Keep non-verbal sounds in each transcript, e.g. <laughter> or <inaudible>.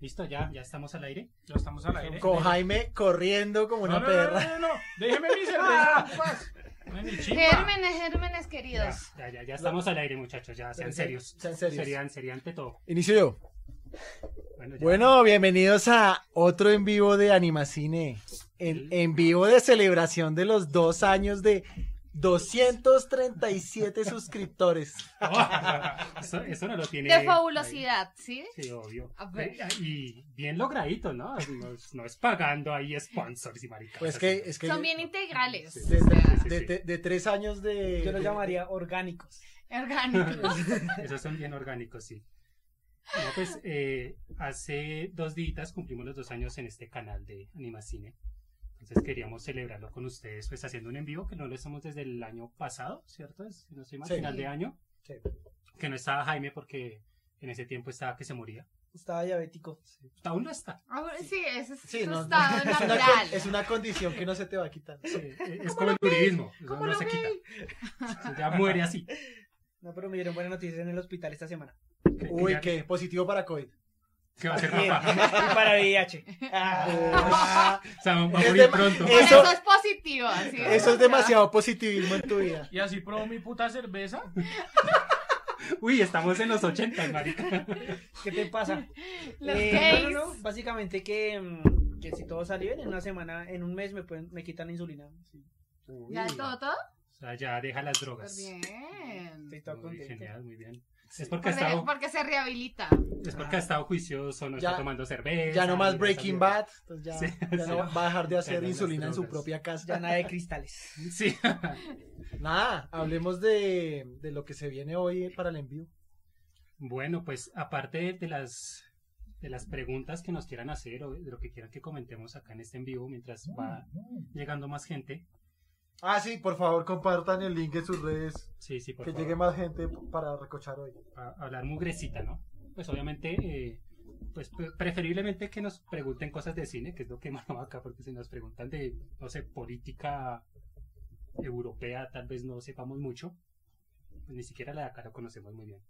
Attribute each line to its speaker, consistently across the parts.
Speaker 1: Listo, ya, ya estamos al aire.
Speaker 2: Ya estamos al aire.
Speaker 3: Con Jaime corriendo como
Speaker 2: No, no,
Speaker 3: una
Speaker 2: no,
Speaker 3: <laughs>
Speaker 2: no,
Speaker 3: perra.
Speaker 2: no, no. Déjeme
Speaker 4: <laughs>
Speaker 2: mi cerveza
Speaker 4: Ah,
Speaker 2: en
Speaker 4: pues.
Speaker 2: paz. No es mi chimba.
Speaker 5: Gérmenes, gérmenes
Speaker 1: Ya,
Speaker 5: queridos.
Speaker 1: ya, ya, ya estamos al aire, muchachos. Ya, sean serios.
Speaker 3: Sean serios.
Speaker 1: Serían, serían ante todo.
Speaker 3: Inicio yo.
Speaker 1: Bueno, ya.
Speaker 3: Bueno, bienvenidos a otro en vivo de Animacine. En, en vivo de celebración de los dos años de 237 suscriptores.
Speaker 1: <laughs> eso, eso no lo tiene.
Speaker 5: De fabulosidad, ¿sí?
Speaker 1: ahí. Sí, obvio.
Speaker 5: A ver.
Speaker 1: Eh, Y bien logradito, ¿no? No es, no es pagando ahí sponsors y maricas.
Speaker 3: Pues es que, es que
Speaker 5: Son bien integrales.
Speaker 1: Sí,
Speaker 5: o
Speaker 1: sí,
Speaker 3: de,
Speaker 5: sea,
Speaker 1: sí,
Speaker 3: de-
Speaker 1: sí.
Speaker 3: de- de tres años de.
Speaker 4: Yo los llamaría orgánicos.
Speaker 5: <laughs>
Speaker 1: <laughs>
Speaker 5: Orgánicos.
Speaker 1: Esos son bien orgánicos, sí. No, pues eh, hace dos días cumplimos los dos años en este canal de Animacine. Entonces queríamos celebrarlo con ustedes, pues haciendo un en vivo que no lo estamos desde el año pasado, ¿cierto? Es, si no estoy mal,
Speaker 3: Sí.
Speaker 1: final de año.
Speaker 3: Sí.
Speaker 1: Que no estaba Jaime porque en ese tiempo estaba que se moría. Pues,
Speaker 4: Estaba diabético.
Speaker 1: Aún no
Speaker 3: <laughs>
Speaker 1: está.
Speaker 5: Ah, bueno, Sí, ese es
Speaker 3: Sí,
Speaker 5: su
Speaker 3: no, no,
Speaker 5: estado
Speaker 3: es, una,
Speaker 5: natural.
Speaker 3: con- es una condición que no se te va a quitar.
Speaker 1: Eh, Es como el turismo. Eso no se quita. Eso
Speaker 3: <laughs>
Speaker 1: Ya muere así.
Speaker 4: No, pero me dieron buenas noticias en el hospital
Speaker 2: <laughs>
Speaker 4: esta semana.
Speaker 3: Uy,
Speaker 1: ya-
Speaker 3: qué positivo para
Speaker 5: <laughs>
Speaker 3: COVID.
Speaker 1: ¿Qué va a ser
Speaker 4: Bien.
Speaker 1: papá?
Speaker 4: Y para VIH. Ah.
Speaker 3: Ah,
Speaker 1: O sea, va a
Speaker 3: Es
Speaker 1: morir
Speaker 3: de-
Speaker 1: pronto.
Speaker 5: Por
Speaker 3: Eso-
Speaker 5: eso, es positivo. ¿sí?
Speaker 3: eso es demasiado positivismo en tu vida.
Speaker 2: Y así probó mi puta cerveza.
Speaker 1: Uy, estamos en los 80, marica.
Speaker 4: ¿Qué te pasa?
Speaker 5: Los
Speaker 4: Eh, no,
Speaker 5: gays.
Speaker 4: no, no. Básicamente que, mm, que si todo sale bien, en una semana, en un mes me pueden, me quitan la insulina. Sí.
Speaker 5: ¿Ya todo, todo?
Speaker 1: O sea, ya deja las
Speaker 5: Súper
Speaker 1: drogas.
Speaker 5: bien.
Speaker 4: Estoy todo
Speaker 1: Muy
Speaker 4: contento.
Speaker 1: genial, muy bien.
Speaker 3: Sí.
Speaker 1: Es porque ha
Speaker 5: Porque,
Speaker 1: estado,
Speaker 5: porque se rehabilita.
Speaker 1: es porque ha estado juicioso, no
Speaker 3: Ya-
Speaker 1: está tomando cerveza.
Speaker 3: Ya no más
Speaker 1: no
Speaker 3: Breaking
Speaker 1: está-
Speaker 3: Bad, entonces ya,
Speaker 1: Sí,
Speaker 3: ya
Speaker 1: sí.
Speaker 3: no va a dejar de hacer
Speaker 1: Pero las
Speaker 3: insulina en su
Speaker 1: drogas.
Speaker 3: propia casa.
Speaker 4: Ya nada de cristales.
Speaker 1: <laughs> Sí.
Speaker 3: Nada, hablemos de, de lo que se viene hoy para el envío.
Speaker 1: Bueno, pues aparte de las de las preguntas que nos quieran hacer o de lo que quieran que comentemos acá en este en vivo mientras va llegando más gente.
Speaker 3: Ah, sí, por favor, compartan el link en sus redes.
Speaker 1: Sí, sí, por
Speaker 3: que
Speaker 1: favor.
Speaker 3: llegue más gente para recochar hoy.
Speaker 1: a- a hablar mugrecita, ¿no? Pues obviamente, eh, pues pre- preferiblemente que nos pregunten cosas de cine, que es lo que <laughs> más va acá, porque si nos preguntan de, no sé, política europea, tal vez no sepamos mucho, pues ni siquiera la de acá la conocemos muy bien.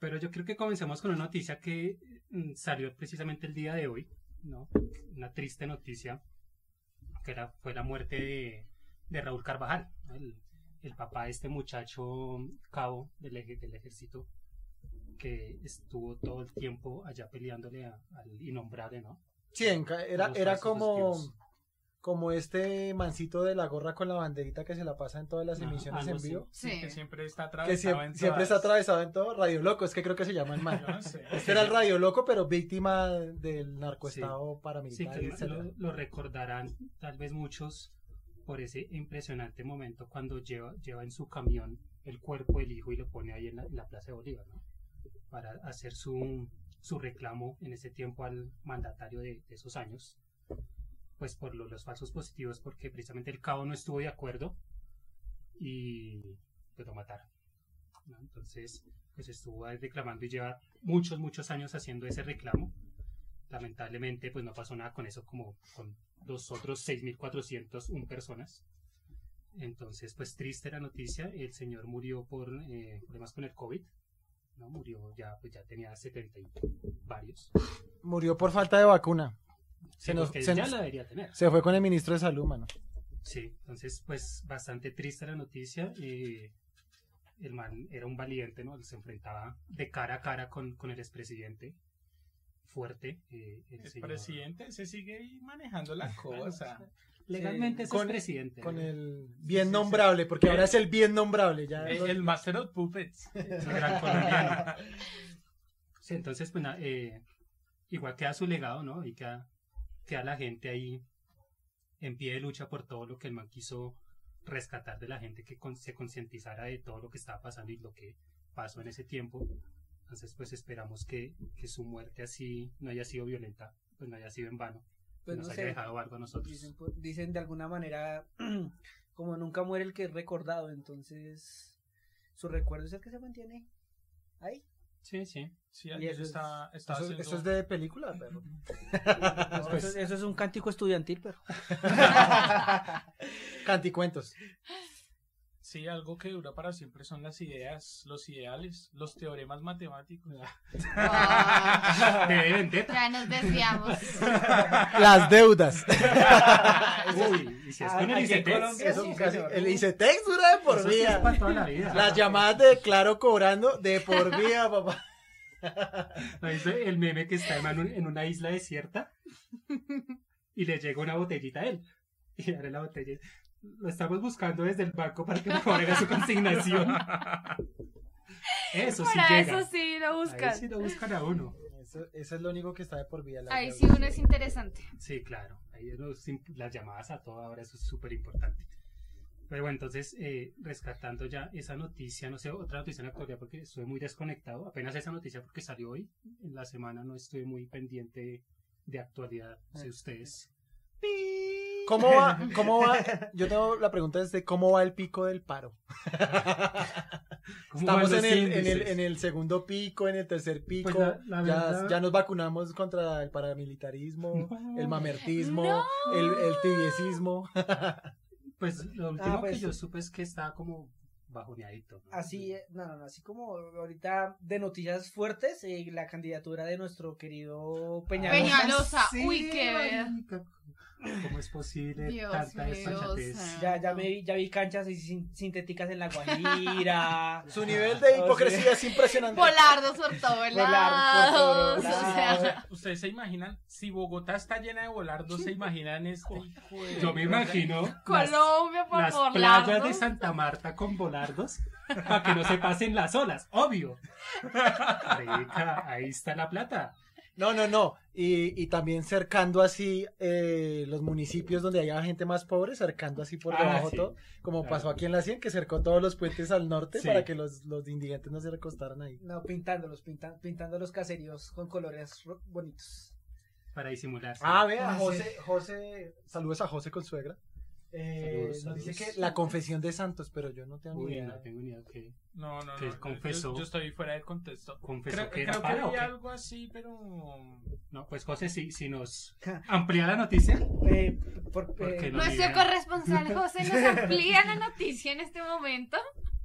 Speaker 1: Pero yo creo que comencemos con una noticia que mm, salió precisamente el día de hoy, ¿no? Una triste noticia, que era, fue la muerte de, de Raúl Carvajal, ¿no? el, el papá de este muchacho cabo del, eje- del ejército que estuvo todo el tiempo allá peleándole a- al innombrable, ¿no?
Speaker 3: Sí, en ca- era,
Speaker 1: Los
Speaker 3: era
Speaker 1: falsos
Speaker 3: como,
Speaker 1: testigos.
Speaker 3: como este mancito de la gorra con la banderita que se la pasa en todas las
Speaker 1: Ajá,
Speaker 3: emisiones
Speaker 1: algo
Speaker 3: en
Speaker 1: así.
Speaker 3: vivo.
Speaker 5: Sí.
Speaker 2: Que siempre está
Speaker 3: Que
Speaker 2: atravesado.
Speaker 3: siem-
Speaker 2: en
Speaker 3: siempre está
Speaker 2: todas.
Speaker 3: atravesado en todo. Radio Loco, es que creo que se llama el man. <laughs>
Speaker 2: Yo no sé.
Speaker 3: Este era el Radio Loco, pero víctima del narcoestado
Speaker 1: Sí,
Speaker 3: paramilitar.
Speaker 1: que
Speaker 3: etcétera.
Speaker 1: lo, lo recordarán tal vez muchos por ese impresionante momento cuando lleva, lleva en su camión el cuerpo del hijo y lo pone ahí en la, en la Plaza de Bolívar, ¿no? Para hacer su, su reclamo en ese tiempo al mandatario de, de esos años, pues por lo- los falsos positivos, porque precisamente el cabo no estuvo de acuerdo y pues lo mataron. ¿no? Entonces, pues estuvo ahí reclamando y lleva muchos, muchos años haciendo ese reclamo lamentablemente pues no pasó nada con eso como con los otros 6.401 personas. Entonces pues triste la noticia, el señor murió por eh, problemas con el COVID, ¿no? Murió ya, pues ya tenía 70 y varios.
Speaker 3: Murió por falta de vacuna.
Speaker 1: Se
Speaker 3: Se nos- se
Speaker 1: ya
Speaker 3: nos-
Speaker 1: la debería tener.
Speaker 3: Se fue con el ministro de Salud, mano.
Speaker 1: Sí, entonces pues bastante triste la noticia. eh, el man era un valiente, ¿no? Se enfrentaba de cara a cara con, con el expresidente. Fuerte. eh, el
Speaker 2: El
Speaker 1: señor-
Speaker 2: presidente se sigue ahí manejando la cosa.
Speaker 1: Legalmente es
Speaker 3: Con-
Speaker 1: presidente.
Speaker 3: Con el bien
Speaker 2: sí, sí.
Speaker 3: nombrable, porque ahora es el bien nombrable. Ya
Speaker 2: El, el Master of Puppets.
Speaker 1: Es un gran colombiano. <laughs> Sí, entonces, pues, na- eh, igual queda su legado, ¿no? Y queda, queda la gente ahí en pie de lucha por todo lo que el man quiso rescatar de la gente, que con- se concientizara de todo lo que estaba pasando y lo que pasó en ese tiempo. Entonces, pues esperamos que, que su muerte así no haya sido violenta, pues no haya sido en vano, que
Speaker 4: Pues
Speaker 1: nos
Speaker 4: no
Speaker 1: haya
Speaker 4: sé.
Speaker 1: dejado algo a nosotros.
Speaker 4: Dicen, por- dicen de alguna manera, <clears throat> como nunca muere el que es recordado, entonces su recuerdo es el que se mantiene
Speaker 1: <laughs>
Speaker 4: ahí.
Speaker 1: Sí, sí.
Speaker 2: Sí,
Speaker 4: Y
Speaker 2: ayer
Speaker 4: eso es-
Speaker 2: estaba, estaba
Speaker 3: Eso,
Speaker 2: haciendo-
Speaker 3: eso es de película, perro. <laughs>
Speaker 1: Pues,
Speaker 4: No, eso, eso es un cántico estudiantil, pero.
Speaker 3: Canticuentos.
Speaker 6: Sí, algo que dura para siempre son las ideas, los ideales, los teoremas matemáticos.
Speaker 1: <laughs>
Speaker 5: Ah,
Speaker 1: <laughs> Te deben
Speaker 4: <laughs>
Speaker 1: teta.
Speaker 5: ya nos desviamos.
Speaker 3: Las <laughs> deudas.
Speaker 1: Uy, y si es
Speaker 4: Ah,
Speaker 1: con el
Speaker 4: aquí en
Speaker 1: ICETEX,
Speaker 4: Colombia
Speaker 1: eso,
Speaker 4: sí,
Speaker 1: eso
Speaker 4: casi-
Speaker 3: El ICETEX dura de por
Speaker 1: sí es
Speaker 3: vida.
Speaker 1: para toda la vida.
Speaker 3: Las llamadas de Claro cobrando de por vida, <laughs> papá.
Speaker 1: Ahí está El meme que está en un- en una isla desierta y le llega una botellita a él. Y abre la botella. Lo estamos buscando desde el banco para que por favor haga su consignación. Eso sí
Speaker 2: Para
Speaker 1: llega.
Speaker 2: eso sí lo
Speaker 1: Ahí
Speaker 2: buscan.
Speaker 1: sí lo buscan a uno.
Speaker 3: Eso, eso es lo único que está de por vida. la
Speaker 5: Ahí
Speaker 3: deuda.
Speaker 5: sí uno es interesante.
Speaker 1: Sí, claro. Ahí es lo sim- las llamadas a toda hora, eso es súper importante. Pero bueno, entonces, eh, rescatando ya esa noticia, no sé, otra noticia en la actualidad, porque estuve muy desconectado. Apenas esa noticia porque salió hoy, en la semana no estuve muy pendiente de actualidad, no sé ustedes.
Speaker 3: ¿Cómo va? ¿Cómo va? Yo tengo la pregunta desde cómo va el pico del paro.
Speaker 1: ¿Cómo van
Speaker 3: Estamos
Speaker 1: los
Speaker 3: en el, en, el,
Speaker 1: índices?
Speaker 3: en el segundo pico, en el tercer pico.
Speaker 1: Pues la- la
Speaker 3: ya,
Speaker 1: verdad-
Speaker 3: ya nos vacunamos contra
Speaker 1: <laughs>
Speaker 3: el paramilitarismo,
Speaker 1: No.
Speaker 3: el mamertismo,
Speaker 2: No.
Speaker 3: el, el <laughs> tibiesismo.
Speaker 1: Pues
Speaker 3: Ah,
Speaker 1: lo último
Speaker 4: pues-
Speaker 1: que yo supe es que estaba como bajoneadito. ¿no?
Speaker 4: Así, eh, no, no, no, así como ahorita de noticias fuertes, eh, la candidatura de nuestro querido Peñalosa.
Speaker 5: Peña- Peñalosa,
Speaker 1: Sí,
Speaker 5: uy, qué ver.
Speaker 1: marica, ¿Cómo es posible
Speaker 5: Dios
Speaker 1: tanta
Speaker 5: mío,
Speaker 1: desfachatez?
Speaker 5: santo.
Speaker 4: Ya, ya, me vi, ya vi canchas y sin- sintéticas en La
Speaker 1: <laughs>
Speaker 4: Guajira.
Speaker 3: Su nivel de hipocresía es impresionante.
Speaker 5: Polardos por todos lados. O
Speaker 4: Polardos por todos
Speaker 5: sea,
Speaker 4: lados.
Speaker 6: ¿Ustedes se imaginan? Si Bogotá está llena de volardos, ¿se imaginan este hijo de-
Speaker 1: Yo me imagino las-
Speaker 2: Colombia por
Speaker 1: las
Speaker 2: favor.
Speaker 1: playas
Speaker 2: Lardo.
Speaker 1: de Santa Marta con volardos para que no se pasen las olas, obvio. Marica, ahí está la plata.
Speaker 3: No, no, no. Y, y también cercando así eh, los municipios donde haya gente más pobre, cercando así por
Speaker 1: Ah,
Speaker 3: debajo
Speaker 1: sí.
Speaker 3: todo, como
Speaker 1: Claro.
Speaker 3: pasó aquí en la 100, que cercó todos los puentes al norte
Speaker 1: Sí.
Speaker 3: para que los, los indigentes no se recostaran ahí.
Speaker 4: No, pintándolos, pintan- pintando los caseríos con colores ro- bonitos.
Speaker 1: Para disimular.
Speaker 3: Ah, vea,
Speaker 4: Ah,
Speaker 3: José, José, saludos a José con suegra. Eh,
Speaker 1: Saludos,
Speaker 3: nos dice
Speaker 1: saludos.
Speaker 3: que la confesión de santos, pero yo no tengo ni
Speaker 1: Uy,
Speaker 3: idea.
Speaker 1: no tengo ni idea que
Speaker 6: No, no,
Speaker 1: Que
Speaker 6: no.
Speaker 1: confesó.
Speaker 6: Yo, yo estoy fuera del contexto.
Speaker 1: confesó
Speaker 6: Creo,
Speaker 1: que
Speaker 6: creo
Speaker 1: era
Speaker 6: que
Speaker 1: para o
Speaker 6: había
Speaker 1: qué.
Speaker 6: algo así, pero. mm,
Speaker 1: No, pues José, si, si nos amplía la noticia.
Speaker 4: Eh, por-
Speaker 1: ¿Por
Speaker 4: eh,
Speaker 1: qué no?
Speaker 2: Nuestro corresponsal José nos
Speaker 1: <laughs>
Speaker 2: amplía la noticia en este momento.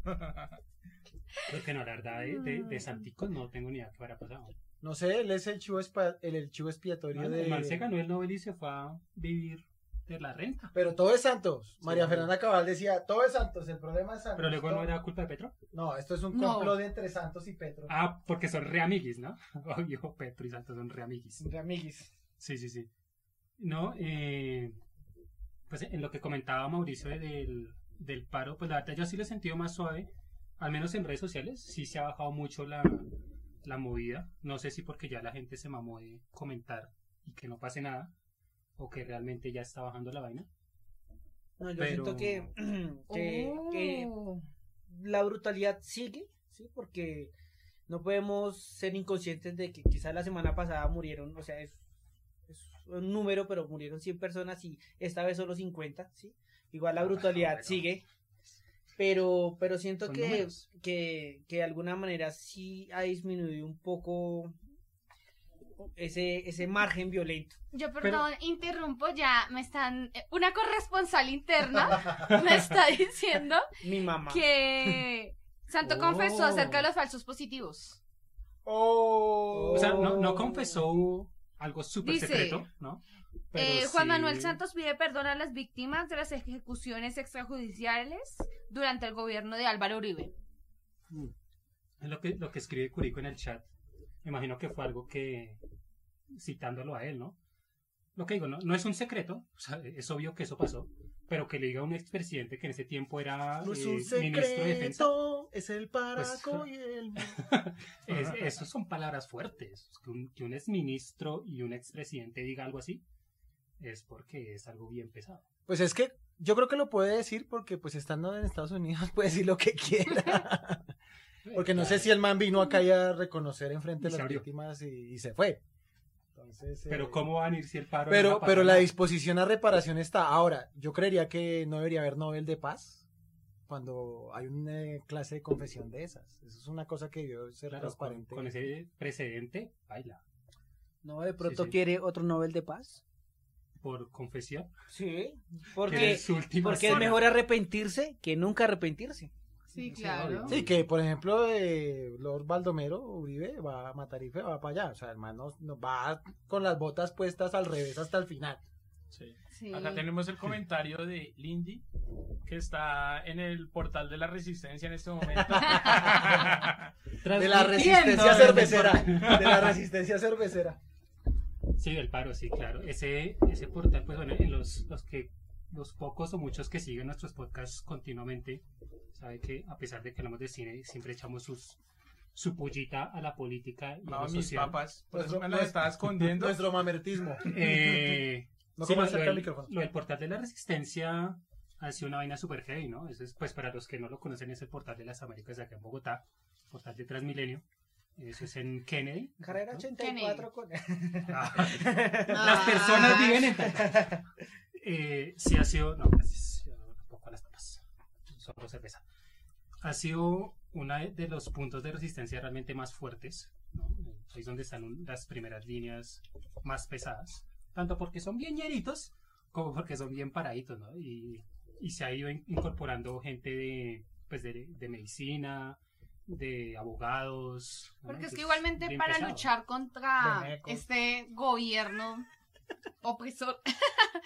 Speaker 1: Creo que no, la verdad, de, de, de Santicos no tengo ni idea qué habrá pasado.
Speaker 3: No sé, él es el chivo, espa- el, el chivo expiatorio
Speaker 1: No,
Speaker 3: de...
Speaker 1: El man se ganó el Nobel y se fue a vivir de la renta.
Speaker 3: Pero todo es santos. María
Speaker 1: Sí.
Speaker 3: Fernanda Cabal decía, todo es santos, el problema es santos.
Speaker 1: Pero luego no
Speaker 3: todo-
Speaker 1: era culpa de Petro.
Speaker 3: No, esto es un
Speaker 5: No.
Speaker 3: complot entre santos y Petro.
Speaker 1: Ah, porque son reamiguis, ¿no? <laughs> Obvio, Petro y Santos son reamiguis.
Speaker 4: de amiguis.
Speaker 1: Sí, sí, sí. No, eh, pues en lo que comentaba Mauricio de- del, del paro, pues la verdad yo sí lo he sentido más suave, al menos en redes sociales, sí se ha bajado mucho la, la movida. No sé si porque ya la gente se mamó de comentar y que no pase nada, o que realmente ya está bajando la vaina.
Speaker 4: No, yo
Speaker 1: Pero-
Speaker 4: siento que, <clears throat> que- que
Speaker 5: oh.
Speaker 4: la brutalidad sigue, ¿sí? Porque no podemos ser inconscientes de que quizás la semana pasada murieron, o sea, es, es un número, pero murieron 100 personas y esta vez solo 50, ¿sí? Igual la
Speaker 1: Ah,
Speaker 4: brutalidad
Speaker 1: bueno.
Speaker 4: sigue, pero, pero siento
Speaker 1: Son
Speaker 4: que,
Speaker 1: números.
Speaker 4: que, que de alguna manera sí ha disminuido un poco ese, ese margen violento.
Speaker 2: Yo, perdón, interrumpo, ya me están... eh, Una corresponsal interna
Speaker 1: <laughs>
Speaker 2: me está diciendo
Speaker 4: Mi mamá.
Speaker 2: que Santo
Speaker 1: Oh.
Speaker 2: confesó acerca de los falsos positivos.
Speaker 3: Oh.
Speaker 1: O sea, no, no confesó algo súper
Speaker 2: Dice,
Speaker 1: secreto, ¿no? Pero
Speaker 2: Eh, Juan
Speaker 1: sí-
Speaker 2: Manuel Santos pide perdón a las víctimas de las ejecuciones extrajudiciales durante el gobierno de Álvaro Uribe.
Speaker 1: Es lo que, lo que escribe Curico en el chat. Me imagino que fue algo que, citándolo a él, ¿no? Lo que digo, no, no es un secreto, o sea, es obvio que eso pasó, pero que le diga a un expresidente que en ese tiempo era
Speaker 3: No
Speaker 1: eh,
Speaker 3: es
Speaker 1: ministro
Speaker 3: un
Speaker 1: de defensa, Pues,
Speaker 3: secreto, es el paraco
Speaker 1: <laughs>
Speaker 3: y el...
Speaker 1: es- eso son palabras fuertes. Que un, que un exministro y un expresidente diga algo así es porque es algo bien pesado.
Speaker 3: Pues es que yo creo que lo puede decir porque pues estando en Estados Unidos <laughs> puede decir lo que
Speaker 1: <laughs>
Speaker 3: quiera. Porque no sé si el man vino acá ya a reconocer
Speaker 1: Y
Speaker 3: enfrente a
Speaker 1: se
Speaker 3: las
Speaker 1: abrió.
Speaker 3: víctimas y, y se fue. Entonces, eh,
Speaker 1: Pero ¿cómo van a ir si el paro... no va
Speaker 3: pero,
Speaker 1: a
Speaker 3: pero
Speaker 1: pasar
Speaker 3: la
Speaker 1: nada?
Speaker 3: disposición a reparación está. Ahora, yo creería que no debería haber Nobel de Paz cuando hay una eh, clase de confesión de esas. Eso es una cosa que debió ser
Speaker 1: Claro, con,
Speaker 3: transparente.
Speaker 1: con ese precedente, baila.
Speaker 4: No, de pronto
Speaker 1: sí.
Speaker 4: quiere otro Nobel de Paz.
Speaker 1: por confesión.
Speaker 4: Sí,
Speaker 1: que
Speaker 4: porque,
Speaker 1: es su última
Speaker 4: porque es
Speaker 1: cena.
Speaker 4: mejor arrepentirse que nunca arrepentirse.
Speaker 5: Sí,
Speaker 1: Sí,
Speaker 5: claro.
Speaker 1: obvio.
Speaker 3: Sí, que por ejemplo, eh, Lord Baldomero Uribe va a matar y va para allá. O sea, hermano, no, va con las botas puestas al revés hasta el final.
Speaker 6: Sí.
Speaker 5: Sí.
Speaker 6: Acá tenemos el comentario de Lindy, que está en el portal de la resistencia en
Speaker 5: <laughs>
Speaker 6: este momento.
Speaker 3: De la resistencia
Speaker 6: Transmitiendo.
Speaker 3: cervecera. De la resistencia cervecera.
Speaker 1: Sí, del paro, sí, claro. Ese, ese portal, pues bueno, en los, los que los pocos o muchos que siguen nuestros podcasts continuamente, saben que a pesar de que hablamos de cine, siempre echamos sus, su pullita a la política y a
Speaker 6: No,
Speaker 1: lo
Speaker 6: mis
Speaker 1: social.
Speaker 6: papas. Por eso
Speaker 3: Nuestro-
Speaker 6: me las estaba escondiendo.
Speaker 3: Nuestro mamertismo.
Speaker 6: <laughs>
Speaker 1: Eh,
Speaker 3: No
Speaker 1: sí,
Speaker 3: como
Speaker 1: lo,
Speaker 3: acerca el
Speaker 1: del,
Speaker 3: micrófono.
Speaker 1: lo del portal de la resistencia ha sido una vaina super heavy, ¿no? Eso es, pues para los que no lo conocen, es el portal de las Américas de acá en Bogotá, portal de Transmilenio. Eso es en
Speaker 6: <laughs>
Speaker 1: Kennedy.
Speaker 4: Carrera
Speaker 1: ¿no?
Speaker 4: 84 con...
Speaker 1: Ah.
Speaker 5: Las
Speaker 6: Ah,
Speaker 1: personas viven en Tacna. Eh, sí ha sido, no, gracias, yo tampoco a las papas, solo cerveza. Ha sido uno de los puntos de resistencia realmente más fuertes, ¿no? Ahí es donde están un- las primeras líneas más pesadas, tanto porque son bien ñeritos como porque son bien paraditos, ¿no? Y, y se ha ido in- incorporando gente de, pues de, de medicina, de abogados. ¿no?
Speaker 5: Porque es
Speaker 1: Entonces,
Speaker 5: que igualmente
Speaker 1: bien
Speaker 5: para
Speaker 1: pesado. eh,
Speaker 5: luchar contra
Speaker 3: Veneco.
Speaker 5: este gobierno opresor, <laughs>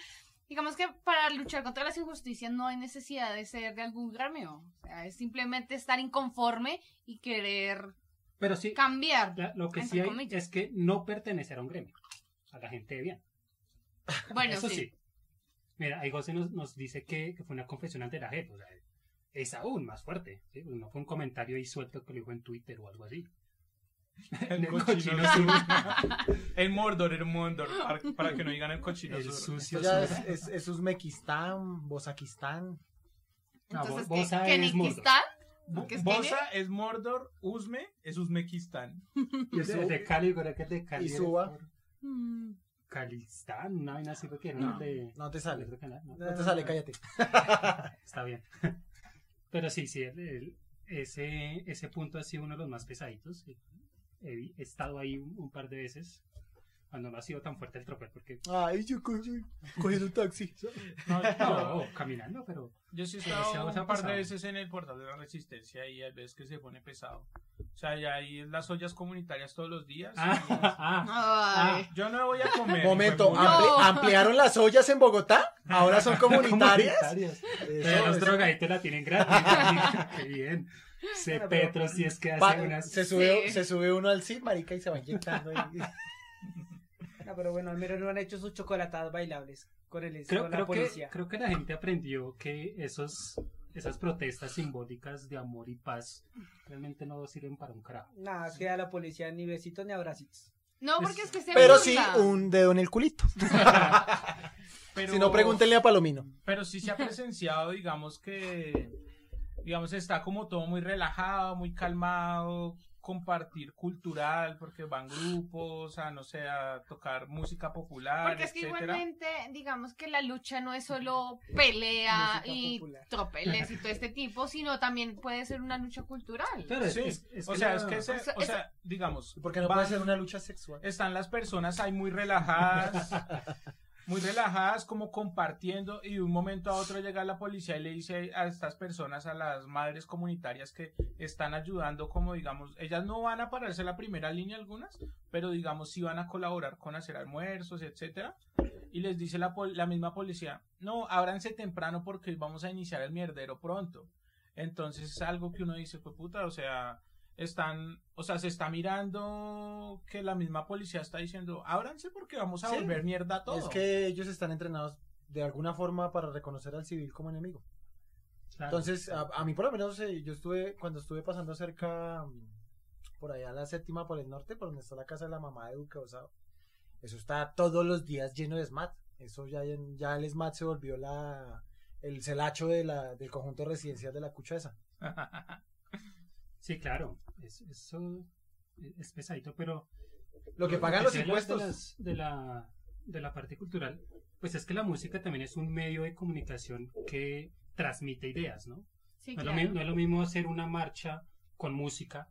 Speaker 5: digamos que para luchar contra las injusticias no hay necesidad de ser de algún gremio. O sea, es simplemente estar inconforme y querer
Speaker 1: Pero sí,
Speaker 5: cambiar.
Speaker 1: La- lo que
Speaker 5: Entre
Speaker 1: sí hay
Speaker 5: comillas.
Speaker 1: es que no pertenecer a un gremio, a la gente de bien.
Speaker 5: Bueno,
Speaker 1: Eso sí.
Speaker 5: sí.
Speaker 1: Mira, ahí José nos, nos dice que, que fue una confesión ante la jefa, o sea, es aún más fuerte. ¿sí? Pues No fue un comentario ahí suelto que lo dijo en Twitter o algo así.
Speaker 6: El cochino sur. <laughs> El Mordor, el Mordor. Para, para que no digan el cochino
Speaker 1: El
Speaker 6: sur.
Speaker 1: sucio.
Speaker 3: Esto ya es,
Speaker 1: sur.
Speaker 3: es, es Uzbekistán, Bozakistán.
Speaker 1: No,
Speaker 5: Entonces,
Speaker 1: Bo- Bosa
Speaker 5: ¿qué? ¿Que
Speaker 1: es
Speaker 5: Nikistán?
Speaker 6: Bo-
Speaker 5: ¿Qué es
Speaker 6: Bosa es Mordor, Uzme es Uzbekistán.
Speaker 3: <laughs> Y
Speaker 1: El de,
Speaker 3: su-
Speaker 1: de Cali, creo que el de Cali.
Speaker 3: y
Speaker 1: era
Speaker 3: Suba.
Speaker 1: por
Speaker 5: Mm.
Speaker 1: Calistán, una vaina así, porque era
Speaker 6: No,
Speaker 1: el de.
Speaker 3: No te
Speaker 1: Sale.
Speaker 3: sale. No te sale, cállate.
Speaker 1: Está bien. <laughs> Pero sí, sí, el- el- ese, ese punto ha sido uno de los más pesaditos. He estado ahí un, un par de veces. Cuando no ha sido tan fuerte el tropel,
Speaker 3: <laughs>
Speaker 1: porque.
Speaker 3: Ay, yo co- yo cogiendo un
Speaker 6: <laughs> Eh,
Speaker 3: taxi.
Speaker 6: No, yo,
Speaker 1: No, caminando, pero.
Speaker 6: yo sí he
Speaker 1: Pero sí
Speaker 6: estado
Speaker 1: vamos a
Speaker 6: un par
Speaker 1: pasar.
Speaker 6: de veces en el portal de la resistencia y hay veces que se pone pesado. O sea, ya ahí en las ollas comunitarias todos los días.
Speaker 1: Ah, <laughs> ah,
Speaker 5: Ay.
Speaker 6: Yo no voy a comer.
Speaker 3: Momento,
Speaker 6: hijo de puta.
Speaker 3: ¿ampli-
Speaker 5: No.
Speaker 3: ampliaron las ollas en Bogotá. Ahora
Speaker 6: <laughs>
Speaker 3: son comunitarias.
Speaker 1: comunitarias.
Speaker 3: Eso
Speaker 1: Pero los
Speaker 3: es.
Speaker 1: drogaditos la tienen gratis. Qué bien. Se
Speaker 4: Bueno, pero-
Speaker 1: Petro, si es que
Speaker 3: Pa-
Speaker 1: hace unas.
Speaker 3: se, sube,
Speaker 5: Sí.
Speaker 3: se sube uno al CID, marica, y se va inyectando. ahí.
Speaker 4: <laughs>
Speaker 5: <laughs>
Speaker 4: No, pero bueno, al menos no han hecho sus chocolatadas bailables con, el,
Speaker 1: creo,
Speaker 4: con la
Speaker 1: creo
Speaker 4: policía.
Speaker 1: que, creo que la gente aprendió que esos, esas protestas simbólicas de amor y paz realmente no sirven para un carajo.
Speaker 4: Nada, queda la policía ni besitos ni abracitos.
Speaker 5: No, porque es que se
Speaker 3: <laughs> Pero
Speaker 5: burla.
Speaker 3: sí, un dedo en el culito.
Speaker 6: Pero-
Speaker 3: Si no, pregúntenle a Palomino.
Speaker 6: Pero sí se ha presenciado, digamos que, digamos, está como todo muy relajado, muy calmado, compartir cultural, porque van grupos, a no sé, a tocar música popular,
Speaker 5: Porque es que
Speaker 6: etcétera.
Speaker 5: igualmente, digamos que la lucha no es solo
Speaker 4: Música
Speaker 5: pelea y
Speaker 4: popular.
Speaker 5: tropeles y todo este tipo, sino también puede ser una lucha cultural.
Speaker 1: Claro, es-
Speaker 6: Sí,
Speaker 1: es- es
Speaker 6: o
Speaker 1: que
Speaker 6: sea,
Speaker 1: la-
Speaker 6: es que se-
Speaker 5: Eso-
Speaker 6: o sea, digamos,
Speaker 3: Porque no
Speaker 6: van-
Speaker 3: puede ser una lucha sexual.
Speaker 6: están las personas ahí muy relajadas, muy relajadas, como compartiendo, y de un momento a otro llega la policía y le dice a estas personas, a las madres comunitarias que están ayudando, como digamos, ellas no van a pararse en la primera línea algunas, pero digamos sí van a colaborar con hacer almuerzos, etcétera, y les dice la, pol- la misma policía, no, ábranse temprano porque hoy vamos a iniciar el mierdero pronto. Entonces es algo que uno dice, pues puta, o sea, están, o sea, se está mirando que la misma policía está diciendo, ábranse porque vamos a
Speaker 3: Sí.
Speaker 6: volver mierda a todo.
Speaker 3: Es que ellos están entrenados de alguna forma para reconocer al civil como enemigo.
Speaker 1: claro.
Speaker 3: Entonces, a, a mí por lo menos, eh, yo estuve, cuando estuve pasando cerca, mm, por allá a la séptima por el norte, por donde está la casa de la mamá de Duque Osado, eso está todos los días lleno de SMAT. Eso ya, en- ya el SMAT se volvió la, el celacho de la, del conjunto residencial de la Cuchesa.
Speaker 1: <laughs> Sí, claro. Es, eso es pesadito, pero.
Speaker 3: Lo que pagan
Speaker 1: que
Speaker 3: los
Speaker 1: sea de las-
Speaker 3: impuestos.
Speaker 1: De, las- de la, de la parte cultural, pues es que la música también es un medio de comunicación que transmite ideas, ¿no?
Speaker 5: Sí,
Speaker 1: No es,
Speaker 5: claro.
Speaker 1: lo mi- no es lo mismo hacer una marcha con música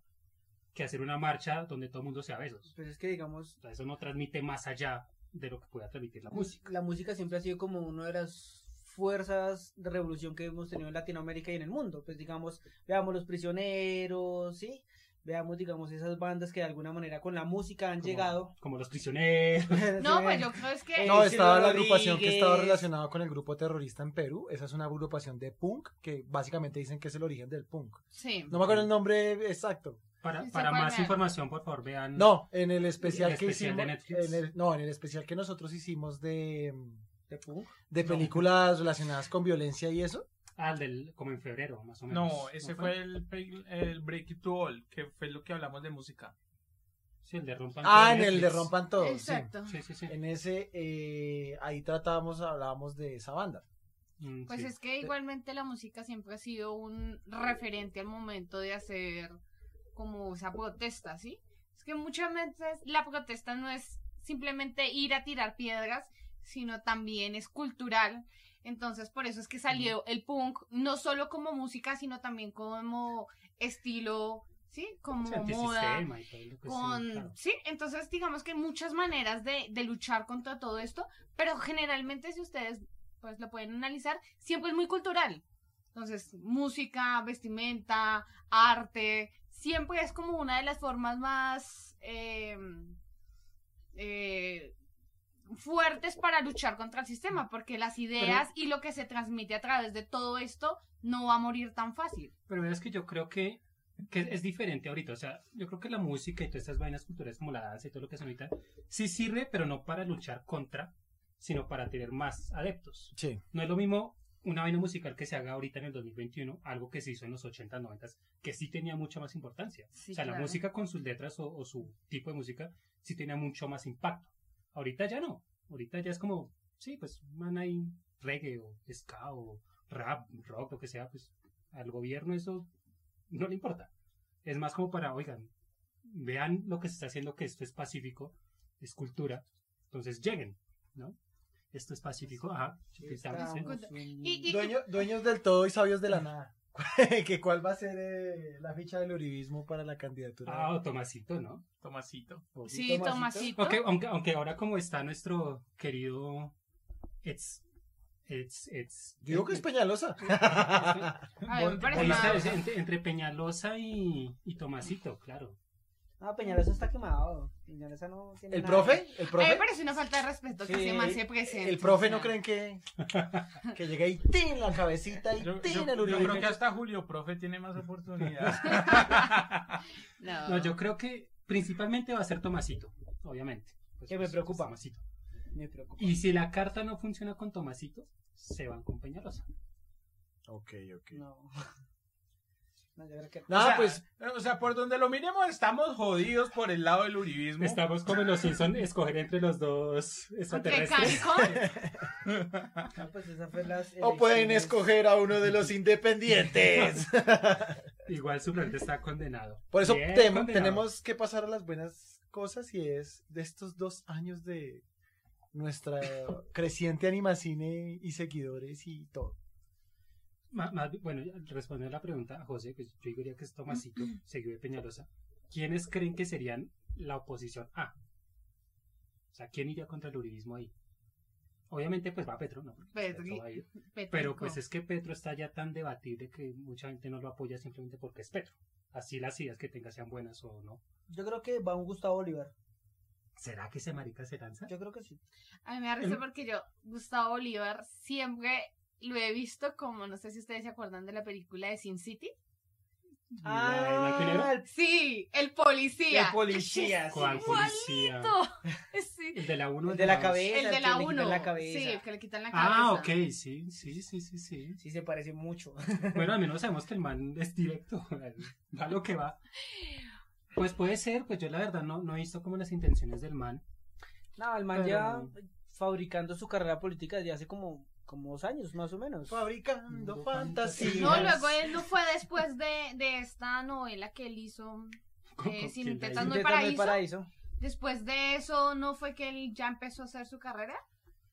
Speaker 1: que hacer una marcha donde todo el mundo sea besos.
Speaker 4: Pues es que digamos,
Speaker 1: O sea, eso no transmite más allá de lo que pueda transmitir la música.
Speaker 4: La música siempre ha sido como una de las fuerzas de revolución que hemos tenido en Latinoamérica y en el mundo. Pues digamos, veamos Los Prisioneros, ¿sí? Veamos, digamos, esas bandas que de alguna manera con la música han
Speaker 1: Como-
Speaker 4: llegado.
Speaker 1: Como los prisioneros.
Speaker 4: <laughs>
Speaker 5: No, pues yo creo es que.
Speaker 4: Eh,
Speaker 3: No,
Speaker 4: Silvio
Speaker 3: estaba la
Speaker 4: Rodríguez.
Speaker 3: agrupación que estaba relacionada con el grupo terrorista en Perú. Esa es una agrupación de punk que básicamente dicen que es el origen del punk.
Speaker 5: Sí.
Speaker 3: No me acuerdo el nombre exacto.
Speaker 1: Para,
Speaker 5: Sí, se
Speaker 1: para
Speaker 5: puede
Speaker 1: más
Speaker 5: ver.
Speaker 1: información, por favor, vean.
Speaker 3: No, en el especial
Speaker 1: El
Speaker 3: que
Speaker 1: especial de
Speaker 3: hicimos.
Speaker 1: Netflix.
Speaker 3: en el- no, en el especial que nosotros hicimos de,
Speaker 4: De punk.
Speaker 3: de
Speaker 1: No.
Speaker 3: películas relacionadas con violencia y eso.
Speaker 1: Ah, el del, como en febrero, más o menos.
Speaker 6: No, ese fue el, pe- el Break It to All, que fue lo que hablamos de música.
Speaker 1: Sí, el de Rompan.
Speaker 3: Ah,
Speaker 1: Todo
Speaker 3: en el de
Speaker 1: Netflix.
Speaker 3: Rompan Todo. sí.
Speaker 5: Exacto.
Speaker 1: Sí, sí, sí.
Speaker 3: En ese, eh, ahí tratábamos, hablábamos de esa banda.
Speaker 1: Mm,
Speaker 5: Pues
Speaker 1: sí.
Speaker 5: es que igualmente la música siempre ha sido un referente al momento de hacer como esa protesta, ¿sí? Es que muchas veces la protesta no es simplemente ir a tirar piedras, sino también es cultural. Entonces, por eso es que salió el punk, no solo como música, sino también como estilo, ¿sí? Como
Speaker 1: Sí,
Speaker 5: moda
Speaker 1: antisistema y todo lo que Pues sí,
Speaker 5: con
Speaker 1: claro.
Speaker 5: sí entonces digamos que hay muchas maneras de, de luchar contra todo esto pero generalmente si ustedes pues lo pueden analizar siempre es muy cultural entonces música vestimenta arte siempre es como una de las formas más eh, eh, fuertes para luchar contra el sistema porque las ideas y lo que se transmite a través de todo esto no va a morir tan fácil
Speaker 1: Pero es que yo creo que, que es diferente ahorita. O sea, yo creo que la música y todas estas vainas culturales como la danza y todo lo que son ahorita, sí sirve, pero no para luchar contra, sino para tener más adeptos.
Speaker 3: Sí.
Speaker 1: No es lo mismo una vaina musical que se haga ahorita en el 2021, algo que se hizo en los 80, 90, que sí tenía mucha más importancia.
Speaker 5: Sí,
Speaker 1: o sea, la
Speaker 5: claro.
Speaker 1: música con sus letras o, o su tipo de música sí tenía mucho más impacto. Ahorita ya no. Ahorita ya es como, sí, pues man hay reggae o ska o rap, rock, lo que sea, pues al gobierno eso no le importa. Es más como para, oigan, vean lo que se está haciendo, que esto es pacífico, es cultura, entonces lleguen, ¿no? Esto es pacífico, ajá.
Speaker 4: Estamos
Speaker 1: sí.
Speaker 5: Cuenta.
Speaker 4: un-
Speaker 5: Y- y-
Speaker 3: Dueño- dueños del todo y sabios de la nada. <laughs> ¿Que ¿Cuál va a ser eh, la ficha del uribismo para la candidatura?
Speaker 1: Ah, o Tomasito, ¿no?
Speaker 6: Tomasito.
Speaker 5: sí Tomasito
Speaker 4: Ah.
Speaker 1: Aunque, aunque, aunque ahora como está nuestro querido ex, ex, ex.
Speaker 3: Yo digo que es Peñalosa.
Speaker 5: A ver, me
Speaker 6: Vol-
Speaker 5: parece
Speaker 1: Ahí está,
Speaker 5: una-
Speaker 1: es entre, entre Peñalosa y, y Tomasito, claro.
Speaker 4: Ah, Peñalosa está quemado. Peñalosa no tiene
Speaker 3: ¿El
Speaker 4: nada.
Speaker 3: profe? ¿El
Speaker 5: A mí me
Speaker 3: profe?
Speaker 5: Eh, parece una falta de respeto que
Speaker 4: Sí,
Speaker 5: ese man se presente.
Speaker 3: ¿El profe
Speaker 5: o sea.
Speaker 3: no creen que, que llegue y tin la cabecita y
Speaker 6: Yo, yo-
Speaker 3: tin el
Speaker 6: yo creo que
Speaker 3: uribismo?
Speaker 6: hasta Julio Profe tiene
Speaker 3: <laughs>
Speaker 6: más oportunidades.
Speaker 4: Ah.
Speaker 5: No.
Speaker 1: No, yo creo que principalmente va a ser Tomasito, obviamente. Pues,
Speaker 4: Que me
Speaker 1: pues,
Speaker 4: preocupa.
Speaker 1: Tomasito.
Speaker 4: Me preocupa.
Speaker 1: Y si la carta no funciona con Tomasito, se van con Peñalosa.
Speaker 3: Ok, ok.
Speaker 4: No. <laughs> No, yo creo que-
Speaker 3: Nada,
Speaker 6: o sea,
Speaker 3: pues
Speaker 6: O sea, por donde lo miremos, estamos jodidos por el lado del uribismo.
Speaker 1: Estamos como en los Simpson escoger entre los dos
Speaker 5: Aunque
Speaker 1: extraterrestres.
Speaker 5: Cancún,
Speaker 4: Ah, pues esa fue las
Speaker 3: O pueden
Speaker 4: elecciones.
Speaker 3: escoger a uno de los
Speaker 5: <laughs>
Speaker 3: independientes.
Speaker 1: Igual su planeta está condenado.
Speaker 3: Por eso
Speaker 1: Bien
Speaker 3: tem-
Speaker 1: condenado.
Speaker 3: tenemos que pasar a las buenas cosas y es de estos dos años de nuestra creciente animacine y seguidores y todo.
Speaker 1: Ma- más bi- bueno, ya respondiendo a la pregunta a José, pues yo diría que es Tomasito, seguido de Peñalosa. ¿Quiénes creen que serían la oposición A? O sea, ¿quién iría contra el uribismo ahí? Obviamente, pues va Petro, ¿no? Porque
Speaker 5: Petri.
Speaker 1: Petro va a ir.
Speaker 5: Petrico.
Speaker 1: Pero pues es que Petro está ya tan debatible que mucha gente no lo apoya simplemente porque es Petro. Así las ideas que tenga sean buenas o no.
Speaker 4: Yo creo que va un Gustavo Bolívar.
Speaker 1: ¿Será que ese marica se lanza?
Speaker 4: Yo creo que sí.
Speaker 5: A mí me da risa porque yo, Gustavo Bolívar, siempre lo he visto como, no sé si ustedes se acuerdan de la película de Sin City.
Speaker 1: La de blanco y negro.
Speaker 4: Ah, el,
Speaker 5: Sí, el policía.
Speaker 4: el policía. sí.
Speaker 1: ¿Cuál policía? <laughs>
Speaker 5: Sí,
Speaker 1: El de la 1.
Speaker 4: El de la cabeza.
Speaker 5: el de
Speaker 4: que
Speaker 5: la
Speaker 4: le quitan
Speaker 5: uno.
Speaker 4: la cabeza.
Speaker 5: sí, el que le quitan la cabeza.
Speaker 1: Ah, ok, sí, sí, sí, sí, sí.
Speaker 4: Sí, se parece mucho.
Speaker 1: Bueno, al menos sabemos que el man es directo, <laughs> va lo que va. Pues puede ser, pues yo la verdad no, no he visto como las intenciones del man.
Speaker 5: Eh,
Speaker 4: No, el man
Speaker 1: Pero-
Speaker 4: ya fabricando su carrera política desde hace como, como dos años, más o menos.
Speaker 3: Fabricando fantasías.
Speaker 5: No, luego él no fue después de, de esta novela que él hizo.
Speaker 1: Como
Speaker 5: Eh, sin
Speaker 1: quien la
Speaker 5: intentar
Speaker 1: hizo.
Speaker 4: Intentando
Speaker 5: no hay
Speaker 4: el
Speaker 5: paraíso.
Speaker 4: paraíso.
Speaker 5: Después de eso, ¿no fue que él ya empezó a hacer su carrera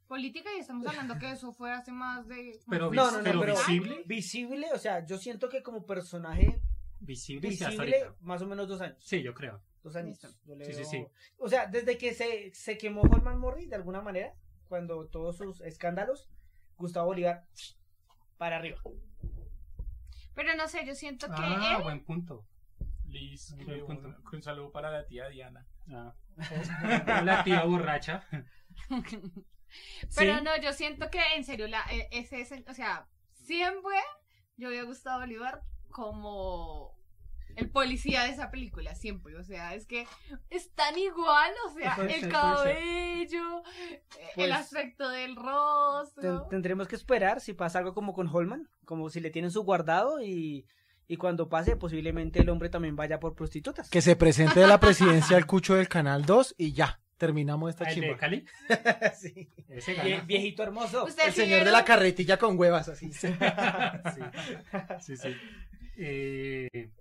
Speaker 5: política? Y estamos hablando que eso fue hace más de...
Speaker 1: Pero,
Speaker 4: No,
Speaker 1: vis-
Speaker 4: no, no,
Speaker 1: pero
Speaker 4: pero-
Speaker 1: visible,
Speaker 4: Visible, o sea, yo siento que como personaje
Speaker 1: visible, sí, hasta
Speaker 4: visible,
Speaker 1: ahorita.
Speaker 4: más o menos dos años.
Speaker 1: Sí, yo creo.
Speaker 4: Dos años. Yo le
Speaker 1: Sí, sí,
Speaker 4: veo-
Speaker 1: sí.
Speaker 4: O sea, desde que se, se quemó Holman Morri, de alguna manera, cuando todos sus escándalos, Gustavo Bolívar, para arriba.
Speaker 5: Pero no sé, yo siento que
Speaker 1: Ah,
Speaker 5: él-
Speaker 1: buen punto.
Speaker 6: Liz,
Speaker 1: Muy
Speaker 6: que
Speaker 1: buen punto.
Speaker 6: un, que un saludo para la tía Diana.
Speaker 1: Ah. <laughs> La tía borracha.
Speaker 5: Pero no, yo siento que en serio, la, eh, ese, es el- o sea, siempre yo había gustado a Bolívar como el policía de esa película, siempre. O sea, es que es tan igual, o sea,
Speaker 4: Puede
Speaker 5: el
Speaker 4: ser, puede
Speaker 5: cabello, eh,
Speaker 4: Pues,
Speaker 5: el aspecto del
Speaker 4: Ten-
Speaker 5: rostro.
Speaker 4: tendremos que esperar si pasa algo como con Holman, como si le tienen su guardado y, y cuando pase, posiblemente el hombre también vaya por prostitutas.
Speaker 3: Que se presente de la presidencia el cucho del Canal 2 y ya, terminamos esta
Speaker 1: El de
Speaker 3: chimba.
Speaker 1: Cali.
Speaker 4: Sí.
Speaker 1: Ese
Speaker 4: Vie-
Speaker 1: gana.
Speaker 4: viejito hermoso.
Speaker 5: Ustedes
Speaker 3: El
Speaker 5: sí
Speaker 3: señor de
Speaker 5: vieron-
Speaker 3: la carretilla con huevas, así.
Speaker 1: <laughs> Sí, sí. sí. Eh,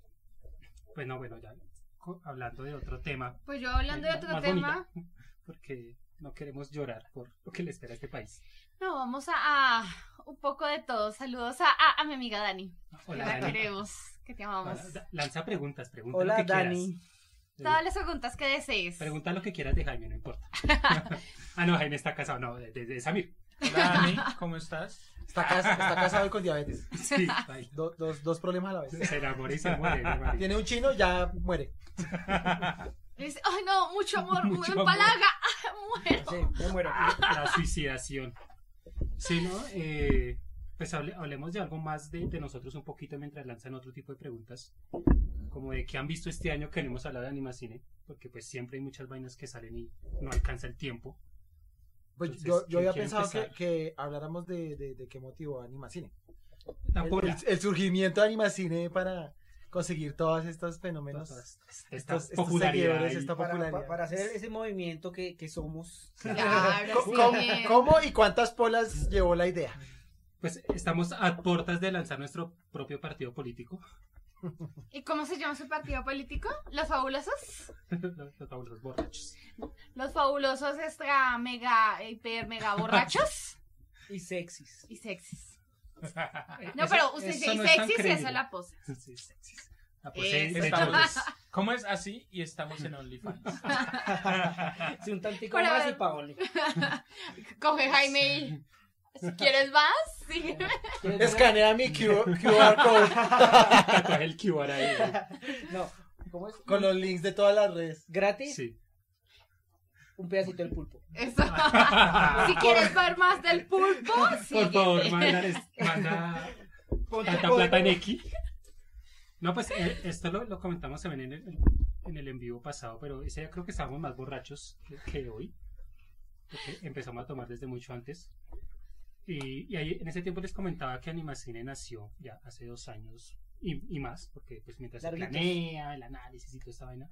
Speaker 1: pues no, bueno, ya co- hablando de otro tema.
Speaker 5: Pues yo hablando de
Speaker 1: eh,
Speaker 5: otro
Speaker 1: más
Speaker 5: tema.
Speaker 1: bonita, <laughs> porque no queremos llorar por lo que le espera a este país.
Speaker 5: No, vamos a, a un poco de todo. Saludos a, a, a mi amiga Dani.
Speaker 1: Hola,
Speaker 5: que la
Speaker 1: Dani.
Speaker 5: queremos, que te amamos.
Speaker 1: Hola, da- Lanza preguntas, pregunta lo
Speaker 4: Hola,
Speaker 1: que quieras. Eh,
Speaker 4: Dani.
Speaker 5: Todas las preguntas que desees.
Speaker 1: Pregunta lo que quieras de Jaime, no
Speaker 5: <laughs>
Speaker 1: importa. ah, no, Jaime está casado, no, de, de- de Samir.
Speaker 6: Hola, Dani, ¿cómo estás?
Speaker 5: <laughs>
Speaker 3: Está, cas- está casado y con diabetes.
Speaker 1: Sí, baila.
Speaker 3: Do- dos, dos problemas a la vez.
Speaker 1: se enamora y se muere. mi marido.
Speaker 3: Tiene un chino, ya muere.
Speaker 5: Le dice, ay no,
Speaker 1: <laughs>
Speaker 5: mucho amor,
Speaker 1: Mucho
Speaker 5: mucho
Speaker 1: amor.
Speaker 5: empalaga, <laughs> muero.
Speaker 4: Sí, me muero.
Speaker 1: la suicidación. Sí, ¿no? Eh, pues hable- hablemos de algo más de, de nosotros un poquito mientras lanzan otro tipo de preguntas. Como de qué han visto este año que no hemos hablado de Animacine, porque pues siempre hay muchas vainas que salen y no alcanza el tiempo.
Speaker 3: Pues
Speaker 1: Entonces,
Speaker 3: yo, yo
Speaker 1: ¿quién
Speaker 3: había
Speaker 1: quiere
Speaker 3: pensado que,
Speaker 1: empezar?
Speaker 3: que habláramos de, de, de qué motivó Animacine. El,
Speaker 1: Tampoco.
Speaker 3: el- el surgimiento de Animacine para conseguir todos estos fenómenos.
Speaker 1: Esta
Speaker 3: estos- estos
Speaker 1: popularidad.
Speaker 3: seguidores,
Speaker 1: y-
Speaker 3: esta-
Speaker 4: Para,
Speaker 3: popularidad.
Speaker 4: pa- para hacer ese movimiento que, que somos.
Speaker 5: Claro,
Speaker 3: ¿Cómo,
Speaker 5: sí.
Speaker 3: cómo y cuántas polas llevó la idea?
Speaker 1: Pues estamos a puertas de lanzar nuestro propio partido político. <laughs>
Speaker 5: ¿Y cómo se llama su partido político? ¿Los fabulosos?
Speaker 1: Los fabulosos borrachos.
Speaker 5: Los fabulosos extra mega, eh, hiper mega borrachos
Speaker 4: <laughs> Y sexys.
Speaker 5: y
Speaker 1: <laughs>
Speaker 5: sexys.
Speaker 1: Eh,
Speaker 5: No,
Speaker 1: eso-
Speaker 5: pero usted
Speaker 1: eso
Speaker 5: dice
Speaker 1: no es tan
Speaker 5: sexys y
Speaker 1: creíble.
Speaker 5: eso es la pose.
Speaker 1: Sí, sexys. Ah, pues, eh,
Speaker 5: Eso.
Speaker 1: de hecho,
Speaker 6: Estamos-
Speaker 1: pues,
Speaker 6: ¿Cómo es así? Y estamos en OnlyFans.
Speaker 4: Sí, un tantico
Speaker 5: Para
Speaker 4: más
Speaker 5: ver.
Speaker 4: y Paoli.
Speaker 5: <laughs> Coge Jaime y si quieres más, sí.
Speaker 1: <laughs>
Speaker 3: Escanea mi Q- QR code
Speaker 1: tatuaje el QR ahí. eh.
Speaker 3: <laughs>
Speaker 4: No, ¿cómo es?
Speaker 3: con los links de todas las redes.
Speaker 4: Gratis,
Speaker 1: Sí.
Speaker 4: un pedacito del pulpo.
Speaker 1: <laughs>
Speaker 5: Eso. Si quieres ver más del pulpo, sí.
Speaker 1: Por
Speaker 5: <laughs>
Speaker 1: favor, mándales, manda tanta plata en X. No, pues eh, esto lo, lo comentamos también en el, en el en vivo pasado, pero ese día creo que estábamos más borrachos que, que hoy. Porque empezamos a tomar desde mucho antes. Y, y ahí, en ese tiempo les comentaba que Animacine nació ya hace dos años y, y más, porque pues mientras se
Speaker 4: Larguitos.
Speaker 1: planea el análisis y toda esta vaina,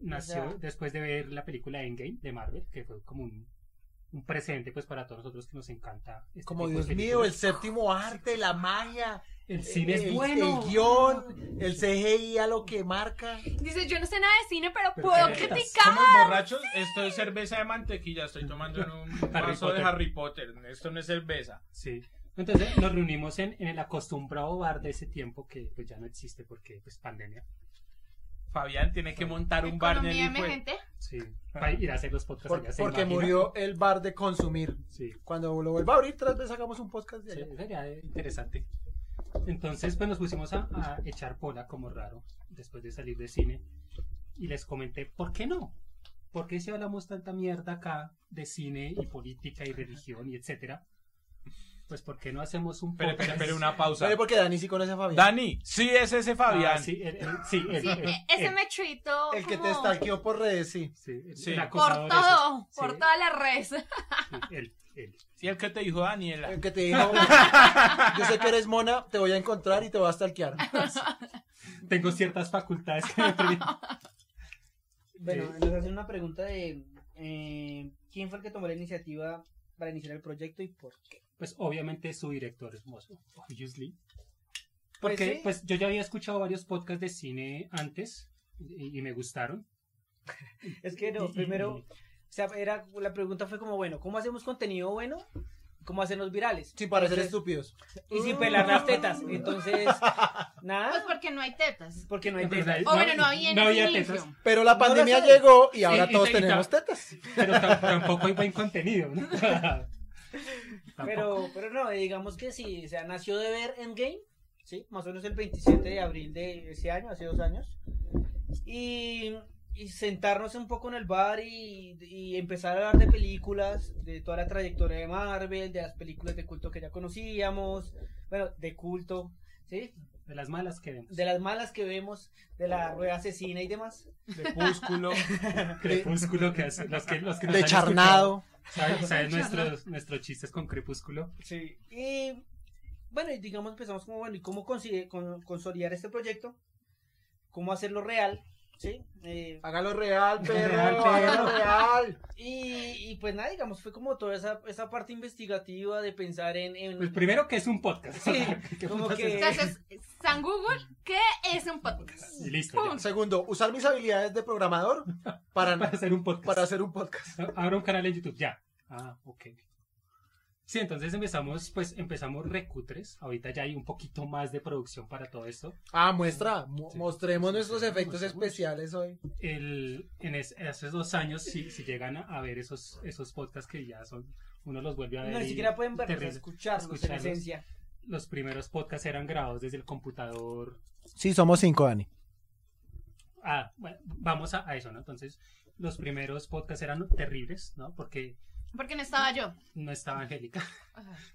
Speaker 1: nació
Speaker 4: Ya.
Speaker 1: después de ver la película Endgame de Marvel, que fue como un, un precedente pues para todos nosotros que nos encanta. este
Speaker 3: Como
Speaker 1: tipo de
Speaker 3: Dios mío, el
Speaker 1: películas.
Speaker 3: séptimo arte, la magia,
Speaker 1: El cine es
Speaker 3: el-
Speaker 1: bueno.
Speaker 3: el guión, el CGI a lo que marca.
Speaker 5: Dice, yo no sé nada de cine, pero
Speaker 1: Pero
Speaker 5: puedo
Speaker 1: qué
Speaker 6: Eh, Somos
Speaker 1: netas.
Speaker 5: criticar.
Speaker 6: borrachos. Esto es cerveza de mantequilla. Estoy tomando en
Speaker 1: <laughs>
Speaker 6: un vaso
Speaker 1: Potter.
Speaker 6: de Harry Potter. Esto no es cerveza.
Speaker 1: Sí. Entonces nos reunimos en, en el acostumbrado bar de ese tiempo que pues ya no existe porque pues pandemia.
Speaker 6: Fabián tiene que montar un bar en
Speaker 5: Economía
Speaker 6: el
Speaker 1: pues.
Speaker 5: emergente.
Speaker 1: Sí. Para ir a hacer los podcasts
Speaker 3: Por-
Speaker 1: allá, ¿se
Speaker 3: porque
Speaker 1: imagina?
Speaker 3: murió el bar de consumir.
Speaker 1: Sí.
Speaker 3: Cuando lo vuelva a abrir, tres veces hagamos un podcast de
Speaker 1: Sí,
Speaker 3: allá.
Speaker 1: sería interesante. Entonces, pues nos pusimos a, a echar pola como raro después de salir de cine y les comenté, ¿por qué no? ¿Por qué si hablamos tanta mierda acá de cine y política y religión y etcétera? Pues, ¿por qué no hacemos un
Speaker 6: Pero, pero,
Speaker 1: podcast?
Speaker 6: pero una pausa.
Speaker 3: ¿Sabe por qué Dani sí conoce a Fabián?
Speaker 6: Dani, sí es ese Fabián.
Speaker 1: Ah, sí, el, el- sí, el- <laughs>
Speaker 5: Sí,
Speaker 1: el-
Speaker 5: e- ese
Speaker 1: el-
Speaker 5: metrito.
Speaker 3: El que te
Speaker 5: como
Speaker 3: stalkeó por redes, sí.
Speaker 1: sí, el-
Speaker 6: Sí.
Speaker 1: el
Speaker 6: Por
Speaker 5: Por
Speaker 1: acosador ese.
Speaker 5: todo,
Speaker 1: pues, Sí, Ah.
Speaker 5: por toda la red.
Speaker 1: el- el-
Speaker 6: Sí, el que te dijo Daniela.
Speaker 1: <laughs>
Speaker 3: El que te dijo, yo sé que eres mona, te voy a encontrar y te voy a stalkear.
Speaker 1: Tengo ciertas facultades que me permiten-
Speaker 4: Bueno,
Speaker 1: Sí.
Speaker 4: nos hacen una pregunta de eh, quién fue el que tomó la iniciativa para iniciar el proyecto y por qué.
Speaker 1: Pues obviamente su director es Mozo, obviously. Porque
Speaker 4: Pues
Speaker 1: pues,
Speaker 4: sí.
Speaker 1: yo ya había escuchado varios podcasts de cine antes y, y me gustaron.
Speaker 4: Es que no,
Speaker 1: Y- y-
Speaker 4: primero, o sea, era, la pregunta fue como, bueno, ¿cómo hacemos contenido bueno? como hacen los virales.
Speaker 3: Sin parecer
Speaker 4: Entonces-
Speaker 3: estúpidos.
Speaker 4: Y sin pelar las tetas. Entonces,
Speaker 5: Pues
Speaker 4: nada,
Speaker 5: porque no hay tetas.
Speaker 4: porque no hay tetas.
Speaker 5: O bueno, no había en
Speaker 1: no
Speaker 5: ese
Speaker 1: había
Speaker 5: inicio.
Speaker 1: tetas,
Speaker 3: Pero la
Speaker 4: No lo
Speaker 3: pandemia
Speaker 4: saben.
Speaker 3: llegó y ahora
Speaker 1: y
Speaker 3: todos
Speaker 1: te- y te- <laughs>
Speaker 3: tenemos tetas.
Speaker 1: pero tam- tampoco hay buen contenido. ¿no? Tampoco.
Speaker 4: Pero, pero no, eh, digamos que sí, o sea, nació de ver Endgame, ¿sí? Más o menos el 27 de abril de ese año, hace dos años. Y, y sentarnos un poco en el bar y, y empezar a hablar de películas, de toda la trayectoria de Marvel, de las películas de culto que ya conocíamos, bueno, de culto, ¿sí?
Speaker 1: de las malas que vemos.
Speaker 4: De las malas que vemos, de la rueda asesina y demás.
Speaker 6: de púsculo.
Speaker 1: Crepúsculo, que hace- los que, los que nos
Speaker 3: De
Speaker 1: han
Speaker 3: charnado.
Speaker 1: escuchado Saben, saben nuestros, nuestros chistes con Crepúsculo.
Speaker 4: Sí. Y Eh, bueno, y digamos, empezamos como, bueno, ¿y cómo consigue- con- consolidar este proyecto? ¿Cómo hacerlo real? ¿Sí? Eh,
Speaker 3: Hágalo
Speaker 1: <laughs>
Speaker 3: real, perro.
Speaker 1: Real, perro.
Speaker 3: Hágalo real.
Speaker 4: y, y, pues nada, digamos, fue como toda esa, esa parte investigativa de pensar en... en-
Speaker 1: Pues primero que es un podcast. <laughs>
Speaker 4: Sí,
Speaker 1: ¿Qué
Speaker 4: como
Speaker 1: putas
Speaker 4: que-
Speaker 1: es?
Speaker 2: Entonces, San Google, ¿qué es un podcast?
Speaker 1: Y listo. ya.
Speaker 3: Segundo, usar mis habilidades de programador
Speaker 1: Para <laughs>
Speaker 3: para,
Speaker 1: hacer un podcast. Ah,
Speaker 3: para hacer un podcast.
Speaker 1: Abra un canal en YouTube, ya. Ah, ok. Sí, entonces empezamos, pues empezamos recutres. Ahorita ya hay un poquito más de producción para todo esto.
Speaker 3: Ah, muestra. mu-
Speaker 1: Sí.
Speaker 3: Mostremos nuestros
Speaker 1: Sí,
Speaker 3: efectos
Speaker 1: muestra,
Speaker 3: especiales hoy.
Speaker 1: El, en es- hace dos años, si, si llegan a, a ver esos, esos podcasts que ya son, uno los vuelve a ver.
Speaker 4: no, ni
Speaker 1: y
Speaker 4: siquiera pueden verlos,
Speaker 1: terrible.
Speaker 4: escucharlos,
Speaker 1: escucharlos.
Speaker 4: en esencia.
Speaker 1: Los primeros podcasts eran grabados desde el computador.
Speaker 3: Sí, somos cinco, Dani.
Speaker 1: Ah, bueno, vamos a, a eso, ¿no? Entonces, los primeros podcasts eran terribles, ¿no? Porque
Speaker 5: Porque no estaba yo.
Speaker 1: no estaba Angélica.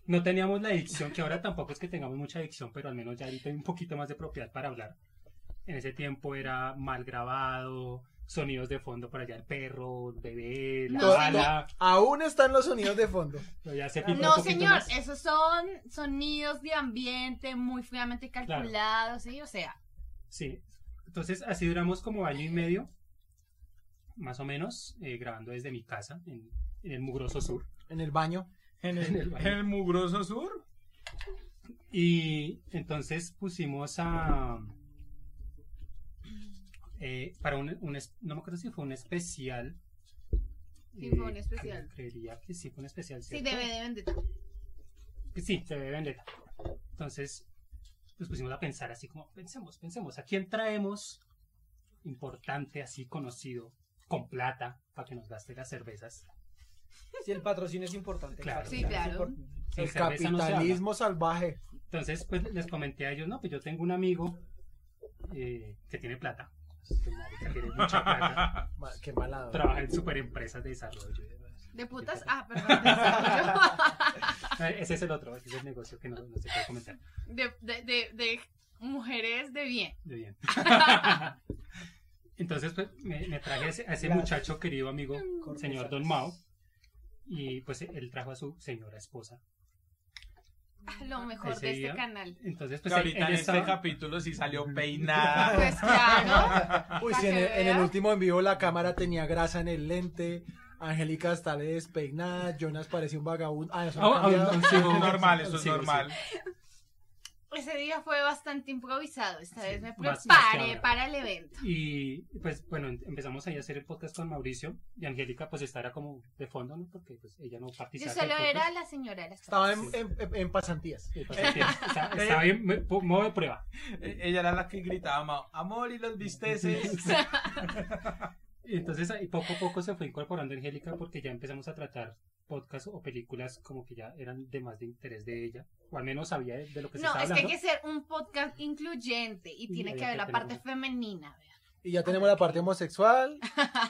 Speaker 1: No teníamos la dicción, que ahora tampoco es que tengamos mucha dicción, pero al menos ya ahorita hay un poquito más de propiedad para hablar. En ese tiempo era mal grabado, sonidos de fondo por allá, el perro, el bebé, la
Speaker 3: No,
Speaker 1: bala.
Speaker 3: Aún están los sonidos de fondo.
Speaker 1: pero ya se filtró un
Speaker 2: No,
Speaker 1: poquito
Speaker 2: señor,
Speaker 5: eh.
Speaker 1: más.
Speaker 2: esos son sonidos de ambiente muy fríamente calculados, ¿sí? O sea,
Speaker 1: Sí. Entonces así duramos como año y medio, más o menos, eh, grabando desde mi casa, en, en el mugroso sur.
Speaker 3: En el baño.
Speaker 1: <laughs> En
Speaker 6: En
Speaker 1: el
Speaker 6: el,
Speaker 1: baño.
Speaker 6: en el mugroso sur.
Speaker 1: Y entonces pusimos a. eh, para un, un es- No me acuerdo si fue un especial.
Speaker 2: Sí, fue un especial.
Speaker 1: cre- Creería que sí, fue un especial.
Speaker 2: sí,
Speaker 1: ¿cierto?
Speaker 2: debe de vender.
Speaker 1: Sí, se debe vender. Entonces nos pusimos a pensar así como: pensemos, pensemos, ¿a quién traemos importante, así conocido, con plata, para que nos gaste las cervezas?
Speaker 4: Si el patrocinio es importante.
Speaker 1: Claro.
Speaker 4: el
Speaker 1: Sí,
Speaker 4: patrocinio es
Speaker 2: claro.
Speaker 4: importante.
Speaker 1: Sin
Speaker 3: El
Speaker 1: cerveza no se habla.
Speaker 3: capitalismo salvaje.
Speaker 1: Entonces, pues les comenté a ellos, no, pues yo tengo un amigo eh, que tiene plata. Este marica tiene mucha plata.
Speaker 6: <laughs>
Speaker 3: Ma- Qué malado.
Speaker 1: Trabaja en super empresas de desarrollo.
Speaker 2: ¿De putas? Ah, perdón.
Speaker 1: <laughs>
Speaker 2: desarrollo.
Speaker 1: Ah, Ese es el otro, ese es el negocio que no, no se puede comentar.
Speaker 2: De, de, de, de mujeres de bien.
Speaker 1: De
Speaker 6: <laughs>
Speaker 1: bien. Entonces, pues, me, me traje a ese, a ese
Speaker 4: Claro.
Speaker 1: muchacho querido amigo,
Speaker 4: Cortesano.
Speaker 1: señor Don Mao, y pues él trajo a su señora esposa.
Speaker 2: Ah, Lo mejor
Speaker 1: Mm, Ese
Speaker 2: de este
Speaker 1: día. <laughs>
Speaker 2: canal.
Speaker 1: Entonces,
Speaker 6: Que
Speaker 1: pues él,
Speaker 6: ahorita
Speaker 1: él
Speaker 6: en este
Speaker 1: estaba-
Speaker 6: capítulo
Speaker 1: <laughs>
Speaker 6: sí salió peinada.
Speaker 2: Pues claro.
Speaker 3: Uy,
Speaker 2: Pa'
Speaker 3: sí, en,
Speaker 2: que
Speaker 3: el, en el
Speaker 2: vea.
Speaker 3: último en vivo la cámara tenía grasa en el lente. Angélica está despeinada. Jonas parecía un vagabundo. Ah, eso no
Speaker 1: Ah,
Speaker 3: ha
Speaker 1: ah,
Speaker 3: cambiado.
Speaker 1: ah, sí,
Speaker 6: Eso es normal, eso es
Speaker 1: sí, sí.
Speaker 6: normal.
Speaker 2: Ese día fue bastante improvisado. Esta vez me
Speaker 1: más- más que
Speaker 2: preparé
Speaker 1: ahora.
Speaker 2: para el evento.
Speaker 1: Y pues bueno, em- empezamos ahí a hacer el podcast con Mauricio y Angélica pues estará como de fondo, ¿no? Porque pues ella no
Speaker 2: Yo
Speaker 1: participaba.
Speaker 2: solo
Speaker 1: del podcast.
Speaker 2: era la señora de las
Speaker 3: Estaba en,
Speaker 1: Sí.
Speaker 3: en- en- en pasantías.
Speaker 1: Sí, pues, entiendo.
Speaker 2: <laughs>
Speaker 1: Está- Estaba bien, me- po- modo de prueba.
Speaker 6: Eh, Ella era la que gritaba, "Ma- amor y
Speaker 1: <laughs>
Speaker 6: los visteces.
Speaker 1: Y entonces ahí poco a poco se fue incorporando Angélica porque ya empezamos a tratar podcasts o películas como que ya eran de más de interés de ella, o al menos sabía de, de lo que pues
Speaker 2: No,
Speaker 1: se estaba
Speaker 2: es que hay
Speaker 1: hablando.
Speaker 2: que ser un podcast incluyente y tiene
Speaker 1: había
Speaker 2: que haber
Speaker 1: que
Speaker 2: la
Speaker 1: tener
Speaker 2: parte
Speaker 1: una-
Speaker 2: femenina. vea.
Speaker 3: Y ya tenemos la parte homosexual,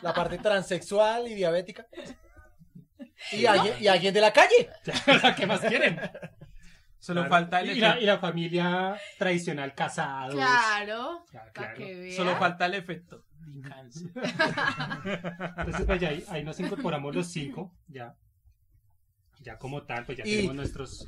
Speaker 3: la parte transexual y diabética. Y, alguien, y alguien de la calle.
Speaker 1: <laughs> Ya, ¿Qué más quieren?
Speaker 6: Solo
Speaker 1: Claro.
Speaker 6: falta el
Speaker 1: y, la, y
Speaker 6: efecto.
Speaker 1: la familia tradicional, casados.
Speaker 2: Claro.
Speaker 1: Ya,
Speaker 2: Para
Speaker 1: claro.
Speaker 2: que vea.
Speaker 6: Solo falta el efecto. Venganza.
Speaker 1: Entonces, pues ya ahí, ahí nos incorporamos los cinco, ya. Ya como tal, pues ya
Speaker 3: Y-
Speaker 1: tenemos nuestros.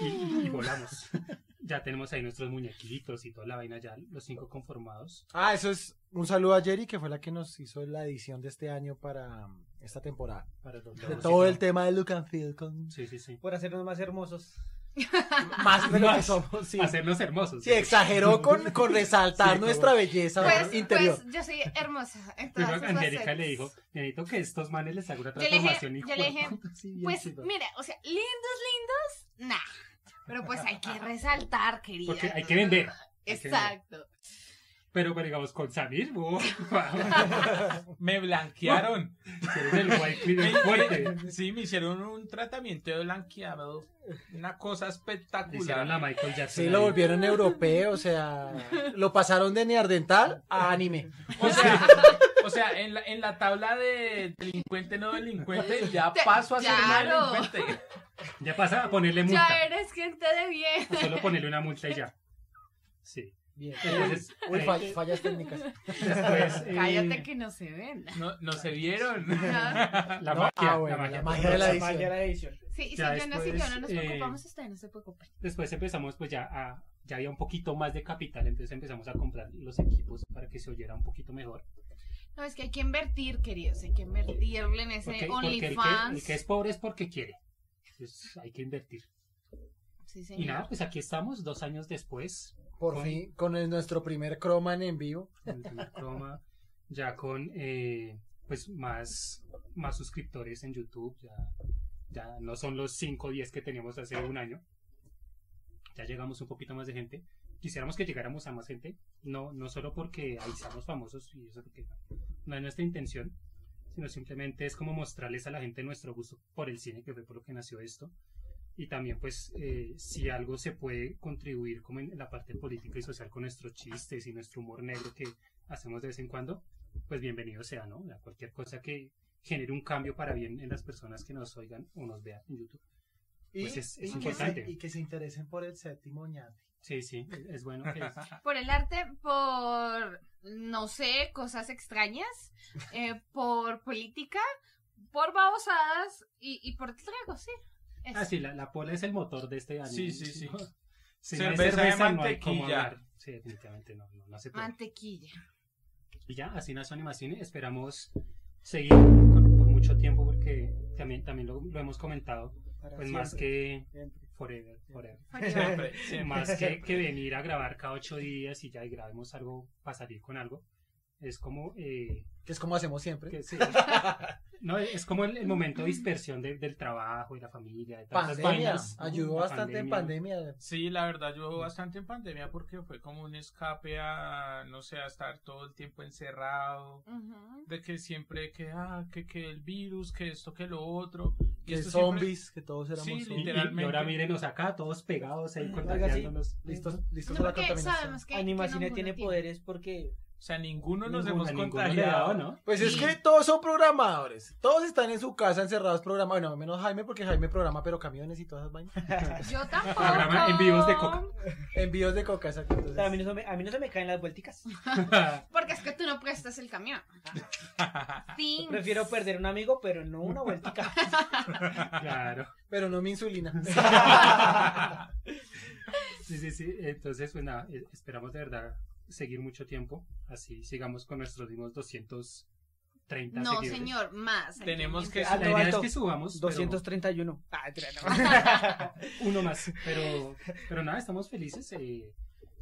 Speaker 1: Y, y volamos. <laughs> Ya tenemos ahí nuestros muñequitos y toda la vaina, ya los cinco conformados.
Speaker 3: Ah, eso es un saludo a Jerry, que fue la que nos hizo la edición de este año para um, esta temporada.
Speaker 1: Para los
Speaker 3: De
Speaker 1: lobos y
Speaker 3: todo el tema de Look and Feel con
Speaker 1: Sí, sí, sí.
Speaker 4: Por hacernos más hermosos.
Speaker 3: Más de lo que
Speaker 1: Más.
Speaker 3: somos, sí.
Speaker 1: Hacernos hermosos.
Speaker 3: Sí, exageró con, con resaltar
Speaker 1: Sí,
Speaker 3: nuestra
Speaker 1: como-
Speaker 3: belleza
Speaker 2: Pues,
Speaker 3: interior.
Speaker 2: pues yo soy hermosa. pues, en todas
Speaker 1: Primero
Speaker 2: sus
Speaker 1: Angélica
Speaker 2: facetas.
Speaker 1: le dijo, necesito que estos manes les haga una
Speaker 2: Yo le dije-
Speaker 1: transformación y
Speaker 2: yo le dije,
Speaker 1: jueputa, sí, bien
Speaker 2: Pues
Speaker 1: chido.
Speaker 2: mira, o sea, lindos, lindos, nah. Pero pues hay que resaltar, querida.
Speaker 1: Porque hay que vender. hay que vender.
Speaker 2: Exacto.
Speaker 1: Pero bueno, digamos, con Samir, <laughs> wow, <laughs>
Speaker 6: Me blanquearon.
Speaker 1: hicieron el white cleaner fuerte.
Speaker 6: sí, me hicieron un tratamiento de blanqueado. Una cosa
Speaker 3: <laughs>
Speaker 6: espectacular.
Speaker 1: Hicieron la Michael Jackson.
Speaker 3: Sí, lo
Speaker 1: ahí.
Speaker 3: volvieron europeo, o sea, lo pasaron de neardental a anime.
Speaker 1: <laughs>
Speaker 6: O sea, o sea en, la, en la tabla de delincuente no delincuente, ya
Speaker 2: Te-
Speaker 6: paso a ser
Speaker 2: claro.
Speaker 6: no delincuente.
Speaker 1: Ya pasa a ponerle
Speaker 2: Ya
Speaker 1: multa.
Speaker 2: eres gente de bien.
Speaker 1: Solo ponerle una multa y ya. Sí.
Speaker 3: Bien.
Speaker 1: Entonces,
Speaker 3: Uy,
Speaker 1: eh,
Speaker 3: fall- fallas técnicas.
Speaker 5: <laughs>
Speaker 1: después, eh,
Speaker 2: Cállate que no se ven.
Speaker 6: No, no se vieron.
Speaker 2: Ya.
Speaker 1: <laughs> La
Speaker 3: No,
Speaker 1: magia,
Speaker 3: ah, bueno,
Speaker 1: la magia.
Speaker 3: la magia de la
Speaker 4: La magia
Speaker 3: edición.
Speaker 4: de la edición.
Speaker 2: Sí, si
Speaker 1: Ya
Speaker 2: yo no, si
Speaker 1: después,
Speaker 2: yo no nos
Speaker 1: eh,
Speaker 2: preocupamos, ustedes no se preocupen.
Speaker 1: Después empezamos, pues ya a- ya había un poquito más de capital, entonces empezamos a comprar los equipos para que se oyera un poquito mejor.
Speaker 2: No, es que hay que invertir, queridos. Hay que invertirle en
Speaker 1: Porque,
Speaker 2: ese
Speaker 1: porque el, que, el
Speaker 2: OnlyFans.
Speaker 1: que es pobre es porque quiere. Entonces, hay que invertir.
Speaker 2: Sí,
Speaker 1: Y
Speaker 2: señor.
Speaker 1: nada, pues aquí estamos dos años después.
Speaker 3: Por
Speaker 1: Con-
Speaker 3: fin, con el- nuestro primer Croman en vivo.
Speaker 1: con el primer croma, ya con eh, pues más, más suscriptores en YouTube, ya, ya no son los 5 o 10 que teníamos hace un año, ya llegamos un poquito más de gente, quisiéramos que llegáramos a más gente, no, no solo porque ahí estamos famosos y eso porque no es nuestra intención, sino simplemente es como mostrarles a la gente nuestro gusto por el cine, que fue por lo que nació esto. Y también, pues, eh, si algo se puede contribuir como en la parte política y social con nuestros chistes y nuestro humor negro que hacemos de vez en cuando, pues bienvenido sea, ¿no? A cualquier cosa que genere un cambio para bien en las personas que nos oigan o nos vean en YouTube.
Speaker 3: Y,
Speaker 1: Pues es- es
Speaker 3: y que se,
Speaker 1: importante.
Speaker 3: y que se interesen por el séptimo ñate.
Speaker 1: Sí, sí, es bueno que...
Speaker 6: <laughs>
Speaker 1: Ah,
Speaker 2: Por el arte, por, no sé, cosas extrañas, eh, por política, por babosadas y, y por tragos, sí. Eso.
Speaker 1: Ah, sí, la, la pola es el motor de este año.
Speaker 6: Sí, sí, sí.
Speaker 1: Si no hay
Speaker 6: Cerveza de
Speaker 1: no hay cómo
Speaker 6: mantequilla.
Speaker 1: hablar. Sí, definitivamente no, no, no se puede.
Speaker 2: Mantequilla.
Speaker 1: Y ya, así nació Animacine. Esperamos seguir con- por mucho tiempo porque también, también lo, lo hemos comentado.
Speaker 4: Para
Speaker 1: Pues más
Speaker 4: siempre,
Speaker 1: que
Speaker 4: siempre.
Speaker 1: forever, forever.
Speaker 3: <laughs>
Speaker 6: Siempre,
Speaker 1: Eh,
Speaker 6: siempre.
Speaker 1: Más que, que venir a grabar cada ocho días y ya y grabemos algo para salir con algo. Es como... eh,
Speaker 3: Que es como hacemos siempre.
Speaker 1: que sí. No, es como el, el momento de dispersión de- del trabajo y la familia. De tantas
Speaker 3: Pandemia.
Speaker 1: vainas, ¿no?
Speaker 3: Ayudó
Speaker 1: La
Speaker 3: bastante en pandemia.
Speaker 6: Sí, la verdad, yo bastante en pandemia porque fue como un escape a, no sé, a estar todo el tiempo encerrado.
Speaker 2: Ujú.
Speaker 6: De que siempre que, ah, que, que el virus, que esto, que lo otro. Y
Speaker 3: Que
Speaker 6: esto
Speaker 3: zombies, que todos éramos
Speaker 6: Sí,
Speaker 1: Y-
Speaker 3: zombies.
Speaker 1: y- Y,
Speaker 6: Literalmente.
Speaker 1: ahora mírenos acá, todos pegados ahí contagiándonos.
Speaker 3: Listos, listos
Speaker 2: No,
Speaker 3: para la
Speaker 2: porque
Speaker 3: contaminación.
Speaker 2: sabemos que, que
Speaker 4: Animacine
Speaker 2: no,
Speaker 4: tiene
Speaker 2: ninguno
Speaker 4: poderes porque
Speaker 6: Siempre, o sea, ninguno nos
Speaker 1: Ninguno,
Speaker 6: hemos
Speaker 1: ninguno le ha
Speaker 6: contagiado.
Speaker 1: dado, ¿no?
Speaker 3: Pues es
Speaker 2: Sí.
Speaker 3: que todos son programadores. Todos están en su casa encerrados programando. Bueno, menos Jaime, porque Jaime programa, pero camiones y todas esas vainas.
Speaker 2: Yo tampoco.
Speaker 1: Programa en vivos de Coca.
Speaker 3: Envíos de coca, exacto.
Speaker 4: o
Speaker 3: Entonces,
Speaker 4: sea, a, mí no se me, a mí no se me caen las vuelticas.
Speaker 2: Porque es que tú no prestas el camión. Fin.
Speaker 4: Prefiero perder un amigo, pero no una vueltica.
Speaker 1: Claro.
Speaker 3: Pero no mi insulina.
Speaker 1: Sí, sí, sí. Entonces, pues nada, eh, esperamos de verdad seguir mucho tiempo. Así sigamos con nuestros mismos 230
Speaker 2: No,
Speaker 1: seguidores.
Speaker 2: señor, más. Hay
Speaker 6: Tenemos que...
Speaker 4: Ah,
Speaker 1: La
Speaker 4: Alto,
Speaker 1: idea
Speaker 4: alto.
Speaker 1: es que subamos pero
Speaker 4: 231. Ah, tira, no.
Speaker 1: uno más. Pero, pero nada, estamos felices. eh,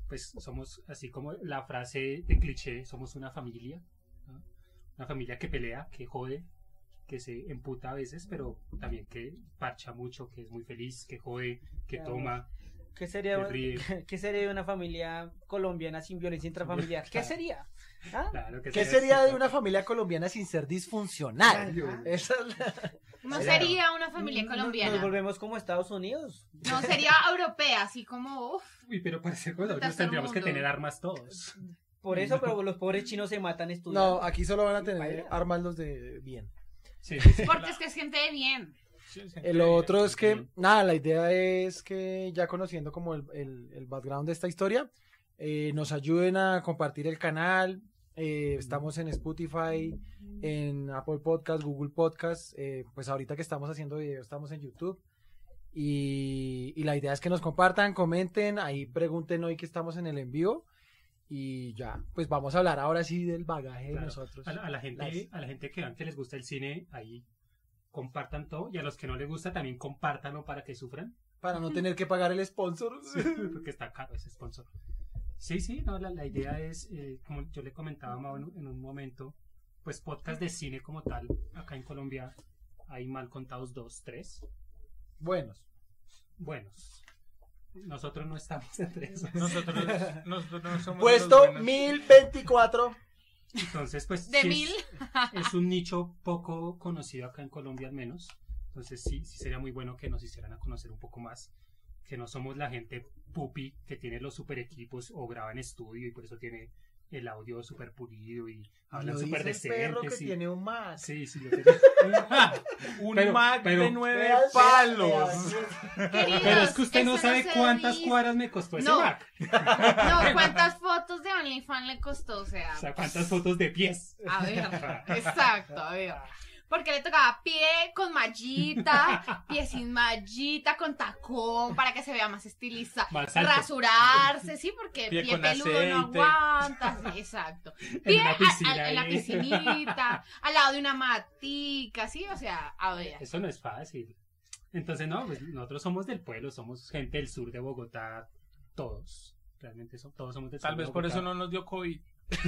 Speaker 1: pues somos así como la frase de cliché, somos una familia. ¿no? Una familia que pelea, que jode, que se emputa a veces, pero también que parcha mucho, que es muy feliz, que jode, que
Speaker 4: Claro.
Speaker 1: toma,
Speaker 4: ¿Qué
Speaker 1: que
Speaker 4: sería,
Speaker 1: ríe.
Speaker 4: <laughs> ¿Qué sería de una familia colombiana sin violencia intrafamiliar? ¿Qué sería? ¿Ah?
Speaker 1: Claro, que
Speaker 3: <laughs> ¿Qué
Speaker 1: sea-
Speaker 3: sería
Speaker 1: <laughs>
Speaker 3: de una familia colombiana sin ser disfuncional? Esa es la-
Speaker 2: No
Speaker 1: Sí.
Speaker 2: sería una familia
Speaker 4: Nos- Nos
Speaker 2: colombiana.
Speaker 4: volvemos como Estados Unidos.
Speaker 2: No sería europea, así como, uff,
Speaker 1: Uy, pero para ser con nosotros
Speaker 2: Tercer
Speaker 1: tendríamos que
Speaker 2: mundo.
Speaker 1: tener armas todos.
Speaker 4: Por eso, pero los pobres chinos se matan estudiando.
Speaker 3: No, aquí solo van a tener
Speaker 4: Baila.
Speaker 3: armas los de bien.
Speaker 1: Sí, sí, sí.
Speaker 2: porque es que es gente de bien.
Speaker 3: El otro es que,
Speaker 1: Ujú.
Speaker 3: nada, la idea es que ya conociendo como el, el- el background de esta historia, eh, nos ayuden a compartir el canal. eh, estamos en Spotify, en Apple Podcast, Google Podcast. eh, pues ahorita que estamos haciendo videos, estamos en YouTube. Y, y la idea es que nos compartan, comenten, ahí pregunten hoy que estamos en el en vivo. Y ya, pues vamos a hablar ahora sí del bagaje de
Speaker 1: Claro.
Speaker 3: nosotros.
Speaker 1: A la, a la gente,
Speaker 3: Las-
Speaker 1: a la gente que vean que les gusta el cine, ahí compartan todo. Y a los que no les gusta, también compártanlo para que sufran.
Speaker 3: Para no tener que pagar el sponsor.
Speaker 1: <laughs> porque está caro ese sponsor. Sí, sí, no, la, la idea es, eh, como yo le comentaba a Mao en, un- en un momento, pues podcast de cine como tal, acá en Colombia hay mal contados dos, tres.
Speaker 3: <laughs> Buenos.
Speaker 1: Buenos. Nosotros no estamos <laughs> entre esos.
Speaker 6: Nosotros, nosotros no somos
Speaker 3: Puesto
Speaker 6: los buenos.
Speaker 3: 1024.
Speaker 1: Entonces, pues...
Speaker 5: De
Speaker 1: sí es-
Speaker 5: mil.
Speaker 2: <laughs>
Speaker 1: Es,
Speaker 5: Ah.
Speaker 1: un nicho poco conocido acá en Colombia al menos. Entonces sí, sí sería muy bueno que nos hicieran a conocer un poco más. Que no somos la gente pupi que tiene los super equipos o graba en estudio y por eso tiene el audio súper pulido y hablan
Speaker 3: Lo
Speaker 1: súper
Speaker 3: dice el perro que
Speaker 1: decentes. y-
Speaker 3: tiene un más.
Speaker 1: Sí, sí, yo <laughs> tengo-
Speaker 6: Un
Speaker 1: Pero-
Speaker 6: Mac de
Speaker 1: pero-
Speaker 6: nueve
Speaker 3: Vea, vea,
Speaker 6: palos.
Speaker 3: vea.
Speaker 5: Queridos,
Speaker 1: Pero es que usted
Speaker 5: eso
Speaker 1: no sabe
Speaker 5: se
Speaker 1: cuántas
Speaker 5: dice.
Speaker 1: cuadras me costó ese
Speaker 5: No.
Speaker 1: Mac.
Speaker 5: No, cuántas fotos de OnlyFans le costó, o sea.
Speaker 1: O sea, cuántas fotos de pies. <laughs>
Speaker 5: A ver, exacto, a ver. Porque le tocaba pie con mallita, pie sin mallita, con tacón, para que se vea más estilizado.
Speaker 1: Más alto.
Speaker 5: Rasurarse, sí, porque
Speaker 6: Pie
Speaker 5: pie,
Speaker 6: con
Speaker 5: peludo
Speaker 6: aceite.
Speaker 5: no aguanta,
Speaker 1: <laughs>
Speaker 5: sí, exacto. Pie
Speaker 1: una
Speaker 5: a- a-
Speaker 1: piscina
Speaker 5: en la
Speaker 1: ahí.
Speaker 5: piscinita, al lado de una matica, sí, o sea, a ver.
Speaker 1: Eso no es fácil. Entonces, no, pues nosotros somos del pueblo, somos gente del sur de Bogotá, todos. Realmente son, todos somos del
Speaker 6: Tal
Speaker 1: sur de
Speaker 6: vez por
Speaker 1: Bogotá.
Speaker 6: eso no nos dio COVID.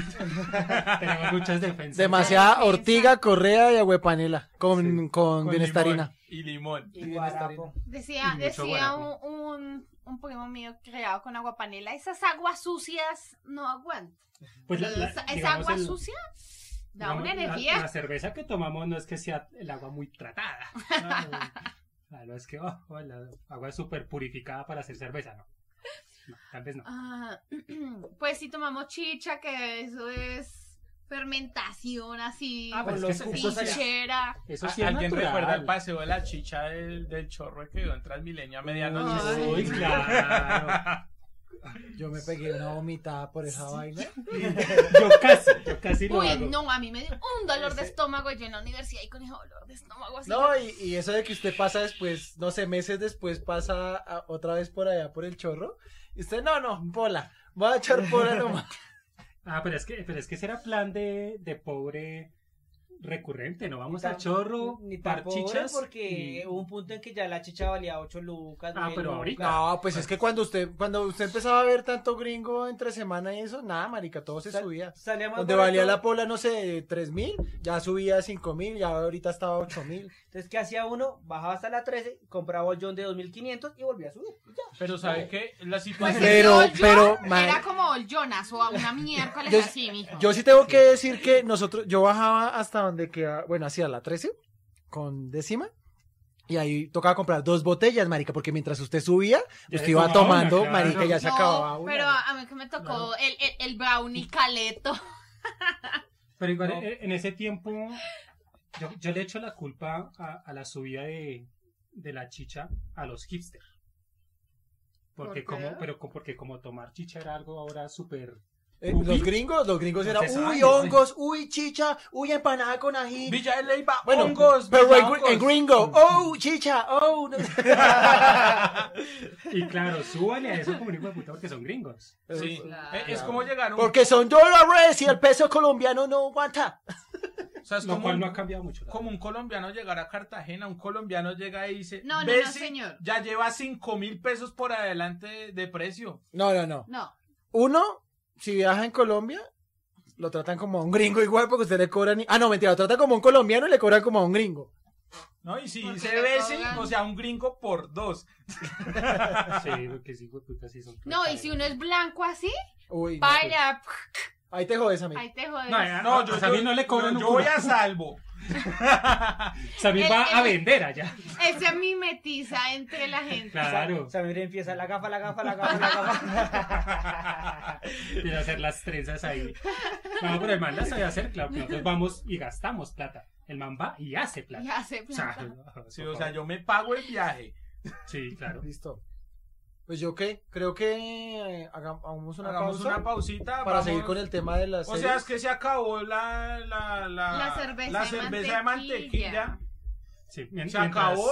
Speaker 1: <laughs> tenemos muchas defensas.
Speaker 3: Demasiada
Speaker 5: Defensa.
Speaker 3: ortiga, correa y agüepanela con,
Speaker 6: Sí,
Speaker 3: con,
Speaker 6: Con
Speaker 3: bienestarina.
Speaker 6: limón Y limón.
Speaker 4: Y guarapo.
Speaker 5: Decía,
Speaker 1: Mucho
Speaker 5: decía
Speaker 1: guarapo.
Speaker 5: un, un, un primo mío creado con agua panela, esas aguas sucias no aguantan.
Speaker 1: Pues la- la-
Speaker 5: esa, esa
Speaker 1: digamos,
Speaker 5: agua
Speaker 1: el-
Speaker 5: sucia da
Speaker 1: digamos,
Speaker 5: una
Speaker 1: la-
Speaker 5: energía.
Speaker 1: La, cerveza que tomamos no es que sea el agua muy tratada.
Speaker 5: <laughs>
Speaker 1: No, no, no es que oh, oh, la agua es súper purificada para hacer cerveza, no. No, Tal vez no.
Speaker 5: Ah, <clears throat> pues si tomamos chicha, que eso es fermentación así,
Speaker 1: Ah, pero
Speaker 6: Con
Speaker 1: es que
Speaker 6: los
Speaker 1: eso- eso-
Speaker 5: fichera.
Speaker 1: Eso
Speaker 6: ¿A-
Speaker 1: sí Ah, es
Speaker 6: ¿Alguien
Speaker 1: natural.
Speaker 6: recuerda el paseo de la chicha del, del chorro que dio en Transmilenio a medianoche?
Speaker 1: Uy,
Speaker 5: Ay.
Speaker 1: claro.
Speaker 5: <laughs>
Speaker 3: Yo me pegué una vomitada por esa vaina.
Speaker 1: Yo casi, yo casi lo
Speaker 5: Uy,
Speaker 1: hago.
Speaker 5: no, a mí me dio un dolor de estómago yo en la universidad y con ese dolor de estómago
Speaker 3: <laughs>
Speaker 5: así.
Speaker 3: No, y, y eso de que usted pasa después, no sé, meses después pasa a- otra vez por allá por el chorro. Y usted, no, no, pola. Voy a echar <laughs> pola nomás.
Speaker 1: Ah, pero es que, pero es que ese era plan de, de pobre recurrente, ¿no? Vamos
Speaker 4: Ni
Speaker 1: al
Speaker 4: tan-
Speaker 1: chorro,
Speaker 4: ni tan
Speaker 1: par
Speaker 4: pobre,
Speaker 1: chichas.
Speaker 4: porque
Speaker 1: y-
Speaker 4: hubo un punto en que ya la chicha valía 8 lucas.
Speaker 1: Ah,
Speaker 4: nueve
Speaker 1: pero
Speaker 4: lucas.
Speaker 1: ahorita.
Speaker 3: No, pues es que cuando usted, cuando usted empezaba a ver tanto gringo entre semana y eso, nada, marica, todo se
Speaker 4: Sa-
Speaker 3: subía.
Speaker 4: Salía más
Speaker 3: Donde
Speaker 4: barato.
Speaker 3: valía la pola, no sé, tres mil, ya subía a cinco mil, ya ahorita estaba a ocho mil.
Speaker 4: Entonces, ¿qué hacía uno? Bajaba hasta la 13, compraba el John de 2500 y volvía a subir. Y ya.
Speaker 6: Pero ¿sabe qué? La
Speaker 5: Pues
Speaker 6: situación...
Speaker 5: ese
Speaker 3: Pero-
Speaker 5: Old John
Speaker 3: pero,
Speaker 5: era
Speaker 3: man-
Speaker 5: como Old Jonas o a una miércoles
Speaker 3: Yo-
Speaker 5: así, mijo.
Speaker 3: Yo sí tengo que decir que nosotros, yo bajaba hasta donde queda, bueno, hacia la 13, con décima. Y ahí tocaba comprar dos botellas, marica, porque mientras usted subía,
Speaker 1: Ya
Speaker 3: usted
Speaker 1: se
Speaker 3: iba
Speaker 1: tomaba una,
Speaker 3: tomando,
Speaker 1: claro.
Speaker 3: marica, y ya se
Speaker 5: No,
Speaker 3: acababa una.
Speaker 5: pero a a mí que me tocó
Speaker 1: Claro.
Speaker 5: el, el, el brownie caleto.
Speaker 1: Pero igual,
Speaker 6: No.
Speaker 1: eh, en ese tiempo, yo, yo le echo la culpa a, a la subida de, de la chicha a los hipster. Porque
Speaker 5: ¿Por qué?
Speaker 1: como, pero co- porque como tomar chicha era algo ahora súper
Speaker 3: Eh,
Speaker 1: Uy.
Speaker 3: los gringos, los gringos
Speaker 1: No
Speaker 3: eran,
Speaker 1: se sabe,
Speaker 3: uy,
Speaker 1: sí.
Speaker 3: hongos, uy, chicha, uy, empanada con ají.
Speaker 6: Villa de Leyva,
Speaker 3: bueno,
Speaker 6: hongos,
Speaker 3: pero
Speaker 6: Villa
Speaker 3: en, gr-
Speaker 6: hongos.
Speaker 3: en gringo, oh, chicha, oh. no-
Speaker 1: <laughs> Y claro, súbale a eso como un hijo de puta porque son gringos.
Speaker 6: Sí.
Speaker 5: Claro.
Speaker 6: Eh, Es como llegar a un...
Speaker 3: Porque son dólares y el peso colombiano no aguanta.
Speaker 6: o sea, es
Speaker 1: Lo
Speaker 6: Pues como
Speaker 1: cual
Speaker 6: un-
Speaker 1: no ha cambiado mucho. la
Speaker 6: como un colombiano llegar a Cartagena, un colombiano llega y dice,
Speaker 5: No, no, no,
Speaker 6: "Bessie,
Speaker 5: señor.
Speaker 6: ya lleva cinco mil pesos por adelante de, de precio.
Speaker 3: No, no, no.
Speaker 5: No,
Speaker 1: Pues
Speaker 3: Uno, si viaja en Colombia, lo tratan como a un gringo igual porque usted le cobran. Ah, no, mentira, lo tratan como a un colombiano y le cobran como a un gringo.
Speaker 6: ¿No? Y si
Speaker 5: Porque
Speaker 6: dice
Speaker 5: le
Speaker 6: Bessie,
Speaker 5: cobran.
Speaker 6: o sea, un gringo por dos.
Speaker 1: verdad. Sí, porque sí, hijo de puta, sí son.
Speaker 5: no, y si uno es blanco así,
Speaker 3: Uy. no,
Speaker 5: vaya,
Speaker 3: pues, Ahí te jodes, amigo.
Speaker 5: ahí te jodes.
Speaker 1: No,
Speaker 3: Ah,
Speaker 1: ya, no, yo,
Speaker 3: pues
Speaker 1: a mí no le cobran
Speaker 6: no,
Speaker 1: un
Speaker 6: yo
Speaker 1: culo.
Speaker 6: voy a salvo.
Speaker 1: Samir
Speaker 5: El-
Speaker 1: va a
Speaker 5: el-
Speaker 1: vender allá.
Speaker 5: Ese mimetiza entre la gente.
Speaker 1: Claro.
Speaker 4: O sea, mira, empieza la gafa, la gafa, la gafa, la
Speaker 1: <laughs>
Speaker 4: gafa.
Speaker 1: Empieza a hacer las trenzas ahí. No, pero el man las sabe hacer, claro. que Nosotros vamos y gastamos plata. El man va y hace
Speaker 5: Y
Speaker 1: plata.
Speaker 5: hace
Speaker 1: O sea,
Speaker 5: plata.
Speaker 1: <laughs>
Speaker 6: Sí, o sea, yo me pago el viaje.
Speaker 1: Sí, claro.
Speaker 3: Listo. Pues yo qué, creo que eh, haga- hagamos una
Speaker 6: Hagamos
Speaker 3: pausa
Speaker 6: una pausita
Speaker 3: para
Speaker 6: vamos-
Speaker 3: seguir con el tema de las.
Speaker 6: O sea,
Speaker 3: series.
Speaker 6: es que se acabó la, la, la,
Speaker 5: La cerveza
Speaker 6: la
Speaker 5: de
Speaker 6: cerveza
Speaker 5: mantequilla.
Speaker 6: de mantequilla.
Speaker 1: Sí, mien-
Speaker 6: Se acabó.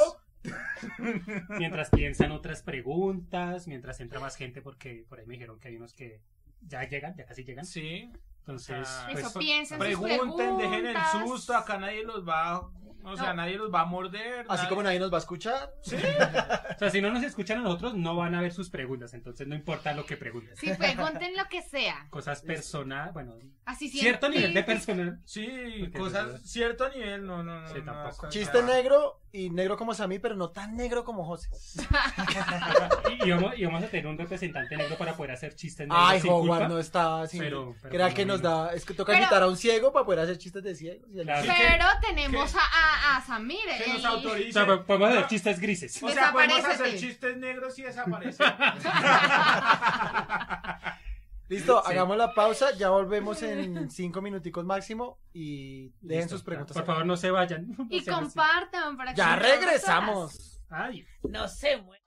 Speaker 1: Mientras piensan otras preguntas, mientras entra más gente, porque por ahí me dijeron que hay unos que ya llegan, ya casi llegan.
Speaker 6: Sí.
Speaker 1: Entonces,
Speaker 6: Ah.
Speaker 1: pues,
Speaker 5: Eso piensen sus
Speaker 6: Pregunten, dejen el
Speaker 5: preguntas.
Speaker 6: susto, acá nadie los va a O sea, nadie los va a morder.
Speaker 3: Así
Speaker 6: nadie-
Speaker 3: como nadie nos va a escuchar.
Speaker 1: O sea, si no nos escuchan a nosotros, no van a ver sus preguntas. Entonces, no importa lo que preguntes.
Speaker 2: Sí, pregunten lo que sea.
Speaker 1: Cosas personales, bueno,
Speaker 2: Así
Speaker 1: <laughs> cierto
Speaker 2: siempre-
Speaker 1: nivel de
Speaker 5: <laughs>
Speaker 1: personal.
Speaker 6: Sí,
Speaker 1: Porque
Speaker 6: cosas,
Speaker 1: verdad.
Speaker 6: cierto nivel, no, no, no.
Speaker 1: Sí,
Speaker 6: no,
Speaker 1: tampoco.
Speaker 6: hasta-
Speaker 3: Chiste negro y negro como Sammy, pero no tan negro como José.
Speaker 1: Y, y vamos, y vamos a tener un representante negro para poder hacer chistes negros
Speaker 3: Ay,
Speaker 1: sin
Speaker 3: Howard
Speaker 1: culpa.
Speaker 3: no estaba así.
Speaker 1: Pero- pero
Speaker 3: Era que
Speaker 1: no,
Speaker 3: nos
Speaker 1: no.
Speaker 3: da. Es que toca
Speaker 2: Pero-
Speaker 3: invitar a un ciego para poder hacer chistes de ciegos. y el-
Speaker 1: Claro.
Speaker 2: Pero tenemos a, a, a Samir. eh,
Speaker 6: Que
Speaker 2: el-
Speaker 6: nos
Speaker 1: O
Speaker 6: autorice.
Speaker 1: sea, pues, po- podemos hacer chistes grises.
Speaker 6: O sea, podemos hacer
Speaker 2: Desaparécete.
Speaker 6: chistes negros y desaparecer.
Speaker 3: Listo,
Speaker 1: Sí.
Speaker 3: hagamos la pausa. Ya volvemos en cinco minuticos máximo. Y dejen
Speaker 1: Listo,
Speaker 3: sus preguntas.
Speaker 1: Por favor, no se vayan. <laughs> No
Speaker 2: Y
Speaker 1: sean así.
Speaker 2: compartan para que
Speaker 3: Ya
Speaker 2: llegue a más
Speaker 3: regresamos.
Speaker 1: Ay,
Speaker 4: No sé, güey.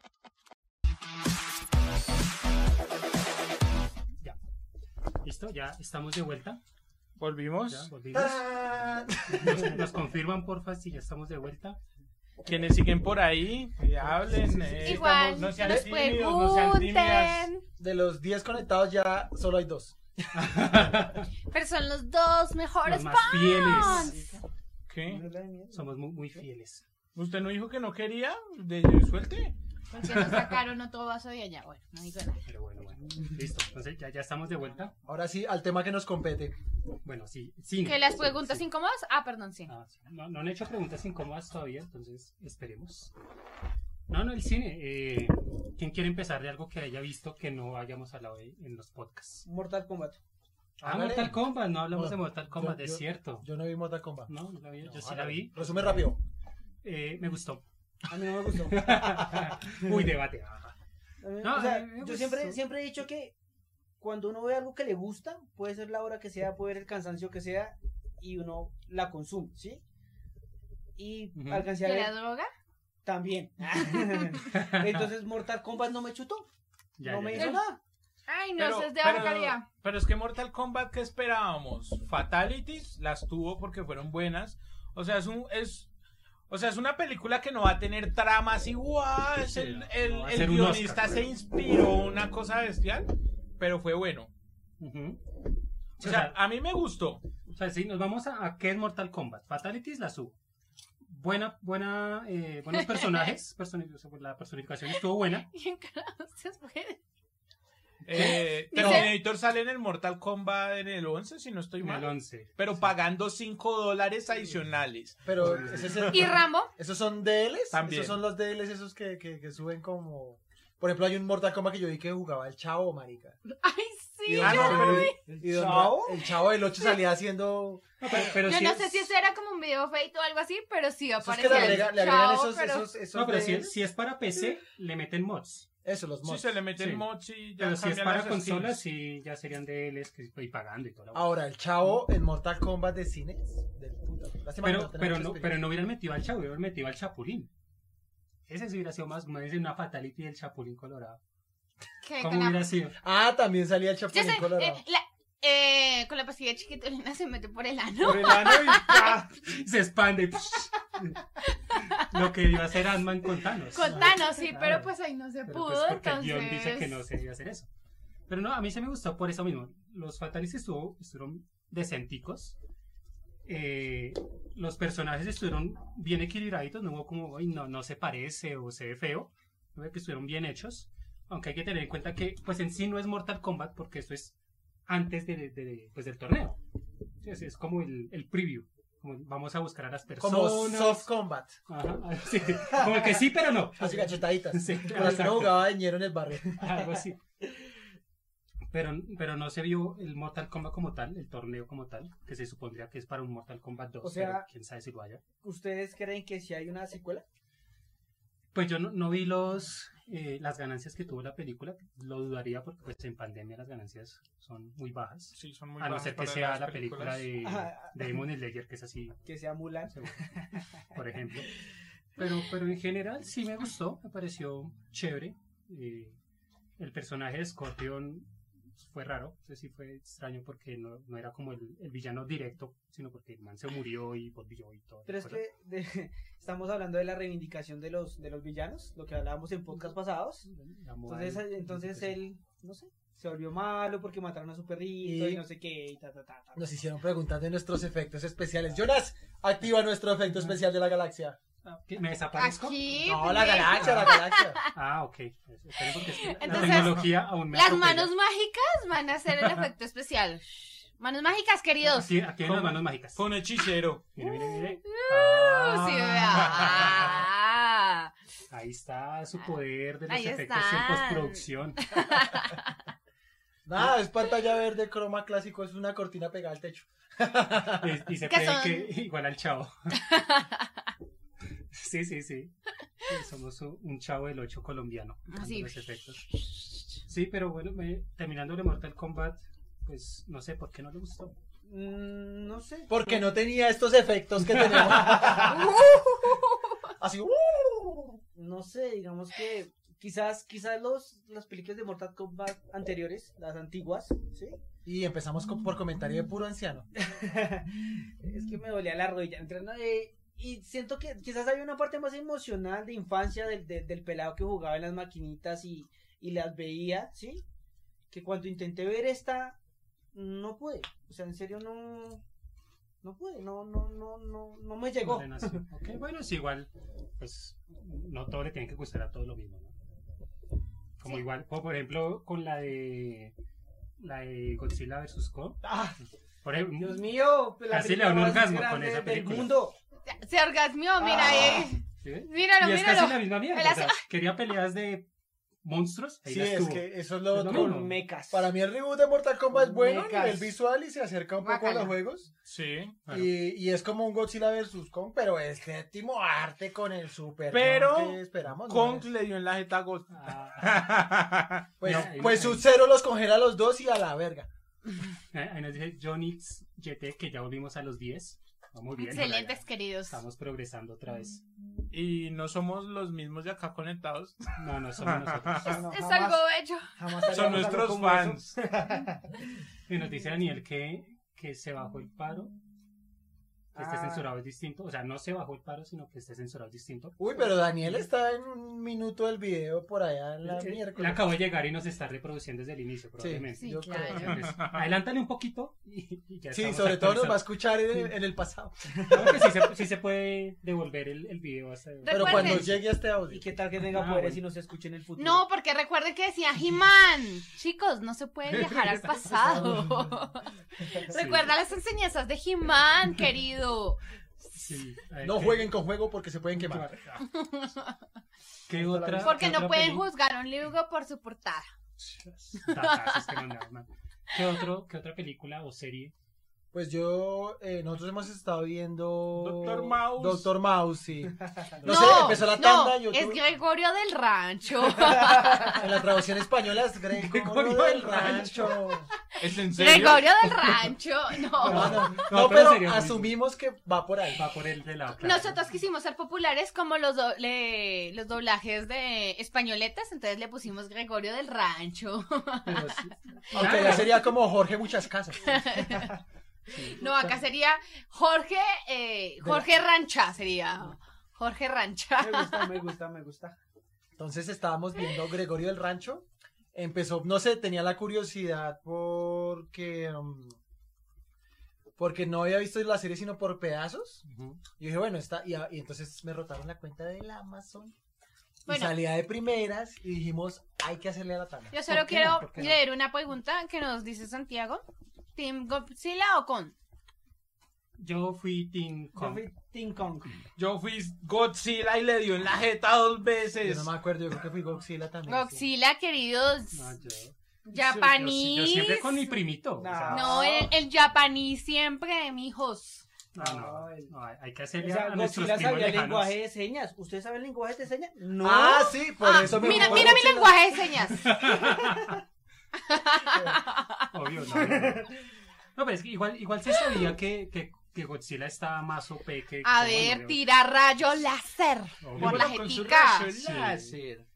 Speaker 1: listo, ya estamos de vuelta. Ya
Speaker 6: <laughs> Volvimos.
Speaker 1: volvimos.
Speaker 3: ¡Tarán!
Speaker 1: Nos, nos confirman, porfa, si ya estamos de vuelta.
Speaker 6: Quienes siguen por ahí, eh, hablen. eh,
Speaker 2: personas. Igual,
Speaker 6: estamos- no sean
Speaker 2: nos
Speaker 6: tímidos, no sean tímidas.
Speaker 2: pregunten.
Speaker 3: De los 10 conectados ya solo hay dos.
Speaker 2: Pero son los dos mejores
Speaker 1: Los más fieles.
Speaker 2: fans.
Speaker 6: ¿Qué?
Speaker 1: Somos muy, muy fieles.
Speaker 6: ¿Usted no dijo que no quería? De, suelte.
Speaker 2: Porque nos sacaron otro vaso de allá. Bueno, no digo nada.
Speaker 1: Pero bueno, bueno. Listo, entonces ya, ya estamos de vuelta.
Speaker 3: Ahora sí, al tema que nos compete.
Speaker 1: Bueno, sí, sí.
Speaker 2: Que las preguntas
Speaker 1: Sí, sí.
Speaker 2: incómodas. Ah, perdón, sí.
Speaker 1: Ah, sí. No, no han hecho preguntas incómodas todavía, entonces esperemos. No, no, el cine. eh, ¿Quién quiere empezar de algo que haya visto que no hayamos hablado de- en los podcasts?
Speaker 4: Mortal Kombat.
Speaker 1: Ah,
Speaker 3: Hágale.
Speaker 1: Mortal Kombat, no hablamos
Speaker 3: Bueno,
Speaker 1: de Mortal Kombat,
Speaker 3: yo-
Speaker 1: es cierto.
Speaker 3: Yo no vi Mortal Kombat.
Speaker 1: no, no la vi, yo sí la
Speaker 3: Hágale.
Speaker 1: vi.
Speaker 3: Resume rápido.
Speaker 1: Eh, me gustó. <laughs>
Speaker 4: A mí no me gustó.
Speaker 1: Muy debate. ajá. No,
Speaker 4: o sea,
Speaker 1: a mí me
Speaker 4: yo
Speaker 1: gustó.
Speaker 4: siempre, siempre he dicho que cuando uno ve algo que le gusta, puede ser la hora que sea, puede ser el cansancio que sea, y uno la consume, ¿sí? Y
Speaker 1: Ujú.
Speaker 4: alcancé a
Speaker 2: ¿Que la
Speaker 4: ver
Speaker 2: droga?
Speaker 1: <laughs>
Speaker 4: también. Entonces Mortal Kombat no me chutó,
Speaker 1: Ya,
Speaker 4: no
Speaker 1: ya,
Speaker 4: me
Speaker 1: ya.
Speaker 4: hizo nada.
Speaker 2: Ay, no, eso es de baja <laughs> calidad.
Speaker 6: pero es que Mortal Kombat, ¿qué esperábamos? Fatalities las tuvo porque fueron buenas. O sea, es un. Es, o sea, es una película que no va a tener tramas y ¡guau! es el, el-
Speaker 1: No va a
Speaker 6: el
Speaker 1: ser un
Speaker 6: guionista
Speaker 1: Oscar.
Speaker 6: se inspiró una cosa bestial, pero fue bueno.
Speaker 1: Ujú.
Speaker 6: O sea, a mí me gustó.
Speaker 1: O sea, sí, nos vamos a, a qué es Mortal Kombat. Fatalities la subo. Buena, buena, eh, buenos personajes. personi- o sea, la personificación estuvo buena.
Speaker 2: Y en cara, ustedes pueden.
Speaker 6: Eh,
Speaker 2: Dice-
Speaker 6: Terminator sale en el Mortal Kombat en el 11, si no estoy
Speaker 1: En el
Speaker 6: mal.
Speaker 1: 11.
Speaker 6: Pero pagando 5 dólares adicionales.
Speaker 3: Pero ese es el-
Speaker 2: ¿Y Rambo?
Speaker 3: ¿Esos son DLs?
Speaker 6: También.
Speaker 3: Esos son los DLs esos que, que, que suben como... Por ejemplo, hay un Mortal Kombat que yo vi que jugaba el Chavo, marica.
Speaker 2: Ay, sí.
Speaker 6: Ah, no, pero-
Speaker 3: Y donde
Speaker 4: ¿Chao?
Speaker 3: El Chavo del 8 salía haciendo...
Speaker 1: No, pero, pero
Speaker 2: Yo
Speaker 1: sí
Speaker 2: no
Speaker 1: es-
Speaker 2: sé si eso era como un video fake o algo así, pero sí
Speaker 3: Esos que le,
Speaker 2: aparecía. el
Speaker 3: agrega- le agregan
Speaker 2: chao,
Speaker 3: esos,
Speaker 2: pero-
Speaker 3: esos, esos
Speaker 1: No, pero
Speaker 3: DLs.
Speaker 1: si es, si es para PC, le meten mods.
Speaker 3: Eso, los
Speaker 6: Si
Speaker 3: mods.
Speaker 6: se le mete
Speaker 1: Sí.
Speaker 6: el mochi y ya
Speaker 1: Pero si es
Speaker 6: cambian
Speaker 1: para
Speaker 6: las skins.
Speaker 1: consolas, sí, ya serían DLs que estoy pagando y todo.
Speaker 3: Ahora, el Chavo en Mortal Kombat de cines. Del puta. Lástima
Speaker 1: pero,
Speaker 3: que tenemos
Speaker 1: pero,
Speaker 3: esa
Speaker 1: no, pero
Speaker 3: experiencia.
Speaker 1: no hubieran metido al Chavo, hubieran metido al Chapulín. Ese sí hubiera sido más, más una fatality del Chapulín Colorado.
Speaker 2: que
Speaker 1: ¿Cómo
Speaker 2: con la- <laughs>
Speaker 1: hubiera sido?
Speaker 3: Ah, también salía el
Speaker 2: Yo
Speaker 3: Chapulín
Speaker 2: sé,
Speaker 3: Colorado.
Speaker 2: eh, la- eh, con la pastilla chiquitolina se mete por el ano.
Speaker 6: Por el ano y ¡pa!
Speaker 1: Se expande. <laughs> Lo que iba a hacer Ant-Man con Thanos.
Speaker 2: Con Thanos, sí,
Speaker 1: Claro.
Speaker 2: pero pues ahí no se
Speaker 1: Pero
Speaker 2: pudo,
Speaker 1: pues porque el
Speaker 2: entonces.
Speaker 1: guión dice que no se debe hacer eso. Pero no, a mí se me gustó por eso mismo. Los Fatalities estuvo, estuvieron decenticos. Eh, los personajes estuvieron bien equilibraditos. No hubo como, "Ay, no, no se parece o se ve feo. No veo que estuvieron bien hechos. Aunque hay que tener en cuenta que, pues en sí no es Mortal Kombat porque eso es antes de, de- pues, del torneo. Sí, Es, es como el, el preview. Como vamos a buscar a las personas.
Speaker 3: Como Soft Combat.
Speaker 1: Ajá, <laughs> sí. Como que sí, pero no.
Speaker 3: Así cachetaditas.
Speaker 1: <laughs> Sí,
Speaker 3: Con las que no
Speaker 1: exacto.
Speaker 3: jugaba dinero en el barrio.
Speaker 1: <laughs> algo así. Pero, pero no se vio el Mortal Kombat como tal, el torneo como tal, que se supondría que es para un Mortal Kombat 2,
Speaker 4: O sea-
Speaker 1: pero quién sabe si lo haya.
Speaker 4: ¿Ustedes creen que si hay una secuela?
Speaker 1: Pues yo no, no vi los eh, las ganancias que tuvo la película, lo dudaría porque pues en pandemia las ganancias son muy bajas.
Speaker 6: Sí, son muy
Speaker 1: a no
Speaker 6: bajas
Speaker 1: ser que
Speaker 6: para
Speaker 1: sea
Speaker 6: las
Speaker 1: la película
Speaker 6: películas.
Speaker 1: de,
Speaker 4: Ajá.
Speaker 1: de Demon Slayer, que es así,
Speaker 4: Que sea Mulan.
Speaker 1: seguro, por ejemplo. Pero, pero en general sí me gustó, me pareció chévere. Eh, el personaje de Scorpion fue raro, no sé si fue extraño porque no, no era como el, el villano directo, sino porque el man se murió y volvió y todo.
Speaker 4: Pero es que de- <laughs> estamos hablando de la reivindicación de los, de los villanos, lo que hablábamos en podcast pasados. Entonces, entonces él, no sé, se volvió malo porque mataron a su perrito
Speaker 3: Y-
Speaker 4: y no sé qué y ta, ta, ta, ta.
Speaker 3: Nos hicieron preguntas de nuestros efectos especiales. Jonas, activa nuestro efecto especial de la galaxia.
Speaker 1: Ah, ¿Qué, ¿Me desaparezco?
Speaker 5: Aquí.
Speaker 2: pues,
Speaker 3: No, la
Speaker 5: pendejo.
Speaker 3: galaxia,
Speaker 2: <laughs>
Speaker 3: la galaxia.
Speaker 1: Ah, ok. Esperen porque es que la
Speaker 5: Entonces,
Speaker 1: tecnología aún me
Speaker 5: Las
Speaker 1: atropella.
Speaker 5: manos mágicas van a hacer
Speaker 1: <laughs>
Speaker 5: el efecto especial. Manos mágicas, queridos.
Speaker 1: Aquí, aquí hay
Speaker 6: ¿Cómo?
Speaker 1: las manos mágicas.
Speaker 6: Fue un hechicero.
Speaker 1: Mire, mire, mire.
Speaker 5: Uh, sí,
Speaker 1: Ah.
Speaker 5: vea.
Speaker 1: ahí está su poder de los
Speaker 5: Ahí
Speaker 1: efectos en
Speaker 5: están.
Speaker 1: postproducción.
Speaker 3: Nada, es pantalla verde, croma clásico, es una cortina pegada al techo.
Speaker 1: Y, y se
Speaker 5: ¿Qué
Speaker 1: cree
Speaker 5: son?
Speaker 1: que <laughs> igual al chavo. sí, sí, sí. Sí, Somos un un chavo del 8 colombiano.
Speaker 4: Ah,
Speaker 1: dando
Speaker 5: Así.
Speaker 1: Los efectos. Sí, pero bueno, me- terminando de Mortal Kombat, pues no sé por qué no le gustó.
Speaker 4: Mm, no sé.
Speaker 3: Porque no tenía estos efectos
Speaker 2: <laughs>
Speaker 3: que tenemos. Así, uh.
Speaker 4: No sé, digamos que quizás quizás los las películas de Mortal Kombat anteriores, las antiguas, ¿sí?
Speaker 3: Y empezamos con- por comentario de puro anciano.
Speaker 4: es que me dolía la rodilla. entrando, eh, y siento que quizás había una parte más emocional de infancia del, del- del pelado que jugaba en las maquinitas y, y las veía, ¿sí? Que cuando intenté ver esta, no pude. O sea, en serio no. No pude, no, no, no, no, no me llegó.
Speaker 1: No le
Speaker 4: <laughs>
Speaker 1: nació. Ok, bueno, es igual, pues no todo le tiene que gustar a todo lo mismo, ¿no? Como
Speaker 5: Sí.
Speaker 1: igual, como por ejemplo con la de la de Godzilla vs. Kong.
Speaker 4: ¡Ah!
Speaker 1: Por ejemplo,
Speaker 4: Dios mío, pues, la
Speaker 1: Casi le da
Speaker 4: película
Speaker 1: un
Speaker 4: más
Speaker 1: orgasmo con
Speaker 4: grande
Speaker 1: esa
Speaker 4: del
Speaker 1: película.
Speaker 4: mundo.
Speaker 5: Se orgasmió, mira ahí.
Speaker 1: ¿sí?
Speaker 5: Míralo,
Speaker 1: Ah. y es
Speaker 5: míralo.
Speaker 1: casi la misma mierda.
Speaker 5: Él
Speaker 1: o sea,
Speaker 5: <laughs>
Speaker 1: quería peleas de monstruos. Ahí
Speaker 3: Sí,
Speaker 1: las
Speaker 3: es
Speaker 1: tuvo.
Speaker 3: que eso es
Speaker 1: Es
Speaker 3: lo
Speaker 1: lo
Speaker 3: cool.
Speaker 1: mismo.
Speaker 4: Con mecas.
Speaker 3: Para mí el reboot de Mortal Kombat es bueno a
Speaker 4: Mecas.
Speaker 3: nivel visual y se acerca un poco a
Speaker 5: Guácala.
Speaker 3: los juegos.
Speaker 1: <laughs>
Speaker 6: Sí.
Speaker 1: Claro.
Speaker 3: Y, y es como un Godzilla vs. Kong, pero el séptimo arte con el super
Speaker 6: Pero
Speaker 3: Kong que esperamos. ¿no?
Speaker 6: Kong le dio en la jeta a Gold.
Speaker 1: Ah,
Speaker 3: Pues,
Speaker 1: No,
Speaker 3: pues
Speaker 1: ahí-
Speaker 3: su cero los congela a los dos y a la verga.
Speaker 1: ahí nos dice Jonix YT que ya volvimos a los 10. Vamos bien. ahora ya
Speaker 5: Excelentes, queridos.
Speaker 1: Estamos progresando otra vez.
Speaker 6: <laughs> Y no somos los mismos de acá
Speaker 1: <laughs>
Speaker 6: conectados.
Speaker 5: Mm.
Speaker 1: No, Ah, no somos nosotros.
Speaker 3: No,
Speaker 5: Es
Speaker 3: jamás-
Speaker 5: algo bello.
Speaker 3: jamás
Speaker 6: Son
Speaker 3: haríamos algo
Speaker 6: nuestros
Speaker 3: como eso.
Speaker 6: fans.
Speaker 1: <laughs> Y nos dice Daniel que, que se bajó el paro. Que esté
Speaker 4: Ah.
Speaker 1: censurado es distinto. O sea, no se bajó el paro, sino que esté censurado es distinto.
Speaker 3: Uy, pero Daniel está en un minuto del video por allá en la
Speaker 1: Él- él
Speaker 3: miércoles.
Speaker 1: acabó de llegar y nos está reproduciendo desde el inicio, probablemente.
Speaker 5: Sí,
Speaker 3: yo
Speaker 5: claro.
Speaker 3: creo.
Speaker 1: Entonces, adelántale un poquito y, y ya
Speaker 3: Sí,
Speaker 1: estamos
Speaker 3: sobre todo nos va a
Speaker 1: actualizados.
Speaker 3: escuchar en, en el pasado.
Speaker 1: No, que sí se, sí se puede devolver el, el video hasta...
Speaker 3: Pero
Speaker 5: Recuerden-
Speaker 3: cuando llegue a este
Speaker 4: ¿Y
Speaker 3: audio.
Speaker 4: qué tal que tenga
Speaker 1: Ah,
Speaker 4: poderes
Speaker 1: bueno.
Speaker 4: y no se escuche en el futuro?
Speaker 5: No, porque recuerden que decía He-Man. Chicos, no se puede viajar al pasado. Recuerda las enseñanzas de He-Man, querido.
Speaker 1: Sí, a ver,
Speaker 3: No
Speaker 1: ¿qué-
Speaker 3: jueguen con juego porque se pueden
Speaker 1: qué
Speaker 3: quemar.
Speaker 1: va- ¿Qué otra?
Speaker 5: Porque
Speaker 1: qué
Speaker 5: no
Speaker 1: otra
Speaker 5: pueden
Speaker 1: peli-
Speaker 5: juzgar a un libro por su portada.
Speaker 1: Tatazos que mandaban, man. ¿Qué, otro, ¿Qué otra película o serie?
Speaker 3: Pues yo, eh, nosotros hemos estado viendo.
Speaker 6: Doctor Mouse.
Speaker 3: Doctor Mouse,
Speaker 6: <laughs>
Speaker 3: sí. No
Speaker 5: No,
Speaker 3: sé, empezó la tanda,
Speaker 5: no,
Speaker 3: yo
Speaker 5: es
Speaker 3: tuve-
Speaker 5: Gregorio del Rancho.
Speaker 3: En la traducción española es
Speaker 6: <laughs>
Speaker 3: Gregorio
Speaker 1: Gregorio del
Speaker 3: del Rancho.
Speaker 6: ¿Es en serio?
Speaker 5: Gregorio del Rancho.
Speaker 3: <laughs>
Speaker 5: No.
Speaker 3: No, no,
Speaker 1: pero
Speaker 3: no, pero
Speaker 1: sería muy-
Speaker 3: asumimos que va por ahí.
Speaker 1: Va por el de la otra.
Speaker 5: Nosotros quisimos ser populares como los, doble- los doblajes de españoletas, entonces le pusimos Gregorio del Rancho.
Speaker 1: Pero sí,
Speaker 3: Aunque ya sería como Jorge Muchas Casas.
Speaker 5: No, acá sería Jorge, eh, Jorge Rancha sería.
Speaker 1: <laughs>
Speaker 5: Jorge Rancha.
Speaker 4: Me gusta, me gusta, me gusta.
Speaker 3: Entonces estábamos viendo Gregorio del Rancho. Empezó, no sé, tenía la curiosidad porque. um, porque no había visto la serie sino por pedazos.
Speaker 1: Ujú.
Speaker 3: Yo dije, bueno, está. Y, a- y entonces me rotaron la cuenta del Amazon. Y
Speaker 5: Bueno.
Speaker 3: salía de primeras y dijimos, hay que hacerle a la tanda.
Speaker 5: Yo solo
Speaker 1: qué
Speaker 5: quiero
Speaker 1: no? ¿Por qué no?
Speaker 5: leer una pregunta que nos dice Santiago. ¿Team Godzilla o con?
Speaker 1: Yo fui Team
Speaker 4: Yo
Speaker 1: Kong.
Speaker 4: fui King Kong.
Speaker 6: Yo fui Godzilla y le dio en la jeta dos
Speaker 3: Yo
Speaker 6: veces.
Speaker 3: no me acuerdo, yo creo que fui Godzilla también. sí.
Speaker 5: Godzilla, queridos.
Speaker 1: No, yo- yo-
Speaker 5: Japanese.
Speaker 1: Yo, siempre con mi Ah. primito. o
Speaker 4: No.
Speaker 1: sea,
Speaker 5: No, el, el japonés siempre, mijos.
Speaker 1: no, no, no, hay- hay que
Speaker 4: O
Speaker 1: hacerle
Speaker 4: sea,
Speaker 1: a nuestros
Speaker 4: Godzilla
Speaker 1: primos
Speaker 4: sabía
Speaker 1: lejanos.
Speaker 4: lenguaje de señas. ¿Ustedes saben lenguaje de señas? No.
Speaker 3: Ah, sí, por
Speaker 5: Ah,
Speaker 3: eso me
Speaker 5: mira,
Speaker 3: gustó
Speaker 5: mira mi
Speaker 3: Godzilla.
Speaker 5: lenguaje de señas.
Speaker 1: <laughs> Obvio, no, no, no. <laughs> No, pero es que igual, igual se sabía que, que, que Godzilla estaba más OP que...
Speaker 5: A
Speaker 1: Kong,
Speaker 5: ver,
Speaker 1: obvio.
Speaker 5: tira rayo láser.
Speaker 1: Obvio. pues,
Speaker 5: por la
Speaker 6: Pero con su
Speaker 5: jetica.
Speaker 6: rayo
Speaker 1: Sí.
Speaker 6: láser.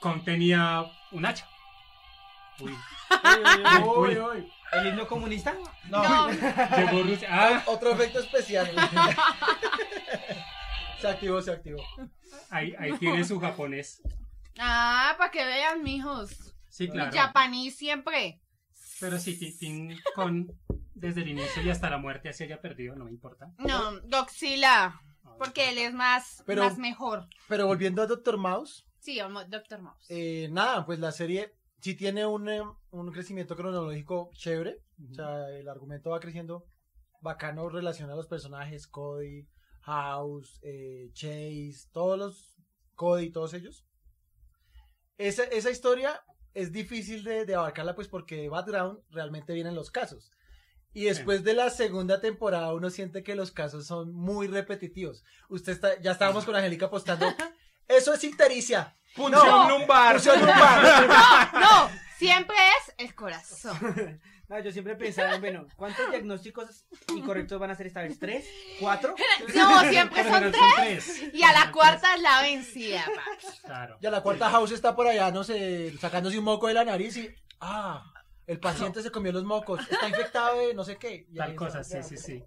Speaker 1: Kong tenía un hacha. <laughs> Uy,
Speaker 3: Uy,
Speaker 1: uy,
Speaker 3: uy.
Speaker 4: ¿El himno comunista?
Speaker 3: No,
Speaker 1: llegó Rusia. Ah,
Speaker 3: otro efecto especial. <laughs> se activó, se activó.
Speaker 1: ahí, ahí tiene su japonés.
Speaker 5: Ah, para que vean, mijos.
Speaker 1: Sí, claro.
Speaker 5: Y Japanese siempre.
Speaker 1: Pero sí, Tintín con desde el inicio y hasta la muerte así haya perdido, no me importa.
Speaker 5: No, Godzilla. Porque él es más,
Speaker 3: Pero-
Speaker 5: más mejor.
Speaker 3: Pero volviendo a Doctor Mouse,
Speaker 5: Sí, amo- Dr. Mouse.
Speaker 3: eh, nada, pues la serie sí tiene un, eh, un crecimiento cronológico chévere. O sea, el argumento va creciendo bacano relaciona a los personajes, Cody, House, eh, Chase, todos los Cody, todos ellos. Esa, esa historia es difícil de, de abarcarla pues porque de background realmente vienen los casos. Y después de la segunda temporada uno siente que los casos son muy repetitivos. Usted está, ya estábamos con Angélica apostando. Eso es intericia.
Speaker 6: Punción
Speaker 5: No.
Speaker 6: lumbar.
Speaker 3: Punción lumbar.
Speaker 6: <laughs>
Speaker 5: No, siempre es el corazón.
Speaker 4: No, yo siempre pensaba, bueno, ¿cuántos diagnósticos incorrectos van a ser esta vez? ¿Tres? ¿Cuatro?
Speaker 5: No, siempre son
Speaker 1: Pero
Speaker 5: tres.
Speaker 1: tres.
Speaker 5: Y a la cuarta es la vencida. pa.
Speaker 1: Claro.
Speaker 3: Ya la cuarta house está por allá, no sé, sacándose un moco de la nariz y. ¡Ah! El paciente se comió los mocos. Está infectado de no sé qué. Y ahí
Speaker 1: Tal
Speaker 3: está.
Speaker 1: cosa, sí, sí, sí.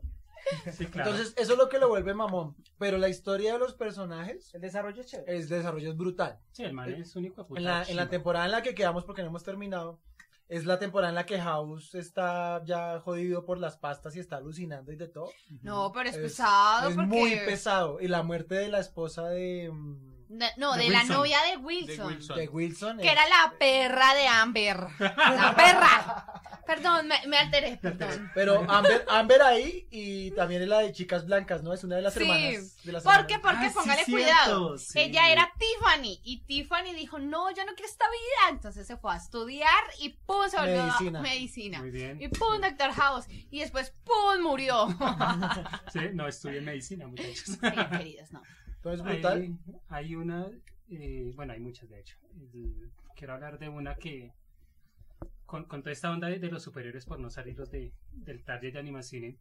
Speaker 1: Sí, claro.
Speaker 3: Entonces, eso es lo que lo vuelve mamón. Pero la historia de los personajes,
Speaker 4: El desarrollo es chévere. <laughs>
Speaker 3: el desarrollo es brutal.
Speaker 1: sí, el man es único puta.
Speaker 3: eh, En la, en la
Speaker 1: chimba.
Speaker 3: temporada en la que quedamos, porque no hemos terminado, es la temporada en la que House está ya jodido por las pastas y está alucinando y de todo.
Speaker 5: No, pero es,
Speaker 3: Es-
Speaker 5: pesado
Speaker 3: es
Speaker 5: Ah, porque.
Speaker 3: muy pesado. Y la muerte de la esposa de, mm,
Speaker 5: Na- No,
Speaker 1: De
Speaker 5: de, la
Speaker 1: Wilson.
Speaker 5: novia de
Speaker 6: De
Speaker 5: Wilson.
Speaker 6: Wilson.
Speaker 3: de Wilson.
Speaker 5: Que
Speaker 3: es-
Speaker 5: era la perra de Amber. La perra. Perdón, me, me alteré, perdón.
Speaker 3: Pero Amber, Amber ahí y también es la de chicas blancas, ¿no? Es una de las
Speaker 5: Sí,
Speaker 3: hermanas. De las
Speaker 5: ¿Por qué?
Speaker 3: hermanas.
Speaker 5: Porque
Speaker 1: Ah, sí,
Speaker 5: póngale
Speaker 1: cierto,
Speaker 5: cuidado.
Speaker 1: sí.
Speaker 5: Ella era Tiffany y Tiffany dijo, no, yo no quiero esta vida. Entonces se fue a estudiar y pum, se volvió
Speaker 3: Medicina.
Speaker 5: medicina. medicina.
Speaker 1: Muy bien.
Speaker 5: Y pum, Doctor House. Y después pum, murió.
Speaker 1: Sí, no, estudié medicina,
Speaker 3: <laughs>
Speaker 1: muchachos.
Speaker 5: Sí, queridos, no.
Speaker 3: Entonces, brutal.
Speaker 1: Hay, hay una, eh, bueno, hay muchas de hecho. El- Quiero hablar de una que, con, con toda esta onda de, de los superhéroes por no salirlos de, del target de animacine,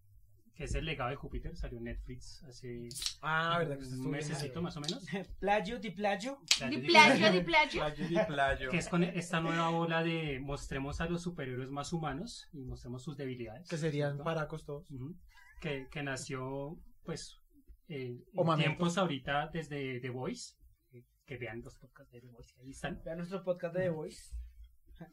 Speaker 1: que es el legado de Júpiter, salió en Netflix hace
Speaker 3: Ah, verdad que usted
Speaker 1: un
Speaker 3: estuvo bien
Speaker 1: mesecito
Speaker 3: ahí.
Speaker 1: más o
Speaker 5: <laughs>
Speaker 1: menos.
Speaker 4: Plagio, di plagio.
Speaker 5: Di
Speaker 1: Target de
Speaker 5: plagio,
Speaker 1: Júpiter,
Speaker 5: di plagio.
Speaker 6: Playo y playo.
Speaker 1: Que es con esta nueva ola de mostremos a los superhéroes más humanos y mostremos sus debilidades.
Speaker 3: Que serían
Speaker 1: ¿cierto?
Speaker 3: paracos todos.
Speaker 1: Ujú. que, que nació, pues, eh,
Speaker 3: O
Speaker 1: en
Speaker 3: Mamento.
Speaker 1: tiempos ahorita desde The Voice. que- Que vean los podcasts de The Voice, ahí están.
Speaker 4: Vean nuestro podcast de The Voice.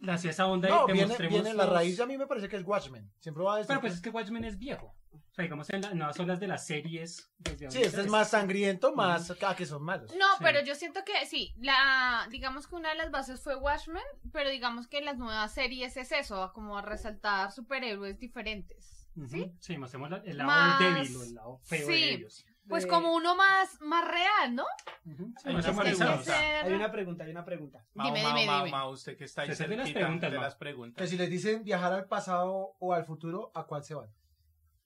Speaker 1: Nació esa onda
Speaker 3: No,
Speaker 1: y
Speaker 3: viene,
Speaker 1: demostremos.
Speaker 3: viene la
Speaker 1: los-
Speaker 3: raíz, a mí me parece que es Watchmen. Siempre va a decir.
Speaker 1: Pero pues es que Watchmen es viejo. O sea, digamos, en las nuevas olas de las series. Desde
Speaker 3: sí,
Speaker 1: ahorita
Speaker 3: este es más sangriento, más ah, que son malos.
Speaker 5: No,
Speaker 1: Sí.
Speaker 5: pero yo siento que sí, la digamos que una de las bases fue Watchmen, pero digamos que las nuevas series es eso, como a resaltar superhéroes diferentes.
Speaker 1: Ujú.
Speaker 5: ¿Sí?
Speaker 1: Sí, mostremos la- el lado
Speaker 5: Más-
Speaker 1: débil o el lado feo
Speaker 5: sí.
Speaker 1: de ellos.
Speaker 5: Pues
Speaker 4: De-
Speaker 5: como uno más más real, ¿no?
Speaker 1: Ujú. Sí,
Speaker 6: Hay
Speaker 1: más
Speaker 6: una
Speaker 1: humanizados.
Speaker 6: pregunta.
Speaker 4: Hay una pregunta, hay una pregunta.
Speaker 6: Mau,
Speaker 5: Dime,
Speaker 6: Mau,
Speaker 5: dime,
Speaker 6: Mau,
Speaker 5: dime.
Speaker 6: Mau, usted que está ahí
Speaker 1: Se hacen las
Speaker 6: cerquita
Speaker 1: preguntas,
Speaker 6: de
Speaker 1: Mau.
Speaker 6: las
Speaker 3: Que
Speaker 6: preguntas.
Speaker 3: si les dicen viajar al pasado o al futuro, ¿a cuál se van?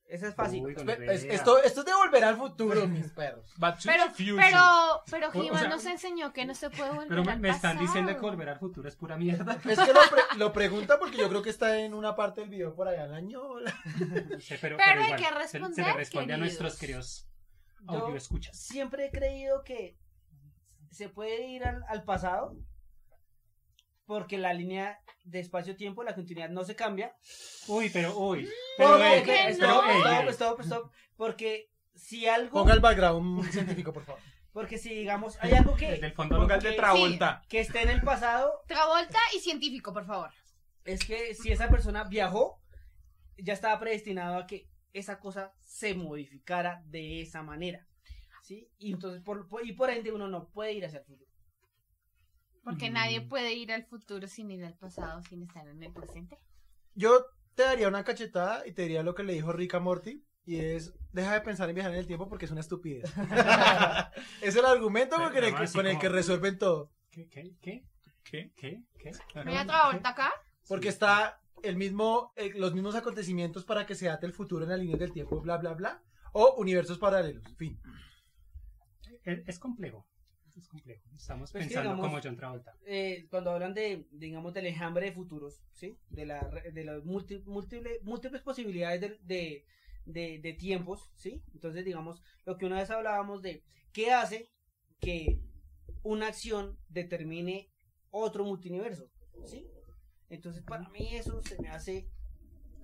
Speaker 4: Esa es fácil.
Speaker 1: Uy, con
Speaker 3: Pe-
Speaker 1: idea.
Speaker 3: es- esto, esto es de volver
Speaker 1: <laughs>
Speaker 3: al futuro, mis perros.
Speaker 6: Back to
Speaker 5: Pero
Speaker 6: the future.
Speaker 5: pero pero
Speaker 1: O- o
Speaker 5: He-Man
Speaker 1: sea-
Speaker 5: nos enseñó que no se puede volver
Speaker 1: Pero me,
Speaker 5: al
Speaker 1: me están
Speaker 5: pasado.
Speaker 1: diciendo que volver al futuro es pura mierda. <laughs>
Speaker 3: Es que lo, pre- lo pregunta porque yo creo que está en una parte del video por allá en la ñola.
Speaker 1: No sé, pero,
Speaker 5: Pero
Speaker 1: pero
Speaker 5: hay
Speaker 1: igual, se-
Speaker 5: que
Speaker 1: se, le
Speaker 5: responder,
Speaker 1: responde a nuestros
Speaker 5: queridos.
Speaker 1: queridos
Speaker 4: Yo-
Speaker 1: audio escuchas.
Speaker 4: Siempre he creído que se puede ir al, al pasado porque la línea de espacio-tiempo, la continuidad no se cambia.
Speaker 1: Uy, pero uy.
Speaker 4: Porque-
Speaker 1: Pero, eh,
Speaker 4: no, pues
Speaker 1: ey,
Speaker 5: que
Speaker 1: pero,
Speaker 4: stop,
Speaker 1: ey,
Speaker 4: stop,
Speaker 1: ey.
Speaker 4: stop, stop, Porque si algo,
Speaker 3: Ponga el background científico, por favor.
Speaker 4: porque si digamos, hay algo
Speaker 1: Desde
Speaker 4: que,
Speaker 1: el fondo.
Speaker 6: Ponga el de
Speaker 4: Sí.
Speaker 6: Travolta.
Speaker 4: que esté en el pasado,
Speaker 5: Travolta y científico, por favor.
Speaker 4: es que si esa persona viajó, ya estaba predestinado a que esa cosa se modificara de esa manera. ¿Sí? Y entonces, por, por- y por ende, uno no puede ir hacia el futuro.
Speaker 5: Porque
Speaker 1: Mm.
Speaker 5: nadie puede ir al futuro sin ir al pasado, sin estar en el presente.
Speaker 3: Yo te daría una cachetada y te diría lo que le dijo Rick a Morty. Y es, deja de pensar en viajar en el tiempo porque es una
Speaker 4: <laughs>
Speaker 3: estupidez. es el argumento con,
Speaker 1: Pero,
Speaker 3: el,
Speaker 1: además,
Speaker 3: que,
Speaker 1: así
Speaker 3: con el
Speaker 1: como-
Speaker 3: que resuelven todo.
Speaker 1: ¿Qué? ¿Qué? ¿Qué?
Speaker 6: ¿Qué?
Speaker 1: ¿Qué? ¿Qué?
Speaker 5: Mira Travolta acá.
Speaker 3: Porque está el mismo, eh, los mismos acontecimientos para que se date el futuro en la línea del tiempo, bla, bla, bla. O universos paralelos, fin.
Speaker 1: Es, es complejo. Es complejo. Estamos
Speaker 4: Pues sí,
Speaker 1: pensando
Speaker 4: digamos-
Speaker 1: como John Travolta.
Speaker 4: eh, cuando hablan de, digamos, del enjambre de futuros, ¿sí? De, la, re- de las múlti- múltiple- múltiples posibilidades de, de, de- de tiempos, ¿sí? Entonces, digamos, lo que una vez hablábamos de qué hace que una acción determine otro multiverso, ¿sí? Entonces, para mí eso se me hace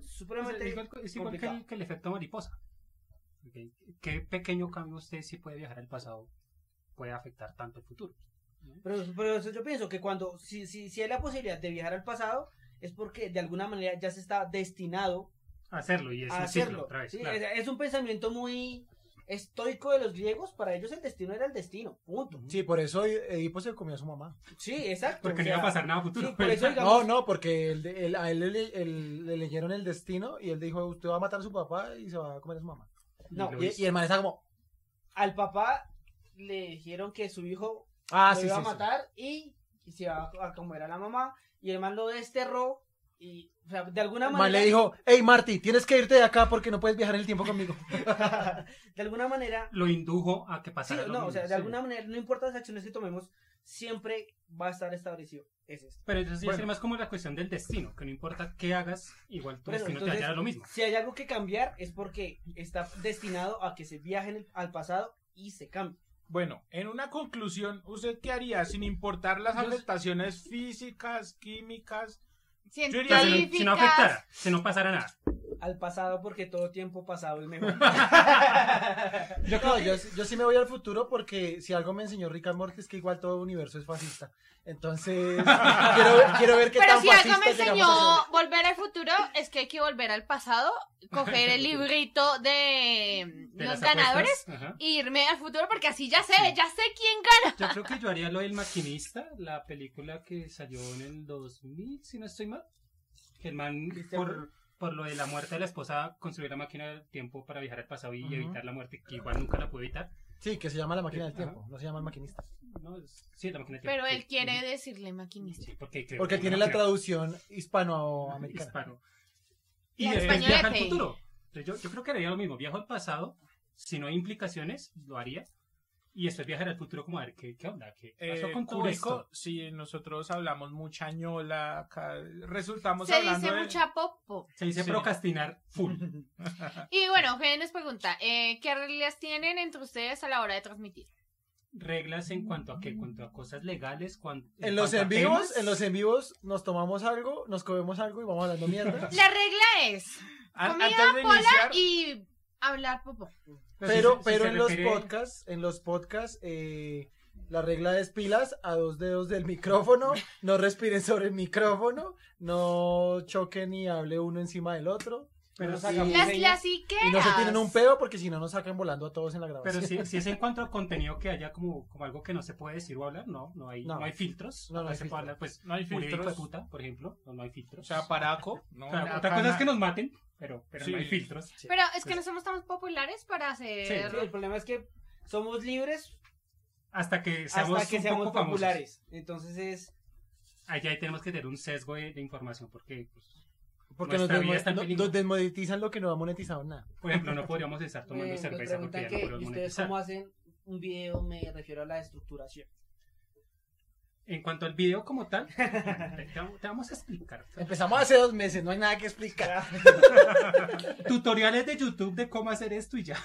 Speaker 1: Es
Speaker 4: supremamente...
Speaker 1: igual, es igual que, el, que el efecto mariposa. Ok. ¿Qué pequeño cambio usted si puede viajar al pasado puede afectar tanto el futuro?
Speaker 4: Pero, pero eso yo pienso que cuando, si, si, si hay la posibilidad de viajar al pasado, es porque de alguna manera ya se está destinado
Speaker 1: Hacerlo y es
Speaker 4: a
Speaker 1: un ciclo
Speaker 4: hacerlo.
Speaker 1: otra vez,
Speaker 4: Sí,
Speaker 1: claro.
Speaker 4: es, es un pensamiento muy estoico de los griegos. Para ellos el destino era el destino, punto.
Speaker 1: Ujú.
Speaker 3: Sí, por eso Edipo se comió a su mamá.
Speaker 4: Sí, exacto.
Speaker 1: Porque
Speaker 4: o
Speaker 1: no iba a
Speaker 4: sea,
Speaker 1: pasar nada a pues. futuro.
Speaker 4: Sí,
Speaker 1: <laughs>
Speaker 4: por eso,
Speaker 3: No,
Speaker 4: digamos,
Speaker 3: no, porque él- él- a él le, él- le leyeron el destino y él dijo, usted va a matar a su papá y se va a comer a su mamá.
Speaker 4: no,
Speaker 1: Y lo hizo.
Speaker 3: Y, y el man está como,
Speaker 4: al papá le dijeron que su hijo
Speaker 3: ah,
Speaker 4: lo
Speaker 3: sí,
Speaker 4: iba
Speaker 3: sí,
Speaker 4: a
Speaker 3: sí.
Speaker 4: matar y se iba a comer a la mamá y el man lo desterró y o sea, de alguna
Speaker 3: El man
Speaker 4: manera
Speaker 3: le dijo, hey Marty, tienes que irte de acá porque no puedes viajar en el tiempo conmigo.
Speaker 4: <laughs> de alguna manera
Speaker 1: Lo indujo a que
Speaker 4: sí,
Speaker 1: pasara lo
Speaker 4: no, o
Speaker 1: mismo,
Speaker 4: sea, de
Speaker 1: sí.
Speaker 4: alguna manera no importa las acciones que tomemos siempre va a estar establecido es esto
Speaker 1: Pero entonces
Speaker 3: Bueno.
Speaker 1: es más como la cuestión del destino, que no importa qué hagas, igual tu
Speaker 4: Bueno,
Speaker 1: destino
Speaker 4: entonces-
Speaker 1: te hallará lo mismo.
Speaker 4: si hay algo que cambiar es porque está destinado a que se viaje en el- al pasado y se cambie
Speaker 6: Bueno, en una conclusión, ¿usted qué haría sin importar las
Speaker 1: Yo-
Speaker 6: afectaciones físicas, químicas? Yo
Speaker 1: O sea, si,
Speaker 6: diría,
Speaker 1: no, si no afectara, si no pasara nada.
Speaker 4: al pasado porque todo tiempo pasado es
Speaker 1: <laughs>
Speaker 4: mejor
Speaker 3: Yo, no, yo, sí- yo sí me voy al futuro porque si algo me enseñó Rick and Morty es que igual todo universo es fascista. Entonces, quiero, ver- quiero ver qué
Speaker 5: Pero
Speaker 3: tan
Speaker 5: si algo
Speaker 3: fascista
Speaker 5: me
Speaker 3: llegamos a
Speaker 5: enseñó
Speaker 3: ser.
Speaker 5: volver al futuro, es que hay que volver al pasado, coger
Speaker 1: <laughs>
Speaker 5: el librito de,
Speaker 1: De
Speaker 5: los
Speaker 1: las apuestas,
Speaker 5: ganadores
Speaker 1: ajá.
Speaker 5: e irme al futuro porque así ya sé,
Speaker 1: Sí.
Speaker 5: ya sé quién gana.
Speaker 1: Yo creo que yo haría lo del maquinista, la película que salió en el 2000, si no estoy mal. Que el man,
Speaker 4: Christian Bale.
Speaker 1: por, por lo de la muerte de la esposa, construyó la máquina del tiempo para viajar al pasado y
Speaker 3: Ujú.
Speaker 1: evitar la muerte, que igual nunca la pudo evitar.
Speaker 3: Sí, que se llama la máquina del
Speaker 1: Ajá.
Speaker 3: tiempo, no se llama el maquinista.
Speaker 1: No, es- sí, la máquina del tiempo.
Speaker 5: Pero
Speaker 1: sí.
Speaker 5: él quiere
Speaker 1: Ujú.
Speaker 5: decirle maquinista.
Speaker 1: Sí, porque, creo
Speaker 3: Porque
Speaker 1: que
Speaker 3: tiene
Speaker 1: una
Speaker 3: la
Speaker 1: máquina
Speaker 3: traducción
Speaker 1: <laughs>
Speaker 3: hispanoamericana.
Speaker 1: hispano. Y
Speaker 5: La
Speaker 1: después viaja al
Speaker 5: españolete.
Speaker 1: futuro. Entonces yo, yo creo que haría lo mismo. Viajo al pasado, si no hay implicaciones, lo haría. Y después viajar al futuro como a ver qué, qué onda, qué pasó
Speaker 6: Eh,
Speaker 1: con todo
Speaker 6: Curico,
Speaker 1: esto.
Speaker 6: si nosotros hablamos mucha ñola, acá, resultamos
Speaker 5: Se
Speaker 6: hablando
Speaker 5: dice
Speaker 6: de-
Speaker 5: mucha popo.
Speaker 1: Se dice
Speaker 6: Sí.
Speaker 1: procrastinar
Speaker 3: <laughs>
Speaker 1: full.
Speaker 5: Y bueno, Gen nos pregunta, eh, ¿qué reglas tienen entre ustedes a la hora de transmitir?
Speaker 1: reglas en cuanto a qué, en cuanto a cosas legales, cuan-
Speaker 3: En los
Speaker 1: cuanto a
Speaker 3: en vivos,
Speaker 1: temas.
Speaker 3: en los en vivos nos tomamos algo, nos comemos algo y vamos hablando mierda.
Speaker 5: La regla es
Speaker 6: An-
Speaker 5: Comida,
Speaker 6: antes de
Speaker 5: polar
Speaker 6: iniciar,
Speaker 5: y hablar popo.
Speaker 1: si
Speaker 3: Pero,
Speaker 1: se- si
Speaker 3: pero
Speaker 1: se
Speaker 3: en los
Speaker 1: refiere-
Speaker 3: podcasts, en los podcasts, eh, la regla es pilas a dos dedos del
Speaker 1: <laughs>
Speaker 3: micrófono, no respiren sobre el micrófono, no choquen ni hable uno encima del otro.
Speaker 1: Pero,
Speaker 4: Nos
Speaker 1: sí,
Speaker 4: hagamos-
Speaker 5: Las
Speaker 4: Señas.
Speaker 5: clasiqueras.
Speaker 3: Y no se tienen un pedo porque si no nos sacan volando a todos en la
Speaker 1: pero
Speaker 3: grabación.
Speaker 1: si, si es en cuanto a contenido que haya como, como algo que no se puede decir o hablar, no, no hay,
Speaker 3: No.
Speaker 1: no. hay filtros.
Speaker 3: No, no hay
Speaker 1: se
Speaker 3: filtros.
Speaker 1: puede hablar, pues,
Speaker 6: no hay
Speaker 1: Uribe hijo de
Speaker 6: filtros.
Speaker 1: puta, por ejemplo, no, no hay
Speaker 6: O
Speaker 1: filtros.
Speaker 6: sea, paraco. ¿no?
Speaker 1: Claro,
Speaker 6: Una
Speaker 1: otra cosa es
Speaker 6: cana.
Speaker 1: que nos maten, pero, pero no hay
Speaker 6: Sí.
Speaker 1: filtros.
Speaker 5: Pero es que
Speaker 1: Pues-
Speaker 5: no somos tan populares para
Speaker 4: Sí,
Speaker 5: hacer...
Speaker 4: el problema es que somos libres
Speaker 1: Hasta que seamos,
Speaker 4: hasta que
Speaker 1: un
Speaker 4: seamos
Speaker 1: poco famosos.
Speaker 4: populares entonces es
Speaker 1: Allá ahí tenemos que tener un sesgo de, de información, porque, pues,
Speaker 3: <laughs> porque nos,
Speaker 1: nuestra
Speaker 3: desmo-
Speaker 1: vida está en
Speaker 3: no-
Speaker 1: peligro.
Speaker 3: nos desmonetizan lo que no ha monetizado nada.
Speaker 1: por ejemplo,
Speaker 4: <laughs>
Speaker 1: no podríamos estar tomando
Speaker 4: Eh, me
Speaker 1: cerveza porque
Speaker 4: preguntan
Speaker 1: ya no
Speaker 4: que,
Speaker 1: podemos
Speaker 4: ¿y ustedes
Speaker 1: monetizar.
Speaker 4: cómo hacen un video, me refiero a la estructuración.
Speaker 1: En cuanto al video como
Speaker 4: <laughs>
Speaker 1: tal, te, te vamos a explicar.
Speaker 3: Empezamos hace dos meses, no hay nada que explicar.
Speaker 1: tutoriales de YouTube de cómo hacer esto y ya.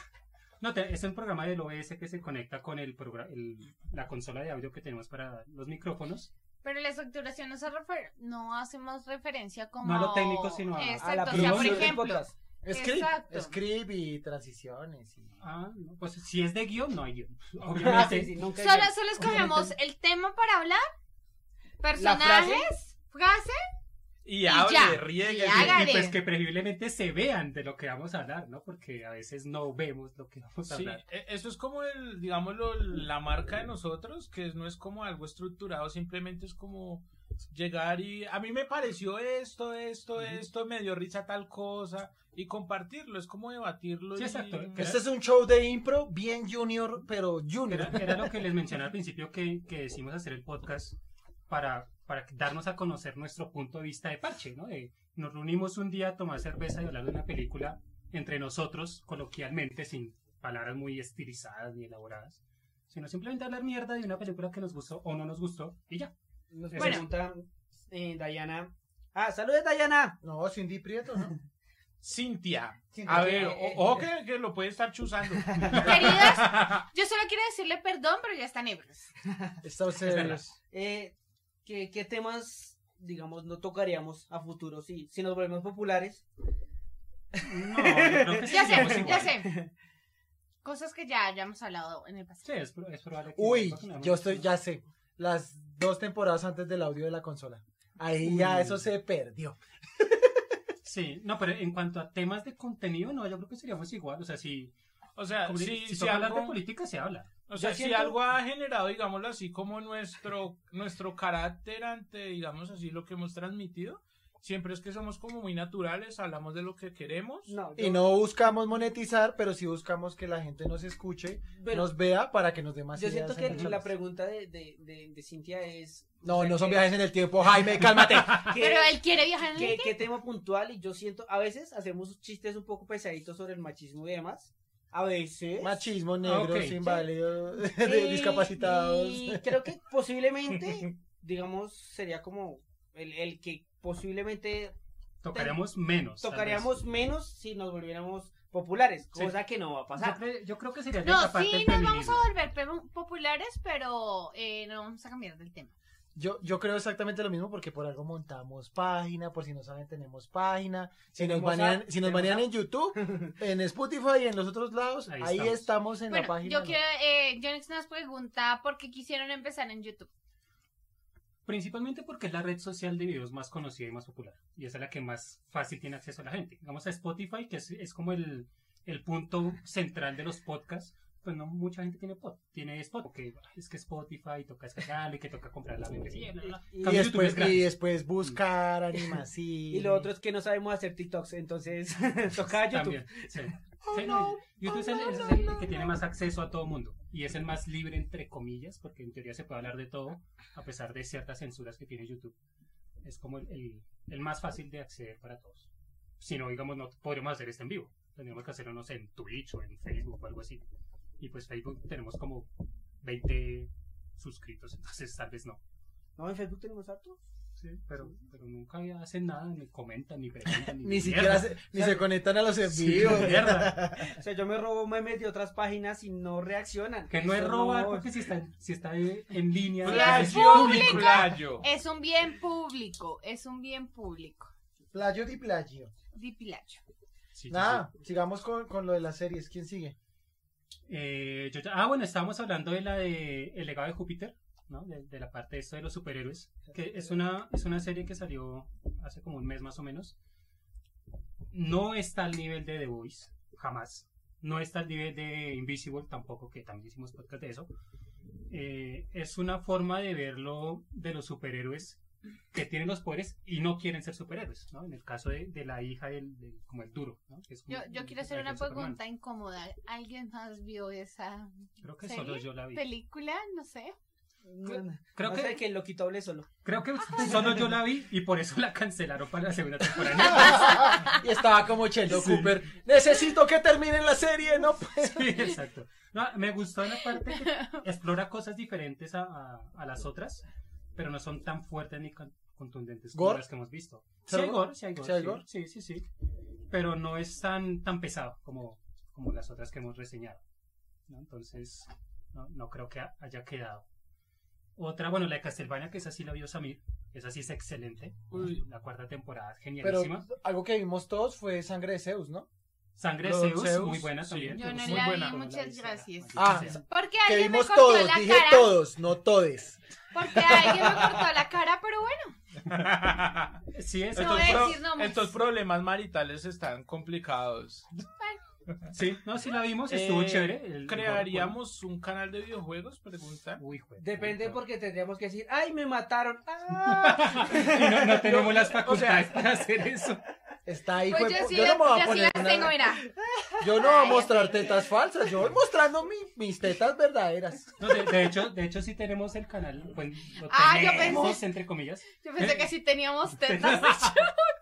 Speaker 1: No, te- es un programa del OBS que se conecta con el, progra- el- la consola de audio que tenemos para los micrófonos.
Speaker 5: Pero la estructuración no, se refer- no hacemos referencia como...
Speaker 1: No a lo técnico, sino a- a la
Speaker 5: Exacto, o sea,
Speaker 1: producción
Speaker 5: por
Speaker 1: del
Speaker 5: ejemplo...
Speaker 1: <laughs>
Speaker 4: podcast.
Speaker 3: Script,
Speaker 5: Exacto.
Speaker 3: script y transiciones. y-
Speaker 1: Ah, no, pues si es de guión, no hay
Speaker 4: <laughs>
Speaker 1: guión.
Speaker 4: Ah,
Speaker 1: Obviamente.
Speaker 4: sí, sí, nunca
Speaker 5: Solo,
Speaker 4: hay-
Speaker 5: solo escogemos el tema para hablar,
Speaker 4: La frase,
Speaker 5: personajes, frase,
Speaker 1: <laughs>
Speaker 6: Y hable,
Speaker 5: ya,
Speaker 6: riegue.
Speaker 5: y
Speaker 6: sí.
Speaker 5: haga.
Speaker 1: Y
Speaker 5: hágale.
Speaker 1: pues que preferiblemente se vean de lo que vamos a hablar, ¿no? Porque a veces no vemos lo que vamos a
Speaker 6: Sí,
Speaker 1: hablar.
Speaker 6: e- eso es como el, digámoslo, la marca de nosotros, que no es como algo estructurado, simplemente es como llegar y a mí me pareció esto, esto, esto, me dio risa tal cosa y compartirlo, es como debatirlo.
Speaker 1: Sí,
Speaker 6: y-
Speaker 1: exacto. Que-
Speaker 3: Este es un show de impro bien junior, pero
Speaker 1: Era,
Speaker 3: junior.
Speaker 1: era lo que les mencioné al principio que, que decimos hacer el podcast para, para darnos a conocer nuestro punto de vista de parche, ¿no? De, nos reunimos un día a tomar cerveza y hablar de una película entre nosotros, coloquialmente, sin palabras muy estilizadas ni elaboradas, sino simplemente hablar mierda de una película que nos gustó o no nos gustó y ya.
Speaker 4: Nos
Speaker 1: Bueno.
Speaker 4: preguntan, eh, Dayana. Ah, saludos, Dayana.
Speaker 3: No, Cindy
Speaker 1: <laughs>
Speaker 3: Prieto, ¿no?
Speaker 6: Cintia. A ver,
Speaker 4: Eh,
Speaker 6: o- ojo
Speaker 1: Eh,
Speaker 6: que, que lo puede
Speaker 1: <laughs>
Speaker 6: estar chuzando.
Speaker 5: queridas. Yo solo quiero decirle perdón, pero ya están ebrios.
Speaker 3: Está usted-
Speaker 1: Es verdad.
Speaker 4: Eh, ¿qué, qué temas, digamos, no tocaríamos a futuro si, si nos volvemos populares?
Speaker 1: No, yo creo que
Speaker 5: Ya
Speaker 1: seguimos
Speaker 5: sé, ya
Speaker 1: igual.
Speaker 5: sé. Cosas que ya hayamos hablado en el pasado.
Speaker 1: Sí, es, pro- es probable que-
Speaker 3: Uy,
Speaker 1: creo que no hemos
Speaker 3: yo estoy,
Speaker 1: hecho-
Speaker 3: ya sé. las dos temporadas antes del audio de la consola. Ahí ya
Speaker 1: Uy.
Speaker 3: eso se perdió.
Speaker 1: Sí, no, pero en cuanto a temas de contenido, no, yo creo que seríamos igual. O sea, si,
Speaker 6: O sea,
Speaker 1: como
Speaker 6: si,
Speaker 1: si,
Speaker 6: si
Speaker 1: se habla
Speaker 6: Ah, algo-
Speaker 1: de política, se habla.
Speaker 6: O sea,
Speaker 4: Yo
Speaker 6: si
Speaker 4: siento-
Speaker 6: algo ha generado, digámoslo así, como nuestro, nuestro carácter ante, digamos así, lo que hemos transmitido, siempre es que somos como muy naturales, hablamos de lo que queremos.
Speaker 4: No,
Speaker 3: Y
Speaker 4: yo-
Speaker 3: no buscamos monetizar, pero sí buscamos que la gente nos escuche,
Speaker 4: pero
Speaker 3: nos vea para que nos dé más
Speaker 4: yo
Speaker 3: ideas
Speaker 4: siento que
Speaker 3: en
Speaker 4: la
Speaker 3: charlas.
Speaker 4: pregunta de, de, de, de Cintia es... o
Speaker 3: No,
Speaker 4: sea,
Speaker 3: no son
Speaker 4: ¿qué-
Speaker 3: viajes en el tiempo, Jaime,
Speaker 4: <laughs>
Speaker 3: cálmate.
Speaker 2: <laughs>
Speaker 4: qué-
Speaker 2: Pero él quiere viajar en el
Speaker 4: ¿Qué, qué tema puntual? Y yo siento, a veces hacemos chistes un poco pesaditos sobre el machismo y demás. A veces.
Speaker 3: <laughs> Machismo, negros,
Speaker 6: Ok.
Speaker 3: inválidos, <laughs>
Speaker 4: Y-
Speaker 3: discapacitados.
Speaker 4: y creo
Speaker 3: <laughs>
Speaker 4: que posiblemente, digamos, sería como el, el que posiblemente
Speaker 1: Tocaríamos menos. tal vez.
Speaker 4: tocaríamos menos si nos volviéramos populares,
Speaker 1: Sí.
Speaker 4: cosa que no va a
Speaker 1: Yo,
Speaker 4: pasar.
Speaker 1: cre- yo creo que sería
Speaker 2: No,
Speaker 1: la parte
Speaker 2: sí,
Speaker 1: del
Speaker 2: nos vamos
Speaker 1: feminismo.
Speaker 2: a volver pe- populares, pero eh, no vamos a cambiar del tema.
Speaker 3: Yo, yo creo exactamente lo mismo porque por algo montamos página, por si no saben tenemos página, si nos
Speaker 4: Tenemos
Speaker 3: banean,
Speaker 4: app,
Speaker 3: si nos
Speaker 4: tenemos
Speaker 3: banean en YouTube, <laughs> en Spotify y en los otros lados, ahí,
Speaker 1: Ahí
Speaker 3: estamos.
Speaker 1: estamos.
Speaker 3: en la
Speaker 2: Bueno,
Speaker 3: página.
Speaker 2: yo
Speaker 3: ¿no?
Speaker 2: quiero, eh, Jonex nos pregunta por qué quisieron empezar en YouTube.
Speaker 1: Principalmente porque es la red social de videos más conocida y más popular. Y esa es la que más fácil tiene acceso a la gente. Vamos a Spotify, que es, es como el, el punto central de los podcasts. Pues no mucha gente tiene pod, tiene Spotify. Que, es que Spotify toca descargarlo y que toca comprar la membresía. bla, bla, bla.
Speaker 4: Y-
Speaker 3: Y
Speaker 1: Cambio YouTube
Speaker 3: después,
Speaker 1: es gratis.
Speaker 3: y después buscar animación.
Speaker 4: Y lo otro es que no sabemos hacer TikToks, entonces <laughs> toca YouTube.
Speaker 1: También, sí. Sí, Oh, no, YouTube es el, es el que tiene más acceso a todo mundo y es el más libre entre comillas porque en teoría se puede hablar de todo a pesar de ciertas censuras que tiene YouTube. Es como el, el- el más fácil de acceder para todos. Si no, digamos, no podríamos hacer esto en vivo. Tendríamos que hacerlo, no sé, en Twitch o en Facebook o algo así. Y pues Facebook tenemos como 20 suscritos, entonces tal vez no.
Speaker 4: No, en Facebook tenemos harto.
Speaker 1: Sí, pero, pero nunca hacen nada, ni comentan, ni preguntan, ni,
Speaker 3: <laughs> Ni siquiera se, ni se conectan a los
Speaker 1: Sí,
Speaker 3: envíos.
Speaker 1: mierda.
Speaker 4: O sea, yo me robo memes de otras páginas y no reaccionan.
Speaker 1: Que no es
Speaker 4: Eso
Speaker 1: robar,
Speaker 4: no-
Speaker 1: porque si está, si está en línea.
Speaker 6: Pues
Speaker 2: es
Speaker 6: Playo,
Speaker 2: público.
Speaker 6: Nicolayo. <laughs>
Speaker 2: Es un bien público, es un bien público.
Speaker 3: Playo y playo.
Speaker 2: Dipilacho.
Speaker 1: Sí, sí,
Speaker 3: Nada, sigamos con, con lo de las series. ¿Quién sigue?
Speaker 1: sí. Eh, yo ya- ah, bueno, estábamos hablando de la de El legado de Júpiter, ¿no? De, de la parte de esto de los superhéroes, que es una, es una serie que salió hace como un mes más o menos. No está al nivel de The Voice, jamás. No está al nivel de Invisible tampoco, que también hicimos podcast de eso. Eh, es una forma de verlo de los superhéroes que tienen los poderes y no quieren ser superhéroes, ¿no? En el caso de, de la hija del, del- como el duro, ¿no? Mm, Que es como
Speaker 2: Yo, yo
Speaker 1: el-
Speaker 2: quiero
Speaker 1: la
Speaker 2: hacer
Speaker 1: hija
Speaker 2: una
Speaker 1: de Superman.
Speaker 2: pregunta incómoda. ¿Alguien más vio esa
Speaker 1: Creo que
Speaker 2: ¿Serie?
Speaker 1: solo yo la vi.
Speaker 2: película? No sé.
Speaker 4: No,
Speaker 1: Creo
Speaker 4: no
Speaker 1: que-
Speaker 4: sé, que el loquito hable solo.
Speaker 1: Creo que <laughs> solo yo Ah, pues, la vi y por eso la cancelaron para la segunda temporada. <laughs>
Speaker 3: <laughs> y estaba como Chelo Cooper. Necesito que terminen la serie, no
Speaker 1: Sí, exacto. No, me gustó la parte que explora cosas diferentes a, a- a las otras, pero no son tan fuertes ni con- contundentes como
Speaker 3: ¿Gore?
Speaker 1: las que hemos visto. Sí
Speaker 3: ¿Será
Speaker 1: hay
Speaker 3: gore?
Speaker 1: gore, sí hay gore,
Speaker 3: ¿Sí hay
Speaker 1: sí,
Speaker 3: gore?
Speaker 1: sí, sí, sí. Pero no es tan, tan pesado como, como las otras que hemos reseñado. ¿no? Entonces, no, no creo que ha- haya quedado. Otra, bueno, la de Castlevania, que esa sí la vio Samir. Esa sí es excelente.
Speaker 6: Uy.
Speaker 1: La cuarta temporada, es
Speaker 3: Pero
Speaker 1: genialísima.
Speaker 3: algo que vimos todos fue Sangre de Zeus, ¿no?
Speaker 1: Sangre
Speaker 3: Lo de
Speaker 1: Zeus,
Speaker 3: Zeus,
Speaker 1: muy buena
Speaker 3: sí.
Speaker 1: también.
Speaker 2: Yo no
Speaker 1: muy
Speaker 2: la
Speaker 1: buena.
Speaker 2: vi,
Speaker 1: Como
Speaker 2: muchas
Speaker 1: dice
Speaker 2: gracias.
Speaker 1: la-
Speaker 3: Ah,
Speaker 1: dice la-
Speaker 2: Porque
Speaker 3: Que
Speaker 2: alguien me
Speaker 3: vimos
Speaker 2: cortó
Speaker 3: todos,
Speaker 2: la
Speaker 3: dije
Speaker 2: cara.
Speaker 3: todos, no todes.
Speaker 2: Porque alguien me cortó la cara, pero bueno.
Speaker 1: Sí, Eh, es,
Speaker 2: No voy
Speaker 6: Estos,
Speaker 2: a
Speaker 6: pro-
Speaker 2: decir nombres.
Speaker 6: estos problemas maritales están complicados.
Speaker 1: sí, no, sí la vimos, estuvo
Speaker 6: Eh,
Speaker 1: chévere. el-
Speaker 6: ¿Crearíamos un canal de videojuegos? Pregunta.
Speaker 1: Uy, hijo de
Speaker 4: Depende
Speaker 1: puta.
Speaker 4: porque tendríamos que decir, ¡ay, me <laughs> mataron! ¡Ah!
Speaker 1: <laughs> Y no, <laughs> no tenemos las facultades para hacer eso.
Speaker 3: Está ahí,
Speaker 2: Pues
Speaker 3: jue-
Speaker 2: yo sí,
Speaker 3: yo no me voy a
Speaker 2: yo sí
Speaker 3: poner
Speaker 2: las
Speaker 3: una-
Speaker 2: tengo, mira.
Speaker 3: Yo no voy a
Speaker 2: Ay,
Speaker 3: mostrar
Speaker 2: sí.
Speaker 3: tetas falsas, yo voy mostrando mi- mis tetas verdaderas.
Speaker 1: <laughs> No, de, de hecho, de hecho sí tenemos el canal. Pues, lo
Speaker 2: Ah, yo
Speaker 1: tenemos,
Speaker 2: pensé-
Speaker 1: entre comillas.
Speaker 2: Yo pensé que sí teníamos tetas.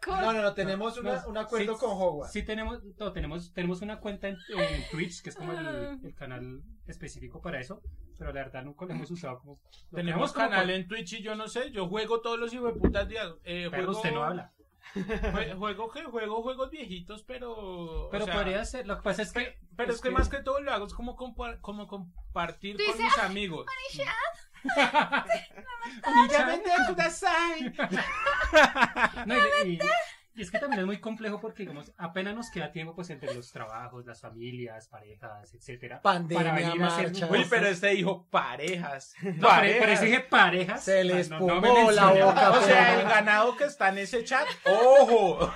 Speaker 3: No, no, no, tenemos una-
Speaker 1: No,
Speaker 3: un acuerdo
Speaker 1: sí,
Speaker 3: con Hogwarts.
Speaker 1: Sí tenemos, no, tenemos, tenemos una cuenta en,
Speaker 2: <laughs>
Speaker 1: en Twitch, que es como
Speaker 2: Ah.
Speaker 1: el, el canal específico para eso. Pero la verdad nunca lo hemos usado como. lo
Speaker 6: Tenemos
Speaker 1: como
Speaker 6: canal en Twitch y yo no sé, yo juego todos los hijos de putas días. Eh,
Speaker 1: Pero
Speaker 6: juego,
Speaker 1: usted no habla.
Speaker 6: jue- Juego, que juego juegos viejitos, pero. o
Speaker 1: Pero
Speaker 6: sea,
Speaker 1: podría ser, lo que pasa es que...
Speaker 6: Pero es que más que todo lo hago es como, compa- como compartir
Speaker 2: Tú
Speaker 6: con
Speaker 2: dices,
Speaker 6: mis amigos.
Speaker 1: Únicamente- <laughs> No, y- y- Y es que también es muy complejo porque, digamos, apenas nos queda tiempo, pues, entre los trabajos, las familias, parejas, etcétera.
Speaker 3: Pandemia,
Speaker 1: Para venir a hacer-
Speaker 3: marcha.
Speaker 6: Uy, pero este dijo <laughs> parejas.
Speaker 1: No, pero, pero
Speaker 6: parejas.
Speaker 1: dije parejas.
Speaker 3: Se les
Speaker 1: No, no me
Speaker 3: pomó la
Speaker 1: mencioné.
Speaker 3: boca.
Speaker 6: O sea, el ganado que está en ese <laughs> chat, ojo.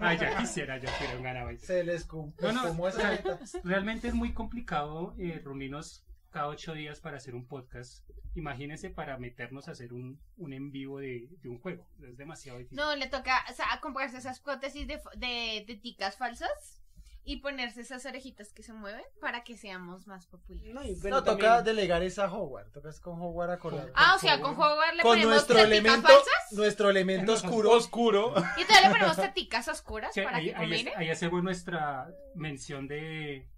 Speaker 1: Ay, ya quisiera yo quiero un ganado ahí.
Speaker 3: Se les cum-
Speaker 1: No, no,
Speaker 3: como esa
Speaker 1: o sea, <laughs>
Speaker 3: meta.
Speaker 1: Realmente es muy complicado eh, reunirnos cada ocho días para hacer un podcast. Imagínense para meternos a hacer un, un en vivo de, de un juego. Es demasiado difícil.
Speaker 5: No, le toca o sea, comprarse esas prótesis de, fo- de teticas falsas y ponerse esas orejitas que se mueven para que seamos más populares.
Speaker 4: No, y bueno,
Speaker 3: No, toca
Speaker 4: también-
Speaker 3: delegar esa Howard. Tocas con Howard acordar.
Speaker 5: ah, o sea, con Howard le
Speaker 3: con
Speaker 5: ponemos
Speaker 3: nuestro
Speaker 5: teticas
Speaker 3: elemento,
Speaker 5: falsas
Speaker 3: nuestro elemento oscuro.
Speaker 6: Oscuro.
Speaker 5: y
Speaker 1: <laughs>
Speaker 5: todavía le ponemos teticas oscuras
Speaker 1: Sí,
Speaker 5: para
Speaker 1: ahí,
Speaker 5: que
Speaker 1: ahí es-
Speaker 5: combine.
Speaker 1: ahí hacemos nuestra mención de,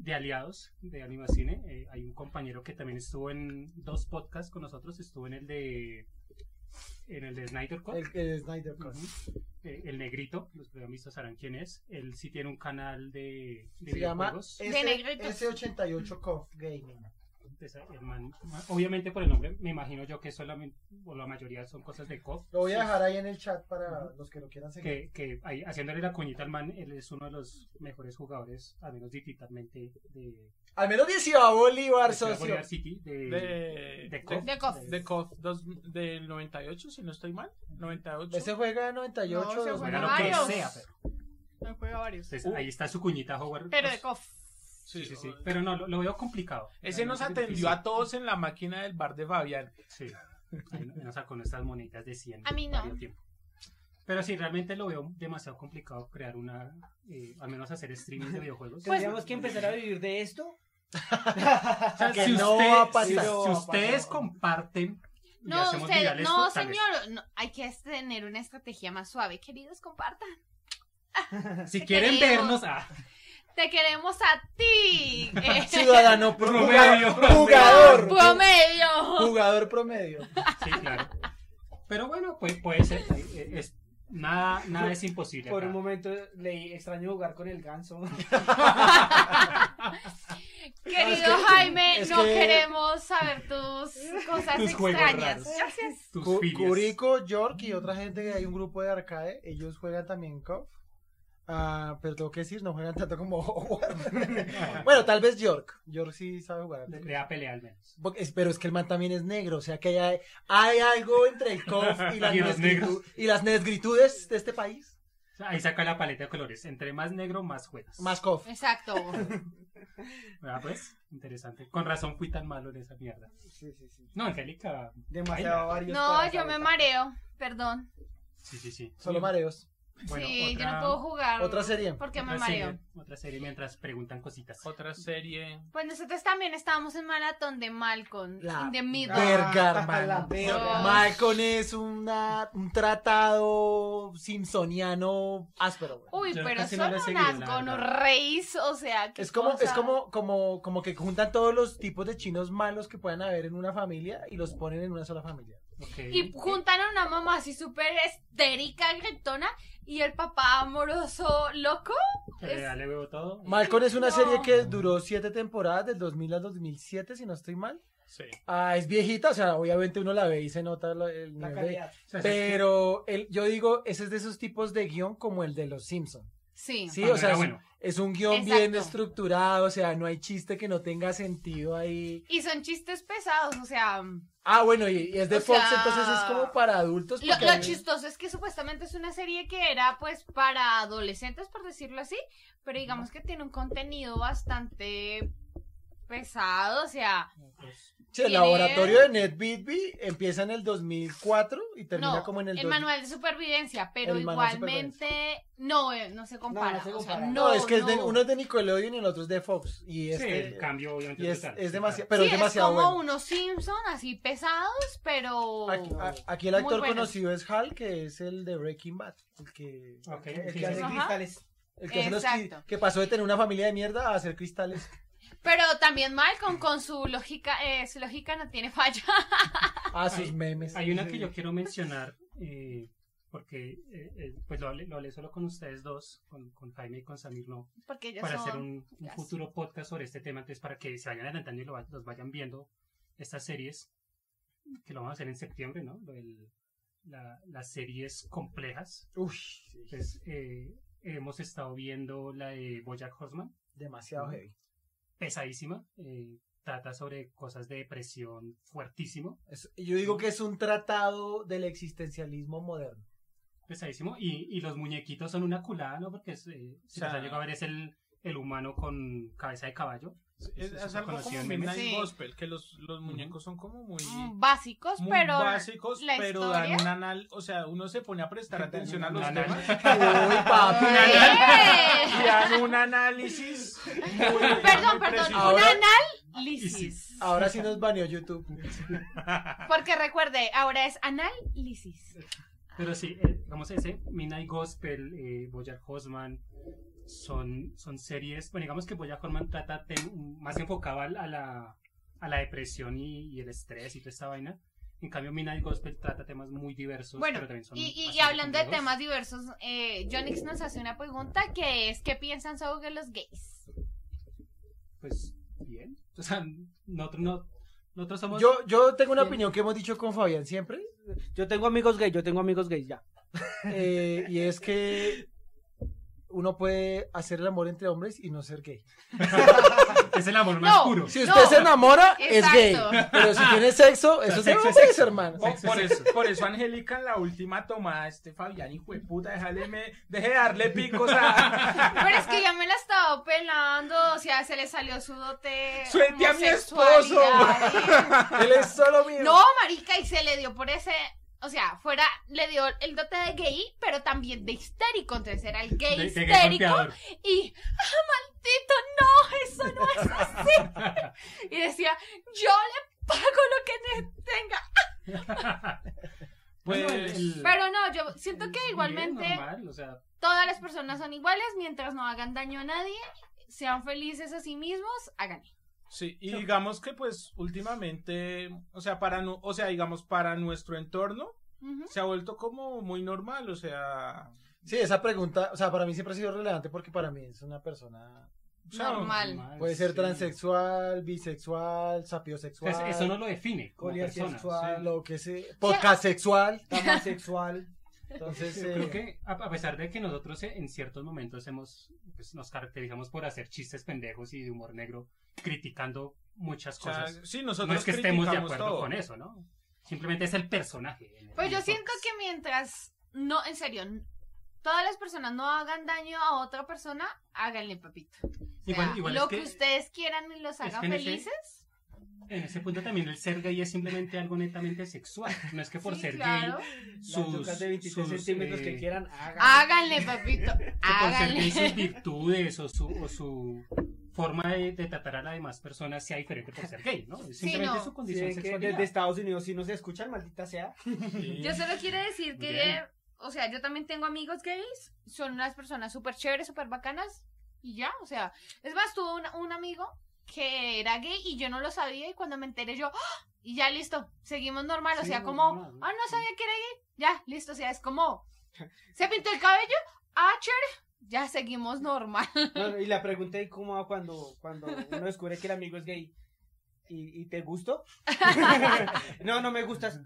Speaker 1: de aliados de Animacine. Eh, hay un compañero que también estuvo en dos podcasts con nosotros. Estuvo en el de en el de Snyder Cut.
Speaker 3: El, el Snyder Cut.
Speaker 1: Ujú. Eh, el negrito, los que lo han visto sabrán quién es. Él sí tiene un canal de, de
Speaker 3: Se llama E-
Speaker 1: videojuegos.
Speaker 5: De negritos.
Speaker 3: S, 88 Cof Gaming.
Speaker 1: Entonces, el man- man- obviamente por el nombre, me imagino yo que solamente, o la mayoría son cosas de COF.
Speaker 3: Lo voy a dejar ahí en el chat para
Speaker 1: Ujú.
Speaker 3: los que lo quieran
Speaker 1: que,
Speaker 3: seguir.
Speaker 1: que ahí, haciéndole la cuñita al man, él es uno de los mejores jugadores, al menos digitalmente, de,
Speaker 3: Al menos 18 a Bolívar,
Speaker 1: de Ciudad
Speaker 3: socio.
Speaker 1: Bolívar City, de,
Speaker 6: De,
Speaker 1: de COF.
Speaker 5: de CoF.
Speaker 6: De CoF dos- del 98, si no estoy mal. 98.
Speaker 3: Ese juega en 98.
Speaker 7: No, ese
Speaker 3: dos
Speaker 1: Era
Speaker 7: juega
Speaker 1: lo
Speaker 3: mil.
Speaker 1: que
Speaker 7: varios.
Speaker 1: sea, pero-
Speaker 7: Me juega varios.
Speaker 1: entonces,
Speaker 6: Uh.
Speaker 1: ahí está su cuñita, Howard.
Speaker 7: Pero de
Speaker 1: Pues,
Speaker 7: cof.
Speaker 1: Sí, sí, sí. Pero no, lo, lo veo complicado.
Speaker 6: oh, Ese nos
Speaker 1: Realmente
Speaker 6: atendió a
Speaker 1: difícil.
Speaker 6: todos en la máquina del bar de Fabián.
Speaker 1: Sí. Ahí nos sacó nuestras moneditas de 100.
Speaker 5: A mí no.
Speaker 1: varios tiempo. Pero sí, realmente lo veo demasiado complicado crear una, eh, al menos hacer streaming de
Speaker 3: pues
Speaker 5: Pues,
Speaker 1: videojuegos.
Speaker 4: Tendríamos que empezar a vivir de esto.
Speaker 1: O sea,
Speaker 3: que
Speaker 1: si
Speaker 3: no
Speaker 1: usted-
Speaker 3: va a pasar.
Speaker 1: si-
Speaker 3: No
Speaker 1: si
Speaker 4: va a
Speaker 1: ustedes
Speaker 4: pasar.
Speaker 1: comparten y
Speaker 5: No,
Speaker 1: hacemos
Speaker 5: usted,
Speaker 1: viral
Speaker 5: no,
Speaker 1: esto, tal vez.
Speaker 5: señor, no, hay que tener una estrategia más suave, queridos, compartan.
Speaker 1: Si
Speaker 5: Te
Speaker 1: quieren
Speaker 5: queremos.
Speaker 1: vernos, ah,
Speaker 5: Te queremos a ti.
Speaker 1: <laughs>
Speaker 5: eh,
Speaker 3: Ciudadano
Speaker 1: Promedio.
Speaker 3: promedio. Jugador.
Speaker 5: Promedio.
Speaker 3: Jugador promedio. <laughs>
Speaker 1: sí, claro. Pero bueno, pues puede ser. eh, eh, es- nada, nada es imposible.
Speaker 4: Por
Speaker 1: acá.
Speaker 4: un momento le extraño jugar con el ganso. <laughs>
Speaker 5: Querido
Speaker 3: que-
Speaker 5: Jaime,
Speaker 3: es
Speaker 5: no
Speaker 3: que-
Speaker 5: queremos saber tus cosas
Speaker 1: Tus juegos
Speaker 5: extrañas.
Speaker 1: raros.
Speaker 5: Gracias.
Speaker 1: Tus
Speaker 3: Cu-
Speaker 1: filias.
Speaker 3: Curico, York y otra gente, hay un grupo de arcade, ellos juegan también KOF. Ah, pero tengo que decir, no juegan tanto como <laughs> Howard. bueno, tal vez York. York sí sabe jugar.
Speaker 1: Le, le da pelea al menos.
Speaker 3: Porque es- Pero es que el man también es negro, o sea que hay, hay algo entre
Speaker 1: <laughs>
Speaker 3: el KOF y las,
Speaker 1: Y los
Speaker 3: negritu-
Speaker 1: negros.
Speaker 3: y las negritudes de este país.
Speaker 1: O sea, ahí saca la paleta de colores. Entre más negro, más juegas.
Speaker 3: Más KOF.
Speaker 1: <laughs>
Speaker 5: Exacto.
Speaker 1: Ah, pues, interesante. Con razón fui tan malo en esa mierda.
Speaker 4: Sí, sí, sí.
Speaker 1: No, Angélica.
Speaker 4: Demasiado varios.
Speaker 5: No,
Speaker 4: para esa
Speaker 5: yo me
Speaker 4: vuelta.
Speaker 5: mareo. Perdón.
Speaker 1: Sí, sí, sí.
Speaker 3: Solo mareos.
Speaker 1: Bueno,
Speaker 5: sí, yo
Speaker 6: otra-
Speaker 5: no puedo jugar.
Speaker 3: Otra serie.
Speaker 5: Porque me
Speaker 1: otra
Speaker 5: mareo.
Speaker 1: serie, otra serie mientras preguntan cositas.
Speaker 6: Otra serie.
Speaker 5: Pues nosotros también estábamos en maratón de Malcolm.
Speaker 3: La
Speaker 5: in the middle.
Speaker 3: Verga,
Speaker 4: la
Speaker 3: hermano.
Speaker 4: verga.
Speaker 3: Ah, Malcolm es una, un tratado simpsoniano áspero. güey.
Speaker 5: Uy,
Speaker 1: Yo
Speaker 5: pero
Speaker 1: casi no
Speaker 5: son
Speaker 1: la he seguido,
Speaker 5: unas
Speaker 1: la verdad.
Speaker 5: gonorreis, o sea, qué
Speaker 3: Es como,
Speaker 5: cosa.
Speaker 3: es como, como, como que juntan todos los tipos de chinos malos que puedan haber en una familia y los ponen en una sola familia.
Speaker 1: Ok.
Speaker 5: Y juntan a una mamá así súper estérica, gritona, y el papá amoroso loco.
Speaker 1: Eh, ya le veo todo.
Speaker 3: Malcolm es una
Speaker 5: No.
Speaker 3: serie que duró siete temporadas, del 2000 al 2007, si no estoy mal. Ah, es viejita, o sea, obviamente uno la ve y se nota lo- el
Speaker 4: La
Speaker 3: nivel de-
Speaker 4: calidad.
Speaker 1: O sea,
Speaker 3: Pero el- yo digo, ese es de esos tipos de guión como el de los Simpson.
Speaker 5: Sí.
Speaker 3: Sí,
Speaker 1: cuando
Speaker 3: o sea,
Speaker 1: era
Speaker 3: es,
Speaker 1: Ah, bueno.
Speaker 3: es un guión
Speaker 5: Exacto.
Speaker 3: bien estructurado, o sea, no hay chiste que no tenga sentido ahí.
Speaker 5: Y son chistes pesados, o sea, lo,
Speaker 3: Ah, bueno, y, y es de
Speaker 5: O
Speaker 3: Fox,
Speaker 5: sea,
Speaker 3: entonces es como para adultos. porque
Speaker 5: lo
Speaker 3: hay-
Speaker 5: chistoso es que supuestamente es una serie que era pues para adolescentes, por decirlo así, pero digamos que tiene un contenido bastante pesado, o sea,
Speaker 1: Entonces,
Speaker 3: Sí, el
Speaker 5: Tiene-
Speaker 3: laboratorio de Ned Beatby empieza en el 2004 y termina
Speaker 5: no,
Speaker 3: como en el... dos-
Speaker 5: manual de supervivencia, pero
Speaker 3: El manual de
Speaker 5: igualmente no, eh, no se compara,
Speaker 4: se
Speaker 5: o sea,
Speaker 4: compara.
Speaker 5: no,
Speaker 3: No, es que es de-
Speaker 5: no.
Speaker 3: uno es de Nickelodeon y el otro es de Fox. Y
Speaker 1: sí,
Speaker 3: este...
Speaker 1: el cambio obviamente
Speaker 3: y es,
Speaker 1: brutal.
Speaker 3: es
Speaker 1: Sí, claro.
Speaker 3: demasiado... Pero
Speaker 5: sí,
Speaker 3: es demasiado
Speaker 5: como
Speaker 3: bueno.
Speaker 5: unos Simpson así pesados, pero
Speaker 3: Aquí, ah. a- aquí el
Speaker 5: Muy
Speaker 3: actor
Speaker 5: bueno.
Speaker 3: conocido es Hal, que es el de Breaking Bad. El que...
Speaker 1: Ok,
Speaker 3: el
Speaker 1: sí,
Speaker 3: que
Speaker 1: sí,
Speaker 3: hace
Speaker 1: sí.
Speaker 5: Ajá.
Speaker 4: cristales.
Speaker 3: El que, hace los cri-
Speaker 5: Exacto.
Speaker 3: que pasó de tener una familia de mierda a hacer cristales.
Speaker 5: pero también Malcolm con su lógica, eh, su lógica no tiene falla. <laughs>
Speaker 3: A sus memes.
Speaker 1: Hay una que yo quiero mencionar, eh, porque eh, eh, pues lo hablé, lo hablé solo con ustedes dos, con, con Jaime y con Samir, no,
Speaker 5: Porque ellos
Speaker 1: para
Speaker 5: son...
Speaker 1: hacer un, un
Speaker 5: Gracias.
Speaker 1: futuro podcast sobre este tema, entonces para que se vayan adelantando y lo va- los vayan viendo, estas series, que lo vamos a hacer en septiembre, ¿no? Lo del- la- las series complejas.
Speaker 3: Uy, sí,
Speaker 1: Entonces, eh, hemos estado viendo la de Bojack Horseman,
Speaker 3: demasiado heavy.
Speaker 1: pesadísima. eh, trata sobre cosas de depresión fuertísimo,
Speaker 3: Es- y yo digo que es un tratado del
Speaker 1: <laughs>
Speaker 3: existencialismo moderno.
Speaker 1: pesadísimo. Y, y los muñequitos son una culada, ¿no? Porque es, eh, si
Speaker 6: O sea-
Speaker 1: los ha llegado a ver es el, el humano con cabeza de caballo.
Speaker 6: Es,
Speaker 1: Eso
Speaker 6: es
Speaker 1: es una
Speaker 6: algo como
Speaker 1: conocida en
Speaker 6: Midnight
Speaker 5: memes. Sí.
Speaker 6: Gospel, que los, los muñecos son como muy,
Speaker 5: Mm, básicos,
Speaker 6: muy
Speaker 5: pero
Speaker 6: básicos,
Speaker 5: la
Speaker 6: pero
Speaker 5: historia-
Speaker 6: dan un anal, o sea, uno se pone a <laughs> prestar atención a los
Speaker 1: Anal.
Speaker 6: temas
Speaker 3: Uy, papi.
Speaker 5: ¡Eh!
Speaker 6: y dan un análisis.
Speaker 5: <laughs>
Speaker 6: muy-
Speaker 5: Perdón,
Speaker 6: muy
Speaker 5: perdón,
Speaker 6: preciso.
Speaker 3: Ahora-
Speaker 5: un análisis.
Speaker 1: Ah.
Speaker 3: Ahora sí nos baneó YouTube.
Speaker 5: Porque recuerde, ahora es análisis.
Speaker 1: Pero sí, eh, digamos ese, Midnight Gospel, eh, Bojack Horseman, son, son series, bueno, digamos que Bojack Horseman trata tem- más enfocado al- a la, a la depresión y, y el estrés y toda esta vaina. En cambio, Midnight Gospel trata temas muy diversos,
Speaker 5: Bueno,
Speaker 1: pero también son
Speaker 5: Y, y- y
Speaker 1: bastante
Speaker 5: hablando de
Speaker 1: complejos.
Speaker 5: temas diversos, eh, Jonix nos hace una pregunta que es, ¿qué piensan sobre los gays?
Speaker 1: Pues, bien. O sea, nosotros, no, nosotros somos...
Speaker 3: Yo, yo tengo una
Speaker 1: Sí.
Speaker 3: opinión que hemos dicho con Fabián siempre,
Speaker 4: Yo tengo amigos gays, yo tengo amigos gays, ya.
Speaker 3: eh, y es que uno puede hacer el amor entre hombres y no ser gay.
Speaker 1: es el amor más
Speaker 5: No.
Speaker 1: puro.
Speaker 3: Si usted se enamora, es gay.
Speaker 5: Exacto.
Speaker 3: Pero si tiene sexo, eso es de
Speaker 1: sexo es
Speaker 3: hombres,
Speaker 1: sexo.
Speaker 3: hermano.
Speaker 6: Por, por eso, por eso, Angélica, en la última tomada, este Fabián, hijo de puta, déjale, me- deje de darle picos <laughs> a.
Speaker 5: Pero es que ya me la estaba pelando, o sea, se le salió su dote.
Speaker 6: ¡Suelte a mi
Speaker 5: homosexualidad,
Speaker 6: <laughs>
Speaker 5: ¿eh?
Speaker 3: Él es solo mío.
Speaker 5: No, marica, y se le dio por ese. O sea, fuera, le dio el dote de gay, pero también de histérico. Entonces era el gay
Speaker 1: De- de gay
Speaker 5: histérico. <laughs>
Speaker 1: golpeador.
Speaker 5: y, ¡ah, maldito! No, eso no es así. <laughs> y decía, yo le pago lo que ne- tenga.
Speaker 1: Bueno,
Speaker 6: Pues-
Speaker 1: el-
Speaker 5: Pero no, yo siento que
Speaker 1: bien,
Speaker 5: igualmente
Speaker 1: normal, o sea,
Speaker 5: todas las personas son iguales mientras no hagan daño a nadie. Sean felices a sí mismos, hagan.
Speaker 6: Sí, y digamos que, pues, últimamente, o sea, para, nu- o sea, digamos, para nuestro entorno,
Speaker 5: Ujú.
Speaker 6: se ha vuelto como muy normal, o sea.
Speaker 3: Sí, esa pregunta, o sea, para mí siempre ha sido relevante porque para mí es una persona.
Speaker 6: o sea,
Speaker 5: Normal.
Speaker 3: Puede ser
Speaker 1: sí.
Speaker 3: transexual, bisexual,
Speaker 1: Pues
Speaker 3: sapiosexual.
Speaker 1: eso no lo define como persona.
Speaker 4: Poliasexual,
Speaker 3: Lo que sea. Podcastsexual.
Speaker 5: <laughs>
Speaker 4: homosexual. Entonces,
Speaker 3: Entonces,
Speaker 1: Yo
Speaker 3: eh,
Speaker 1: creo que a, a pesar de que nosotros eh, en ciertos momentos hemos, pues, nos caracterizamos por hacer chistes pendejos y de humor negro, criticando muchas
Speaker 6: o sea,
Speaker 1: cosas.
Speaker 6: sí, nosotros
Speaker 1: no es que estemos de
Speaker 6: criticamos
Speaker 1: acuerdo
Speaker 6: todo.
Speaker 1: con eso, ¿no? Simplemente es el personaje. en el-
Speaker 5: Pues
Speaker 1: en
Speaker 5: yo
Speaker 1: el
Speaker 5: siento
Speaker 1: podcast.
Speaker 5: que mientras no, en serio, n- todas las personas no hagan daño a otra persona, háganle papito. O sea,
Speaker 1: Igual- igual
Speaker 5: lo
Speaker 1: es
Speaker 5: que,
Speaker 1: que-
Speaker 5: ustedes quieran y los
Speaker 1: es
Speaker 5: hagan
Speaker 1: que en ese-
Speaker 5: felices.
Speaker 1: En ese punto también el ser gay es simplemente algo netamente sexual. No es que por
Speaker 5: sí,
Speaker 1: ser
Speaker 5: claro.
Speaker 1: gay
Speaker 4: las
Speaker 1: sus,
Speaker 4: yucas de 23
Speaker 1: sus,
Speaker 4: centímetros que
Speaker 1: eh,
Speaker 4: quieran, hagan.
Speaker 5: Háganle papito,
Speaker 1: que por ser gay
Speaker 5: <laughs>
Speaker 1: sus
Speaker 5: háganle.
Speaker 1: virtudes o su, o su forma de, de tratar a las demás personas sea diferente por ser gay, ¿no? Simplemente
Speaker 5: no.
Speaker 1: es su
Speaker 4: Sí,
Speaker 1: condición
Speaker 4: es que
Speaker 1: sexual.
Speaker 4: desde Estados Unidos, si no se escuchan, maldita <laughs> sea.
Speaker 6: Sí.
Speaker 5: Yo solo quiero decir
Speaker 1: Muy
Speaker 5: que,
Speaker 1: bien.
Speaker 5: o sea, yo también tengo amigos gays, son unas personas súper chéveres, súper bacanas y ya, o sea, es más, tuve un, un amigo que era gay y yo no lo sabía y cuando me enteré yo, ¡ah! y ya listo, seguimos normal, o
Speaker 1: Sí,
Speaker 5: sea, como,
Speaker 1: normal, ¿no?
Speaker 5: ah, no sabía que era gay, ya, listo, o sea, es como, se pintó el cabello, ah, chévere, ya seguimos normal. <laughs>
Speaker 4: No, no, y la pregunta es cómo va cuando, cuando uno descubre que el amigo es gay. ¿Y, y te gustó? <laughs> no, no me gustas.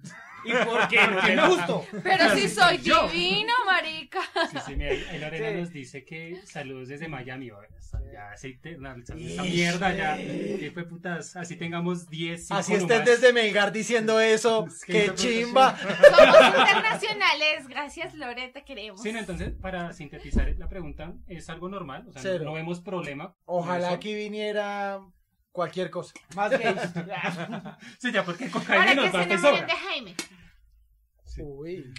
Speaker 4: ¿Y por qué no te gusto?
Speaker 5: Pero
Speaker 1: <laughs>
Speaker 5: si soy divino, marica.
Speaker 1: Sí, sí, mira, ahí- ahí Lorena
Speaker 4: Sí.
Speaker 1: nos dice que saludos desde Miami, o sea, ya se internacionalizó esa
Speaker 4: Sí.
Speaker 1: mierda, ya, que fue putas, así tengamos 10, cinco
Speaker 3: así estés
Speaker 1: nomás.
Speaker 3: desde Melgar diciendo eso.
Speaker 1: Es que este
Speaker 3: ¡Qué
Speaker 1: esa
Speaker 3: chimba!
Speaker 5: Somos internacionales, gracias Loreta, te queremos.
Speaker 1: Sí, no, entonces, para sintetizar la pregunta, es algo normal, o sea,
Speaker 3: Cero.
Speaker 1: no vemos problema. con
Speaker 3: Ojalá
Speaker 1: eso.
Speaker 3: aquí viniera cualquier cosa.
Speaker 4: Más gays.
Speaker 1: Sí, ya, porque
Speaker 5: Para
Speaker 1: cocaína
Speaker 5: que
Speaker 1: nos
Speaker 5: se
Speaker 1: da
Speaker 5: enamoren
Speaker 1: tesoro.
Speaker 5: de Jaime.
Speaker 1: Sí.
Speaker 3: Uy.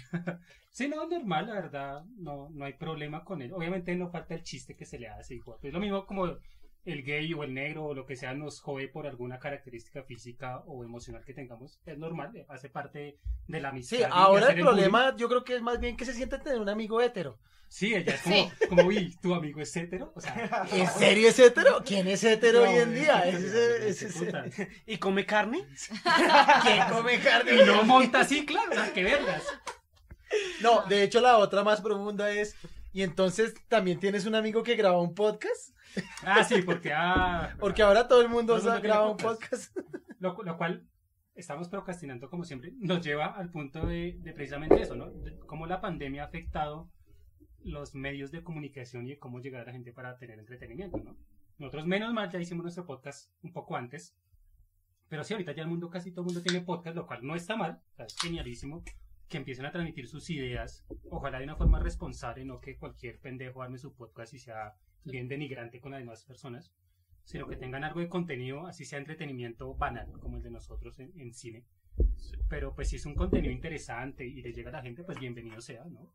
Speaker 1: Sí, no, normal, la verdad, no, no hay problema con él. Obviamente no falta el chiste que se le hace igual. Es lo mismo como el gay o el negro o lo que sea nos jode por alguna característica física o emocional que tengamos. Es normal, eh, hace parte de la amistad.
Speaker 3: Sí,
Speaker 1: y
Speaker 3: ahora
Speaker 1: hacer
Speaker 3: el
Speaker 1: bullying.
Speaker 3: problema yo creo que es más bien que se siente tener un amigo hétero.
Speaker 1: Sí, ella es como, como uy, tu amigo es hétero. O
Speaker 3: <laughs>
Speaker 1: sea,
Speaker 3: ¿En serio es hétero? ¿Quién es hétero
Speaker 1: Ah, no,
Speaker 3: hoy en
Speaker 1: es
Speaker 3: día?
Speaker 1: que-
Speaker 3: Ese Es, ese es,
Speaker 1: puta.
Speaker 4: <laughs> ¿Y come carne?
Speaker 3: ¿Quién come carne?
Speaker 1: Y no monta claro, o sea, qué vergas.
Speaker 3: No, de hecho la otra más profunda es, y entonces también tienes un amigo que graba un podcast,
Speaker 1: Ah, sí, porque ah,
Speaker 3: porque ahora todo el
Speaker 1: Todo
Speaker 3: mundo,
Speaker 1: el mundo
Speaker 3: sa- graba
Speaker 1: tiene
Speaker 3: un podcast.
Speaker 1: lo, cu- lo cual estamos procrastinando como siempre, nos lleva al punto de, de precisamente eso, ¿no? De cómo la pandemia ha afectado los medios de comunicación y de cómo llegar a la gente para tener entretenimiento, ¿no? Nosotros menos mal ya hicimos nuestro podcast un poco antes, pero sí, ahorita ya el mundo, casi todo el mundo tiene podcast, lo cual no está mal, o sea, es genialísimo que empiecen a transmitir sus ideas, ojalá de una forma responsable, no que cualquier pendejo arme su podcast y sea bien denigrante con las demás personas sino que tengan algo de contenido, así sea entretenimiento banal, como el de nosotros en, en cine. Pero pues si es un contenido interesante y le llega a la gente, pues bienvenido sea, ¿no?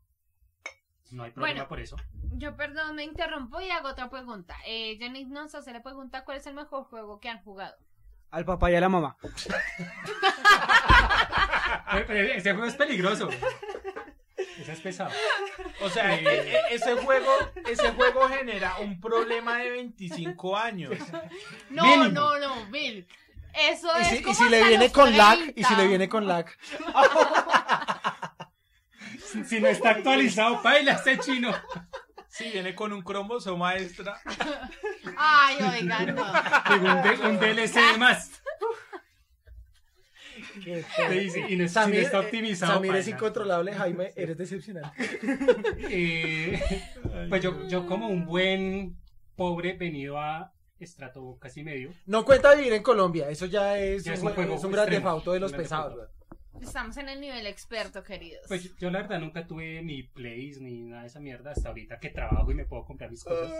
Speaker 1: No hay problema
Speaker 2: Bueno.
Speaker 1: por eso.
Speaker 2: Yo, perdón, me interrumpo y hago otra pregunta. Eh, Janet nos hace la pregunta: ¿Cuál es el mejor juego que han jugado?
Speaker 4: Al papá y a la mamá.
Speaker 1: Eh, pero ese juego es peligroso. güey. Ese es pesado.
Speaker 6: O sea,
Speaker 1: Sí.
Speaker 6: e- e- ese juego, ese juego genera un problema de 25 años.
Speaker 2: No,
Speaker 1: Mínimo.
Speaker 2: no, no, Bill. Eso
Speaker 3: Y
Speaker 2: es.
Speaker 3: si, y
Speaker 2: como
Speaker 3: si le
Speaker 2: hasta
Speaker 3: viene
Speaker 2: los
Speaker 3: con lag, y si
Speaker 2: 30.
Speaker 3: le viene con lag.
Speaker 1: Si si no está actualizado, baila ese chino.
Speaker 6: Si viene con un cromosoma extra,
Speaker 2: Ay, oigan, no.
Speaker 1: Llegó un, D- un DLC de más. Te dice, y no, si no
Speaker 3: Samir,
Speaker 1: está
Speaker 3: eh,
Speaker 1: optimizado.
Speaker 3: Samir es
Speaker 1: baila.
Speaker 3: incontrolable, Jaime, eres decepcionante.
Speaker 1: Eh, pues yo, yo como un buen pobre venido a estrato casi medio.
Speaker 3: No cuenta vivir en Colombia, eso ya es,
Speaker 1: Ya es
Speaker 3: un,
Speaker 1: un juego
Speaker 3: es un gran
Speaker 1: extremo,
Speaker 3: defauto de los
Speaker 1: un gran
Speaker 3: pesados.
Speaker 1: defauto.
Speaker 3: weón.
Speaker 2: Estamos en el nivel experto, queridos.
Speaker 1: Pues yo- yo la verdad nunca tuve ni plays ni nada de esa mierda hasta ahorita que trabajo y me puedo comprar mis cosas.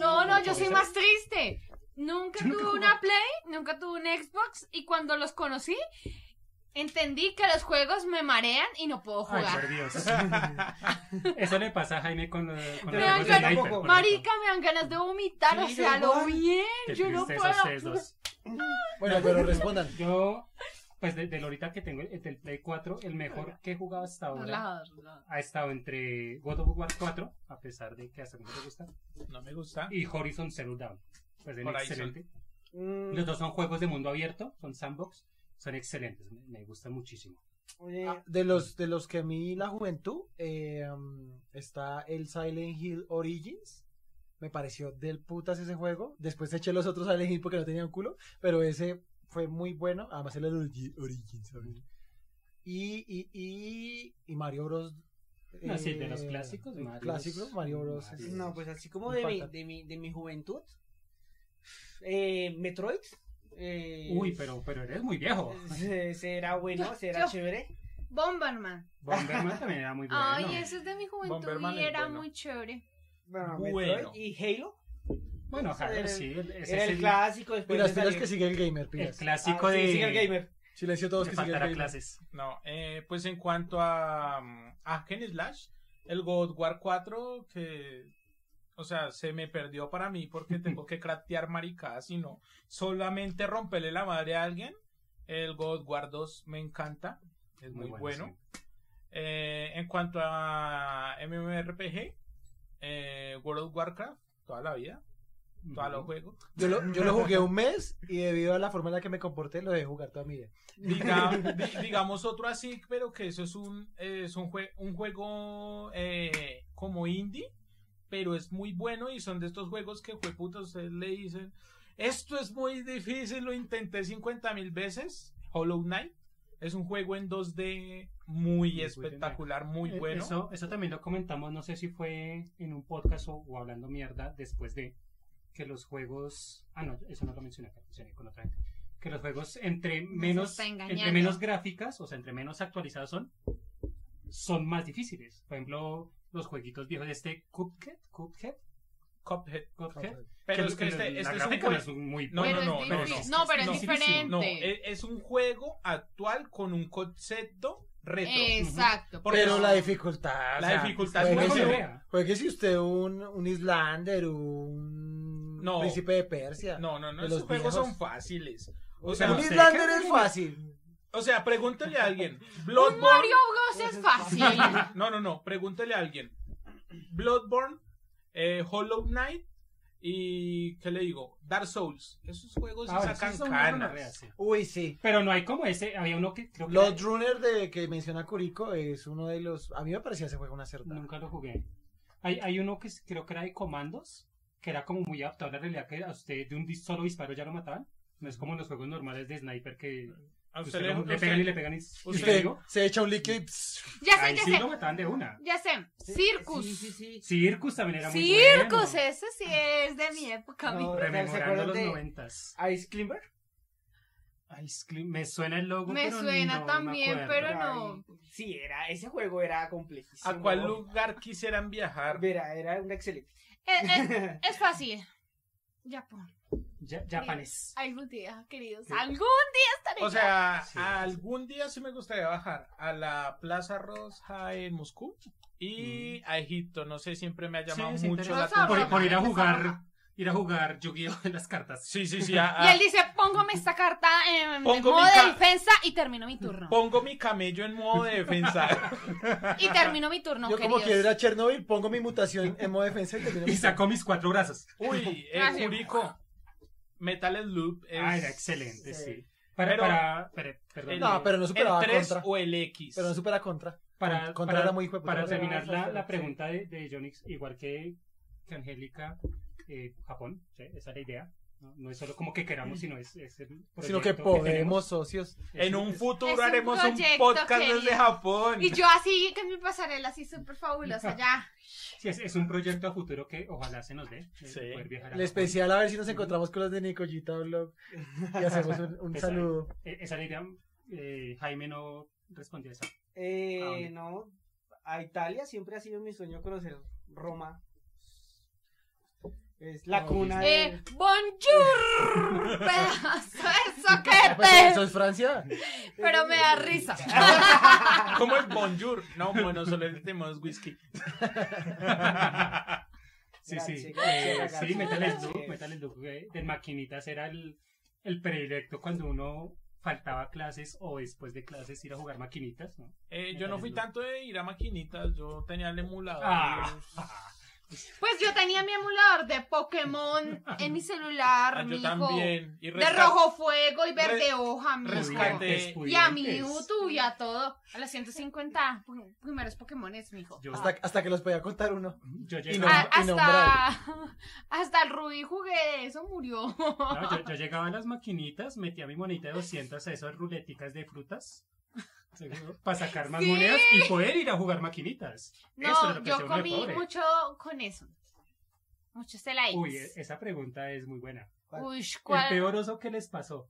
Speaker 2: No, no, yo
Speaker 1: Por
Speaker 2: soy
Speaker 1: eso-
Speaker 2: más triste. Nunca
Speaker 1: Yo nunca
Speaker 2: tuve
Speaker 1: jugué.
Speaker 2: una Play, nunca tuve un Xbox y cuando los conocí entendí que los juegos me marean y no puedo
Speaker 1: Ay,
Speaker 2: jugar.
Speaker 1: por
Speaker 2: <laughs>
Speaker 1: Dios. Eso le pasa a Jaime con, eh, con
Speaker 4: Pero
Speaker 1: los juegos
Speaker 2: yo
Speaker 1: de
Speaker 4: tampoco.
Speaker 1: Sniper, por
Speaker 2: Marica, me dan ganas de vomitar, o
Speaker 4: Sí,
Speaker 2: sea,
Speaker 4: yo
Speaker 2: lo
Speaker 4: igual.
Speaker 2: bien,
Speaker 1: ejemplo. Qué
Speaker 2: yo no
Speaker 1: tristeza
Speaker 2: puedo.
Speaker 1: ustedes dos.
Speaker 3: Bueno, pero
Speaker 4: <laughs>
Speaker 3: respondan.
Speaker 1: Yo, pues de, de lo ahorita que tengo, el del Play 4, el mejor que he jugado hasta ahora
Speaker 2: Relajado, relajado.
Speaker 1: ha estado entre God of War 4, a pesar de que hasta que no te gusta,
Speaker 6: no me gusta.
Speaker 1: y Horizon Zero Dawn. Pues es
Speaker 6: Horizon.
Speaker 1: excelente.
Speaker 4: Mm,
Speaker 1: Los dos son juegos de mundo abierto, son sandbox, son excelentes, me, me gustan muchísimo.
Speaker 3: Ah, De los, de los que a mí la juventud eh, um, está el Silent Hill Origins. Me pareció del putas ese juego. Después eché los otros Silent Hill porque no tenían culo. Pero ese fue muy bueno. Además, el Origi- Origins. ¿sabes? Y, y, y, y Mario Bros.
Speaker 1: No, sí, de
Speaker 3: eh,
Speaker 1: los clásicos,
Speaker 3: el
Speaker 1: Mario
Speaker 3: clásico,
Speaker 1: Bros.
Speaker 3: Mario Bros. es-
Speaker 4: No, pues así como
Speaker 3: Me
Speaker 4: de mi,
Speaker 3: falta.
Speaker 4: de mi, de mi juventud. eh, Metroid. eh,
Speaker 1: Uy, pero, pero eres muy viejo.
Speaker 4: <laughs> se- Será bueno, será
Speaker 2: yo-
Speaker 4: chévere.
Speaker 2: Bomberman.
Speaker 1: Bomberman también era muy bueno.
Speaker 2: Ay, eso es de mi juventud
Speaker 6: Bomberman
Speaker 2: y
Speaker 6: es
Speaker 2: era
Speaker 6: bueno.
Speaker 2: muy chévere.
Speaker 4: Bueno,
Speaker 6: Bueno.
Speaker 4: Metroid y Halo.
Speaker 1: Bueno,
Speaker 4: Ese
Speaker 1: Harold,
Speaker 4: era el-
Speaker 1: sí, el- ese
Speaker 4: Era
Speaker 1: es
Speaker 4: el,
Speaker 1: el,
Speaker 4: clásico.
Speaker 3: Y
Speaker 4: Después
Speaker 3: las
Speaker 4: de
Speaker 3: pilas
Speaker 4: salir-
Speaker 3: que sigue el gamer,
Speaker 1: el
Speaker 3: pilas.
Speaker 1: clásico
Speaker 4: Ah,
Speaker 1: de...
Speaker 4: sí, sigue el gamer.
Speaker 3: Silencio todos
Speaker 1: de
Speaker 3: que sigue el
Speaker 1: faltar a
Speaker 3: gamer.
Speaker 1: clases.
Speaker 6: No, eh, pues en cuanto a, mm, a Hack and Slash, el God of War 4, que, o sea, se me perdió para mí <laughs> porque tengo que craftear maricadas, sino solamente romperle la madre a alguien. El God of War 2 me encanta, es muy, bueno. Eh, en cuanto a MMORPG, eh, World of Warcraft, toda la vida,
Speaker 1: sí.
Speaker 6: toda lo
Speaker 1: Ujú.
Speaker 6: juego.
Speaker 3: Yo lo, yo lo jugué
Speaker 6: <laughs>
Speaker 3: un mes y debido a la forma en la que me comporté, lo dejé jugar toda mi vida.
Speaker 6: Diga- di- digamos otro así, pero que eso es un, eh, es un, jue- un juego eh, como indie, pero es muy bueno y son de estos juegos que jueputas ustedes le dicen, esto es muy difícil, lo intenté 50 mil veces, Hollow Knight. Es un juego en 2D muy
Speaker 1: Muy
Speaker 6: espectacular, muy
Speaker 1: Eh,
Speaker 6: bueno.
Speaker 1: Eso, eso también lo comentamos, no sé si fue en un podcast o, o hablando mierda después de que los juegos... Ah, no, eso no lo mencioné, lo mencioné con otra gente. Que los juegos entre menos,
Speaker 2: está engañando.
Speaker 1: entre menos gráficas, o sea, entre menos actualizados son, son más difíciles. Por ejemplo, los jueguitos viejos de este Cuphead, Cuphead,
Speaker 6: Cuphead.
Speaker 1: Cuphead.
Speaker 6: Pero es que
Speaker 1: lo-
Speaker 6: este,
Speaker 1: la
Speaker 6: este es un
Speaker 1: gráfica
Speaker 6: juego...
Speaker 1: no es muy
Speaker 6: No,
Speaker 1: buena.
Speaker 2: pero
Speaker 6: no,
Speaker 2: es
Speaker 6: no, no,
Speaker 2: difícil.
Speaker 6: no.
Speaker 2: No, pero es,
Speaker 6: No, sí, sí, sí.
Speaker 2: diferente.
Speaker 6: No, e- es un juego actual con un concepto retro.
Speaker 1: Eh.
Speaker 2: Exacto.
Speaker 6: Porque
Speaker 3: Pero
Speaker 6: es-
Speaker 3: la dificultad.
Speaker 6: La
Speaker 3: o sea,
Speaker 6: dificultad
Speaker 1: es
Speaker 3: juegue
Speaker 1: muy
Speaker 3: si-
Speaker 1: severa.
Speaker 3: juegue si usted un, un Islander, un
Speaker 6: No.
Speaker 3: príncipe de Persia.
Speaker 6: No, no, no,
Speaker 3: De
Speaker 6: esos
Speaker 3: los
Speaker 6: juegos
Speaker 3: viejos.
Speaker 6: son fáciles. O
Speaker 3: O
Speaker 6: sea,
Speaker 3: sea, un
Speaker 1: usted-
Speaker 3: Islander
Speaker 1: ¿qué?
Speaker 3: es fácil.
Speaker 6: o sea, pregúntele a alguien.
Speaker 2: <laughs> Un
Speaker 6: Bloodborne.
Speaker 2: Mario Bros es fácil.
Speaker 6: No, no, no, pregúntele a alguien. Bloodborne, eh, Hollow Knight y ¿qué le digo? Dark Souls. Esos juegos sí
Speaker 1: Ah, bueno,
Speaker 6: sacan
Speaker 1: sí son una gonorrea,
Speaker 6: canas.
Speaker 1: sí.
Speaker 3: Uy, sí.
Speaker 1: Pero no hay como ese, había uno que creo que era-
Speaker 3: Los Runner de que menciona Curico es uno de los. A mí me parecía ese juego una cerda.
Speaker 1: Nunca lo jugué. Hay, hay uno que es- creo que era de comandos, que era como muy adaptado a la realidad, que a usted de un dis- solo disparo ya lo mataban. No es como en los juegos normales de sniper que
Speaker 6: A usted
Speaker 1: Usted
Speaker 6: le,
Speaker 1: lo- Pues le
Speaker 6: usted-
Speaker 1: pegan y le pegan y
Speaker 6: usted-
Speaker 1: y le digo,
Speaker 3: se echa un líquido y pss,
Speaker 5: <laughs> Ya sé,
Speaker 1: ahí
Speaker 5: ya
Speaker 1: sí
Speaker 5: sé,
Speaker 1: lo mataban de una.
Speaker 5: ya sé. Circus.
Speaker 4: Sí, sí, sí.
Speaker 1: Circus también era muy bueno.
Speaker 5: Circus, eh. ese sí es de mi época. mi-
Speaker 4: No, ¿se
Speaker 1: Rememorando
Speaker 4: acuerdan
Speaker 1: los
Speaker 4: de
Speaker 1: noventas.
Speaker 4: Ice Climber?
Speaker 1: Ice Cream, me suena el logo,
Speaker 5: Me
Speaker 1: pero
Speaker 5: suena
Speaker 1: no me
Speaker 5: también,
Speaker 1: acuerdo.
Speaker 5: pero no.
Speaker 4: Ay, Sí, era, ese juego era complejísimo.
Speaker 6: ¿A cuál lugar quisieran viajar?
Speaker 4: Verá, era un excelente.
Speaker 5: <laughs>
Speaker 4: <laughs>
Speaker 5: Es, es- es fácil. Japón.
Speaker 1: Ya- Japanés.
Speaker 5: Algún día, queridos.
Speaker 1: Sí.
Speaker 5: Algún día estaré.
Speaker 6: O sea,
Speaker 1: Sí.
Speaker 6: algún día sí me gustaría bajar a la Plaza Roja en Moscú y a Egipto. No sé, siempre me ha llamado
Speaker 1: Mm. Sí, sí,
Speaker 6: mucho la
Speaker 1: interesante.
Speaker 5: Rosa
Speaker 1: por,
Speaker 6: atención.
Speaker 5: Roja.
Speaker 1: por ir a
Speaker 5: Rosa
Speaker 1: jugar,
Speaker 5: Roja.
Speaker 1: ir a jugar Yu-Gi-Oh en las cartas.
Speaker 6: Sí, sí,
Speaker 1: <laughs>
Speaker 6: sí. a-
Speaker 5: ya.
Speaker 6: a-
Speaker 5: Y él dice, póngame esta carta en
Speaker 6: Pongo mi
Speaker 5: modo de
Speaker 6: ah. ca-
Speaker 5: defensa y termino mi turno.
Speaker 6: pongo mi camello en modo de
Speaker 1: <laughs>
Speaker 6: defensa. <laughs>
Speaker 5: Y termino mi turno,
Speaker 3: yo como
Speaker 5: queridos.
Speaker 3: quiero ir a Chernobyl, pongo mi mutación en modo defensa y
Speaker 6: <laughs>
Speaker 3: termino mi-
Speaker 1: Y sacó mis cuatro brazos.
Speaker 6: Uy, eh,
Speaker 5: Gracias.
Speaker 6: Curico. Metal Sloop es.
Speaker 1: Ah, era excelente, sí.
Speaker 6: sí.
Speaker 1: Para,
Speaker 6: Pero-
Speaker 1: para, pero- perdón,
Speaker 3: No, pero no superaba
Speaker 6: ¿El 3
Speaker 3: contra.
Speaker 6: o el X?
Speaker 3: Pero no supera contra.
Speaker 1: para,
Speaker 3: contra
Speaker 1: para-
Speaker 3: era muy hijo de puta.
Speaker 1: para
Speaker 3: No,
Speaker 1: terminar
Speaker 3: no,
Speaker 1: la,
Speaker 3: no,
Speaker 1: la
Speaker 3: sí.
Speaker 1: pregunta de, de Jonix, igual que, que Angélica, eh, Japón, sí, esa es la idea. No, No es solo como que queramos, sino es, es el
Speaker 3: Pues Sino
Speaker 1: proyecto
Speaker 3: que
Speaker 1: tenemos.
Speaker 3: podemos, socios.
Speaker 1: Es
Speaker 6: en un
Speaker 1: es-
Speaker 6: futuro
Speaker 5: es un
Speaker 6: haremos un
Speaker 5: proyecto,
Speaker 6: podcast desde
Speaker 5: querido.
Speaker 6: Japón.
Speaker 5: Y yo así, que mi pasarela así súper fabulosa, ya.
Speaker 1: sí, es, es un proyecto a futuro que ojalá se nos dé. eh,
Speaker 6: Sí.
Speaker 1: poder viajar a
Speaker 3: El
Speaker 1: Japón.
Speaker 3: especial, a ver si nos encontramos con los de Nicollita Blog. Y hacemos un, un
Speaker 1: Exacto.
Speaker 3: saludo.
Speaker 1: Eh, esa es la idea. eh, Jaime no respondió a esa. ¿A dónde?
Speaker 4: Eh, no, a Italia siempre ha sido mi sueño conocer Roma. Es la
Speaker 1: No,
Speaker 4: cuna de...
Speaker 5: Eh, bonjour, pedazo de
Speaker 3: Pues,
Speaker 5: soquete.
Speaker 3: ¿Eso es Francia?
Speaker 5: Pero me da risa.
Speaker 6: ¿Cómo es bonjour? No, bueno, solo tenemos whisky.
Speaker 1: Sí, sí.
Speaker 4: Gracias,
Speaker 1: Eh,
Speaker 4: gracias,
Speaker 1: sí, Metal
Speaker 4: gracias.
Speaker 1: Slug, Metal Slug eh, del Maquinitas era el, el predilecto cuando uno faltaba a clases o después de clases ir a jugar maquinitas, ¿no?
Speaker 6: Eh, yo no fui tanto de ir a maquinitas, yo tenía el emulador.
Speaker 1: Ah.
Speaker 5: Pues yo tenía mi emulador de Pokémon en mi
Speaker 6: Ah,
Speaker 5: celular,
Speaker 6: yo
Speaker 5: mijo.
Speaker 6: también. Y
Speaker 5: De
Speaker 6: resca-
Speaker 5: rojo fuego y verde
Speaker 6: Re-
Speaker 5: hoja, mijo.
Speaker 6: rescate.
Speaker 1: Pudientes,
Speaker 5: Y a mi
Speaker 1: pudientes.
Speaker 5: Mewtwo y a todo. A los 150 prim- primeros Pokémones, mijo.
Speaker 1: Yo,
Speaker 3: Hasta, hasta que los podía contar uno.
Speaker 1: yo
Speaker 3: y
Speaker 5: A-
Speaker 1: llegaba,
Speaker 3: no-
Speaker 5: hasta, <laughs> hasta el Rubí jugué de eso, murió.
Speaker 1: no, yo- yo llegaba a las maquinitas, metía mi monita de 200 a esas ruleticas de frutas. seguro, Para sacar más
Speaker 5: Sí.
Speaker 1: monedas y poder ir a jugar maquinitas. Eso era
Speaker 5: No,
Speaker 1: lo que
Speaker 5: yo
Speaker 1: hacía uno de
Speaker 5: comí
Speaker 1: pobre.
Speaker 5: mucho con eso. Mucho Stella
Speaker 1: Uy,
Speaker 5: X.
Speaker 1: e- esa pregunta es muy buena.
Speaker 5: Uy,
Speaker 1: El
Speaker 5: ¿cuál?
Speaker 1: peor oso que les pasó.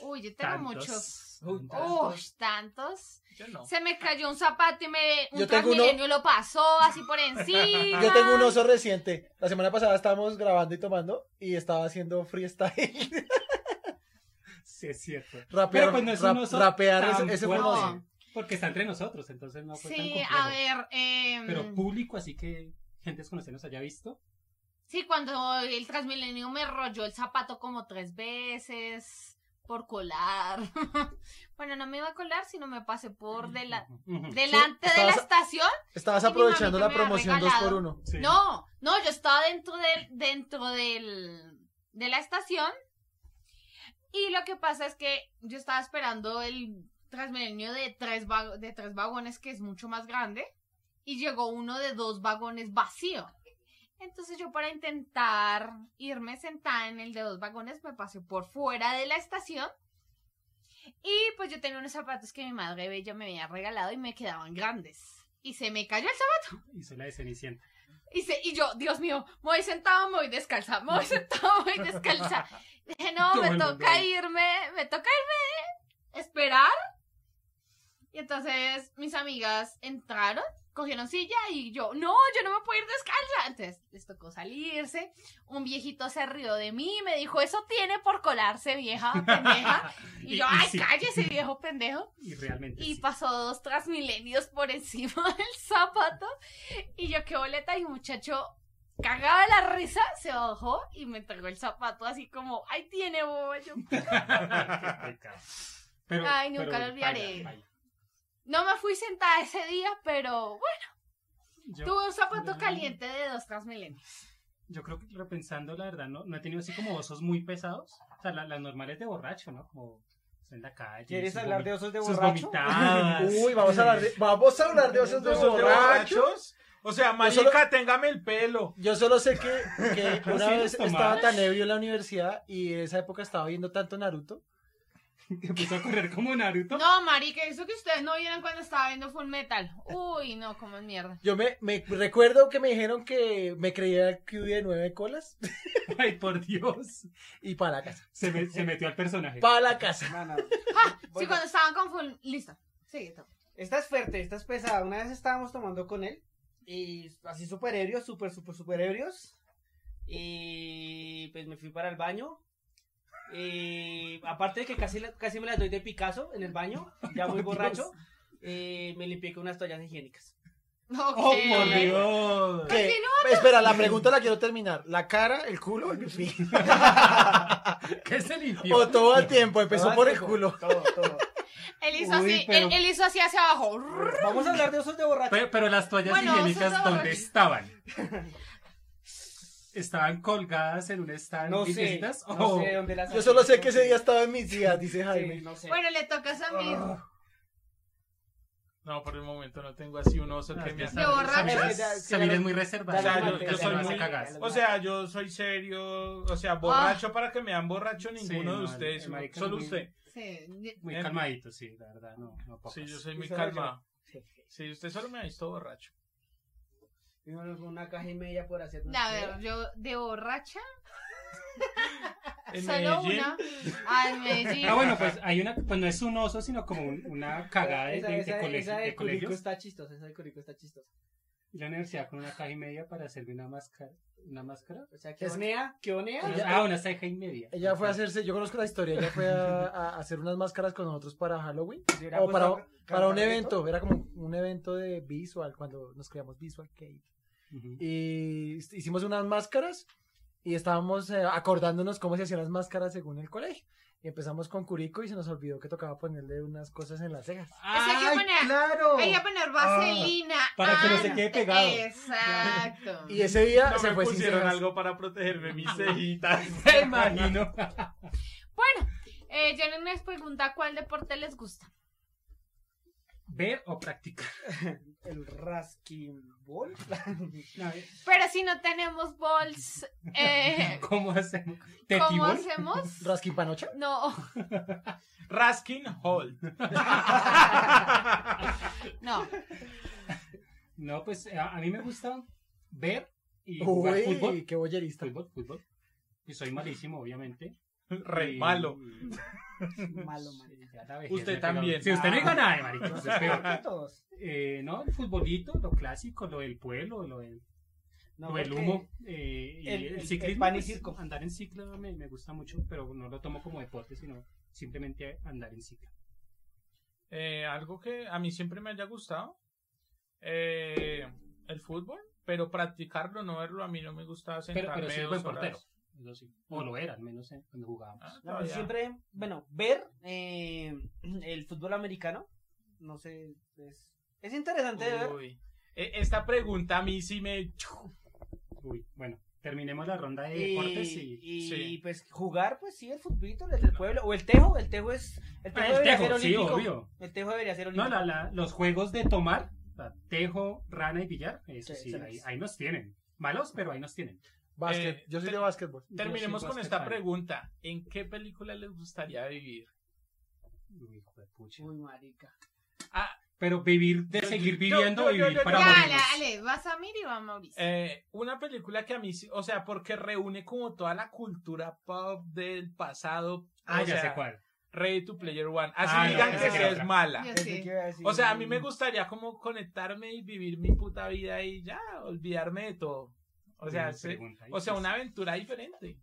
Speaker 5: Uy, yo tengo
Speaker 1: Tantos.
Speaker 5: muchos. Oh.
Speaker 1: Uy,
Speaker 5: Uy, tantos.
Speaker 6: Yo no.
Speaker 5: Se me cayó un zapato y me un
Speaker 3: Yo tengo uno-
Speaker 5: transmilenio lo pasó así
Speaker 1: <laughs>
Speaker 5: por encima.
Speaker 3: Yo tengo un oso reciente. La semana pasada estábamos grabando y tomando y estaba haciendo freestyle. <laughs>
Speaker 1: Sí, es cierto.
Speaker 3: rapear,
Speaker 1: Pero pues no es un
Speaker 3: rap-
Speaker 1: oso
Speaker 3: rapear
Speaker 1: tan
Speaker 3: ese- ese fue un
Speaker 1: fuerte,
Speaker 3: oso.
Speaker 1: Porque está entre nosotros, entonces no fue pues, tan
Speaker 5: Sí,
Speaker 1: complejo.
Speaker 5: a ver. em,
Speaker 1: Pero público, así que gente desconocida nos haya visto.
Speaker 5: sí, cuando el transmilenio me rolló el zapato como tres veces por colar. <laughs> bueno, no me iba a colar, sino me pasé por dela-
Speaker 1: Ujú.
Speaker 5: delante de la
Speaker 3: estabas-
Speaker 5: estación.
Speaker 3: Estabas
Speaker 5: Y mi
Speaker 3: aprovechando
Speaker 5: mamita
Speaker 3: la
Speaker 5: me había
Speaker 3: promoción 2
Speaker 5: regalado.
Speaker 3: por 1
Speaker 1: Sí.
Speaker 5: No, no, yo estaba dentro del, dentro del, de la estación y lo que pasa es que yo estaba esperando el Transmilenio de tres, va- de tres vagones que es mucho más grande y llegó uno de dos vagones vacío. Entonces yo para intentar irme sentada en el de dos vagones me pasé por fuera de la estación y pues yo tenía unos zapatos que mi madre bella me había regalado y me quedaban grandes. Y se me cayó el
Speaker 1: Hizo la de Cenicienta.
Speaker 5: y, se- y yo, Dios mío, me voy sentada, me voy descalza, me voy sentada, me voy descalza. Dije, no,
Speaker 1: Todo
Speaker 5: me
Speaker 1: el mundo
Speaker 5: toca
Speaker 1: ahí.
Speaker 5: irme, me toca irme, esperar. Y entonces mis amigas entraron, cogieron silla y yo, no, yo no me puedo ir descalza. Entonces les tocó salirse. Un viejito se rió de mí y me dijo, eso tiene por colarse, vieja pendeja. Y yo, ay,
Speaker 1: sí,
Speaker 5: cállese, viejo pendejo.
Speaker 1: Y realmente.
Speaker 5: Y
Speaker 1: sí. <laughs>
Speaker 5: pasó dos transmilenios por encima <laughs> del zapato. Y yo qué boleta. Y un muchacho cagaba de la risa, se bajó y me entregó el zapato así como, ¡ay, tiene
Speaker 1: <laughs>
Speaker 5: boba! Yo,
Speaker 1: Qué pecado. Pero-
Speaker 5: Ay, nunca
Speaker 1: pero
Speaker 5: lo olvidaré.
Speaker 1: baila, baila.
Speaker 5: no me fui sentada ese día, pero bueno,
Speaker 1: Yo,
Speaker 5: tuve un zapato
Speaker 1: yo-
Speaker 5: caliente de dos transmilenios.
Speaker 1: yo creo que repensando, la verdad, no, no he tenido así como osos muy pesados. O sea, la- las normales de borracho, ¿no? Como en la calle.
Speaker 4: ¿Quieres
Speaker 1: sus
Speaker 4: hablar
Speaker 1: vomi-
Speaker 4: de osos de
Speaker 1: Sus
Speaker 4: borracho?
Speaker 1: vomitadas.
Speaker 3: <laughs> Uy, vamos a hablar de, vamos a hablar de osos de
Speaker 6: ¿Osos de
Speaker 3: borracho.
Speaker 6: borrachos? O sea, marica,
Speaker 3: solo-
Speaker 6: téngame el pelo.
Speaker 3: Yo solo sé que, que
Speaker 1: <laughs> Pero
Speaker 3: una
Speaker 1: sí los
Speaker 3: vez
Speaker 1: tomabas.
Speaker 3: estaba tan ebrio en la universidad y en esa época estaba viendo tanto Naruto
Speaker 1: que <laughs> empezó a correr como Naruto.
Speaker 5: No, marica, eso que ustedes no vieron cuando estaba viendo Full Metal. Uy, no, como es mierda.
Speaker 3: Yo me, me recuerdo que me dijeron que me creía el QB de nueve colas
Speaker 1: Ay, por Dios.
Speaker 3: y para la casa.
Speaker 1: Se, me- se metió al personaje.
Speaker 3: Para
Speaker 4: <laughs>
Speaker 3: la casa.
Speaker 4: Mana,
Speaker 5: Sí,
Speaker 4: bueno,
Speaker 5: cuando estaban con Full. Listo. Sigue todo.
Speaker 4: Esta es fuerte, esta es pesada. Una vez estábamos tomando con él y así super ebrios, super, super, super ebrios. Y pues me fui para el baño. Y aparte de que casi, la- casi me las doy de Picasso en el baño, ya
Speaker 3: <laughs>
Speaker 4: muy
Speaker 1: Por
Speaker 4: borracho, eh, me limpié con unas toallas higiénicas.
Speaker 1: Oh, por
Speaker 5: Ok.
Speaker 1: Dios.
Speaker 3: ¿Qué? Espera, la pregunta la quiero terminar. La cara,
Speaker 4: <laughs>
Speaker 3: el culo, el pipí.
Speaker 1: ¿Qué se limpió?
Speaker 3: <laughs> O todo al tiempo,
Speaker 4: Todo
Speaker 3: empezó
Speaker 4: el
Speaker 3: por el
Speaker 4: tiempo,
Speaker 3: culo.
Speaker 4: todo, todo.
Speaker 5: Él hizo
Speaker 1: Uy,
Speaker 5: así,
Speaker 1: pero-
Speaker 5: él, él hizo así hacia abajo.
Speaker 4: Vamos a hablar de osos de borracho.
Speaker 1: Pero, pero las toallas
Speaker 5: Bueno,
Speaker 1: higiénicas,
Speaker 5: vamos a
Speaker 1: ¿dónde
Speaker 5: borrar.
Speaker 1: estaban? ¿Estaban colgadas en un stand Oh,
Speaker 4: No sé,
Speaker 1: virgencitas?
Speaker 4: no
Speaker 1: O-
Speaker 4: sé dónde las
Speaker 3: <laughs> Yo solo sé
Speaker 4: no
Speaker 3: que ese día estaba en mis días, dice
Speaker 4: Sí,
Speaker 3: Jaime.
Speaker 4: no sé.
Speaker 5: Bueno, le toca a Samir.
Speaker 1: Oh.
Speaker 6: No, por el momento no tengo así un oso que me
Speaker 1: Samir-
Speaker 6: hace.
Speaker 5: ¿De borracho?
Speaker 1: Samir
Speaker 4: Es que ya-
Speaker 1: es- Samir es muy
Speaker 6: O
Speaker 1: reservado.
Speaker 6: sea, yo,
Speaker 4: Dale,
Speaker 6: yo soy
Speaker 4: dale,
Speaker 6: muy
Speaker 4: dale,
Speaker 1: cagaz.
Speaker 4: dale.
Speaker 6: O sea, yo soy serio. O sea,
Speaker 4: Ah.
Speaker 6: borracho para que me dan borracho
Speaker 1: Sí,
Speaker 6: ninguno
Speaker 1: no,
Speaker 6: de
Speaker 1: el-
Speaker 6: ustedes.
Speaker 1: el marica
Speaker 6: solo
Speaker 1: es muy-
Speaker 6: usted.
Speaker 5: Sí.
Speaker 1: Muy
Speaker 6: Eh,
Speaker 1: calmadito, sí, la verdad, no, no pocas.
Speaker 6: Sí, yo soy muy
Speaker 4: Y solo yo.
Speaker 6: calmado.
Speaker 4: Sí, sí.
Speaker 6: Sí, usted solo me ha visto borracho.
Speaker 4: Y uno con Una caja y media por hacer.
Speaker 5: A ver, yo de borracha,
Speaker 6: En
Speaker 5: solo
Speaker 6: Medellín,
Speaker 5: una. Ay, me Medellín.
Speaker 1: Ah, bueno, pues hay una, pues no es un oso, sino como un- una cagada de,
Speaker 4: esa,
Speaker 1: de- de
Speaker 4: esa-
Speaker 1: colegio-
Speaker 4: esa
Speaker 1: de
Speaker 4: del curico
Speaker 1: colegios.
Speaker 4: está chistosa, esa del curico está chistosa.
Speaker 1: Y la universidad con una caja y media para hacerme una máscara. ¿Una máscara?
Speaker 4: O sea, que
Speaker 3: Es-
Speaker 4: onea, que onea. Pues,
Speaker 3: Ella-
Speaker 1: ah, una ceja y media.
Speaker 3: Ella fue a hacerse, yo conozco la historia, ella fue
Speaker 4: <laughs>
Speaker 3: a, a hacer unas máscaras con nosotros para Halloween.
Speaker 4: Si hubiera
Speaker 3: O para,
Speaker 4: puesto ca-
Speaker 3: para un
Speaker 4: campamento,
Speaker 3: evento, era como un evento de visual, cuando nos creamos visual Kate.
Speaker 1: Ujú.
Speaker 3: Y hicimos unas máscaras y estábamos eh, acordándonos cómo se hacían las máscaras según el colegio. Y empezamos con Curico y se nos olvidó que tocaba ponerle unas cosas en las cejas.
Speaker 5: Esa
Speaker 1: Ah,
Speaker 5: que
Speaker 4: ¡Ay,
Speaker 5: pone-
Speaker 4: claro!
Speaker 5: Hay que poner vaselina.
Speaker 1: para que no se
Speaker 5: Ah,
Speaker 1: quede pegado.
Speaker 5: Exacto.
Speaker 3: Y ese día
Speaker 6: No
Speaker 3: se
Speaker 6: me
Speaker 3: fue sin
Speaker 6: pusieron
Speaker 3: cejas.
Speaker 6: algo para protegerme
Speaker 1: <laughs>
Speaker 6: mis cejitas.
Speaker 1: Me imagino.
Speaker 5: Bueno, eh, Johnny nos pregunta cuál deporte les gusta.
Speaker 1: ¿Ver o practicar?
Speaker 4: El rasquimbol.
Speaker 1: No,
Speaker 5: Pero si no tenemos balls, eh,
Speaker 1: <laughs> ¿Cómo hacemos?
Speaker 5: ¿cómo
Speaker 1: ¿Tetibol?
Speaker 5: hacemos?
Speaker 3: Rasquipanocha.
Speaker 5: No,
Speaker 6: Raskin Hall.
Speaker 5: no.
Speaker 1: No, pues a, a mí me gusta ver y jugar fútbol.
Speaker 3: Uy, qué bollerista.
Speaker 1: Fútbol, fútbol. Y soy malísimo, obviamente.
Speaker 6: Re
Speaker 1: Y-
Speaker 6: malo.
Speaker 4: <laughs> Malo,
Speaker 3: <laughs>
Speaker 4: marica.
Speaker 1: Ya la vejez
Speaker 6: Usted
Speaker 1: me pega-
Speaker 6: también.
Speaker 1: Sí, usted no diga
Speaker 4: Ah.
Speaker 1: nada, marica. usted Pues es
Speaker 6: <laughs>
Speaker 1: peor.
Speaker 4: Todos.
Speaker 1: Eh, no, el futbolito, lo clásico, lo del pueblo, lo del
Speaker 4: No,
Speaker 1: o el
Speaker 4: porque-
Speaker 1: humo eh, y
Speaker 4: el-
Speaker 1: el,
Speaker 4: el
Speaker 1: ciclismo.
Speaker 4: pan y
Speaker 1: pues,
Speaker 4: circo.
Speaker 1: Andar en cicla me, me gusta mucho, pero no lo tomo como deporte, sino simplemente andar en cicla.
Speaker 6: Eh, algo que a mí siempre me haya gustado. eh, el fútbol. Pero practicarlo, no verlo, a mí no me gusta
Speaker 1: Pero,
Speaker 6: sentarme
Speaker 1: pero soy buen
Speaker 6: dos horas.
Speaker 1: portero. eso sí. O lo era, al menos eh, cuando jugábamos.
Speaker 6: Ah,
Speaker 4: No, yo
Speaker 6: todavía.
Speaker 4: siempre, bueno, ver eh, el fútbol americano, no sé, es, es interesante de ver.
Speaker 6: Uy. E- Esta pregunta a mí sí me...
Speaker 1: Uy, bueno, terminemos la ronda de
Speaker 4: Y,
Speaker 1: deportes y.
Speaker 4: y,
Speaker 6: sí.
Speaker 4: pues jugar, pues sí, el futbito desde el pueblo. O el tejo, el tejo es. El tejo
Speaker 1: Ah, el
Speaker 4: debería
Speaker 1: tejo,
Speaker 4: ser
Speaker 1: sí,
Speaker 4: olímpico.
Speaker 1: obvio.
Speaker 4: El tejo debería ser
Speaker 1: No,
Speaker 4: olímpico.
Speaker 1: la- la- los juegos de tomar, la tejo, rana y billar, eso
Speaker 4: Sí,
Speaker 1: sí,
Speaker 4: se
Speaker 1: ahí,
Speaker 4: las-
Speaker 1: ahí nos tienen. Malos, pero ahí nos tienen.
Speaker 3: Básquet.
Speaker 6: Eh,
Speaker 3: Yo soy
Speaker 6: te-
Speaker 3: de básquetbol.
Speaker 6: Terminemos
Speaker 1: Yo soy
Speaker 6: con esta
Speaker 1: basquetbal.
Speaker 6: pregunta. ¿En qué película les gustaría vivir?
Speaker 1: Uy, hijo de pucha.
Speaker 4: Uy, marica.
Speaker 1: Pero vivir, de
Speaker 6: Yo-
Speaker 1: seguir
Speaker 6: yo-
Speaker 1: viviendo,
Speaker 6: yo- yo-
Speaker 1: vivir
Speaker 6: yo-
Speaker 1: para
Speaker 6: yo-
Speaker 1: morirnos.
Speaker 5: Ya, dale, vas a Mir y va a Mauricio.
Speaker 6: Eh, una película que a mí, sí- o sea, porque reúne como toda la cultura pop del pasado.
Speaker 1: Ah,
Speaker 6: o
Speaker 1: ya
Speaker 6: sea,
Speaker 1: sé cuál.
Speaker 6: Ready to Player One. Así
Speaker 1: Ah,
Speaker 4: no,
Speaker 6: digan
Speaker 4: esa
Speaker 6: que
Speaker 4: es
Speaker 6: sí es
Speaker 1: otra.
Speaker 6: mala.
Speaker 5: Yo
Speaker 4: Pensé
Speaker 5: sí.
Speaker 4: que iba a decir-
Speaker 6: O sea, a mí me gustaría como conectarme y vivir mi puta vida y ya, olvidarme de todo. O sea,
Speaker 1: Uy,
Speaker 6: sí,
Speaker 1: pregunta
Speaker 6: o sea,
Speaker 1: difícil.
Speaker 6: una aventura diferente.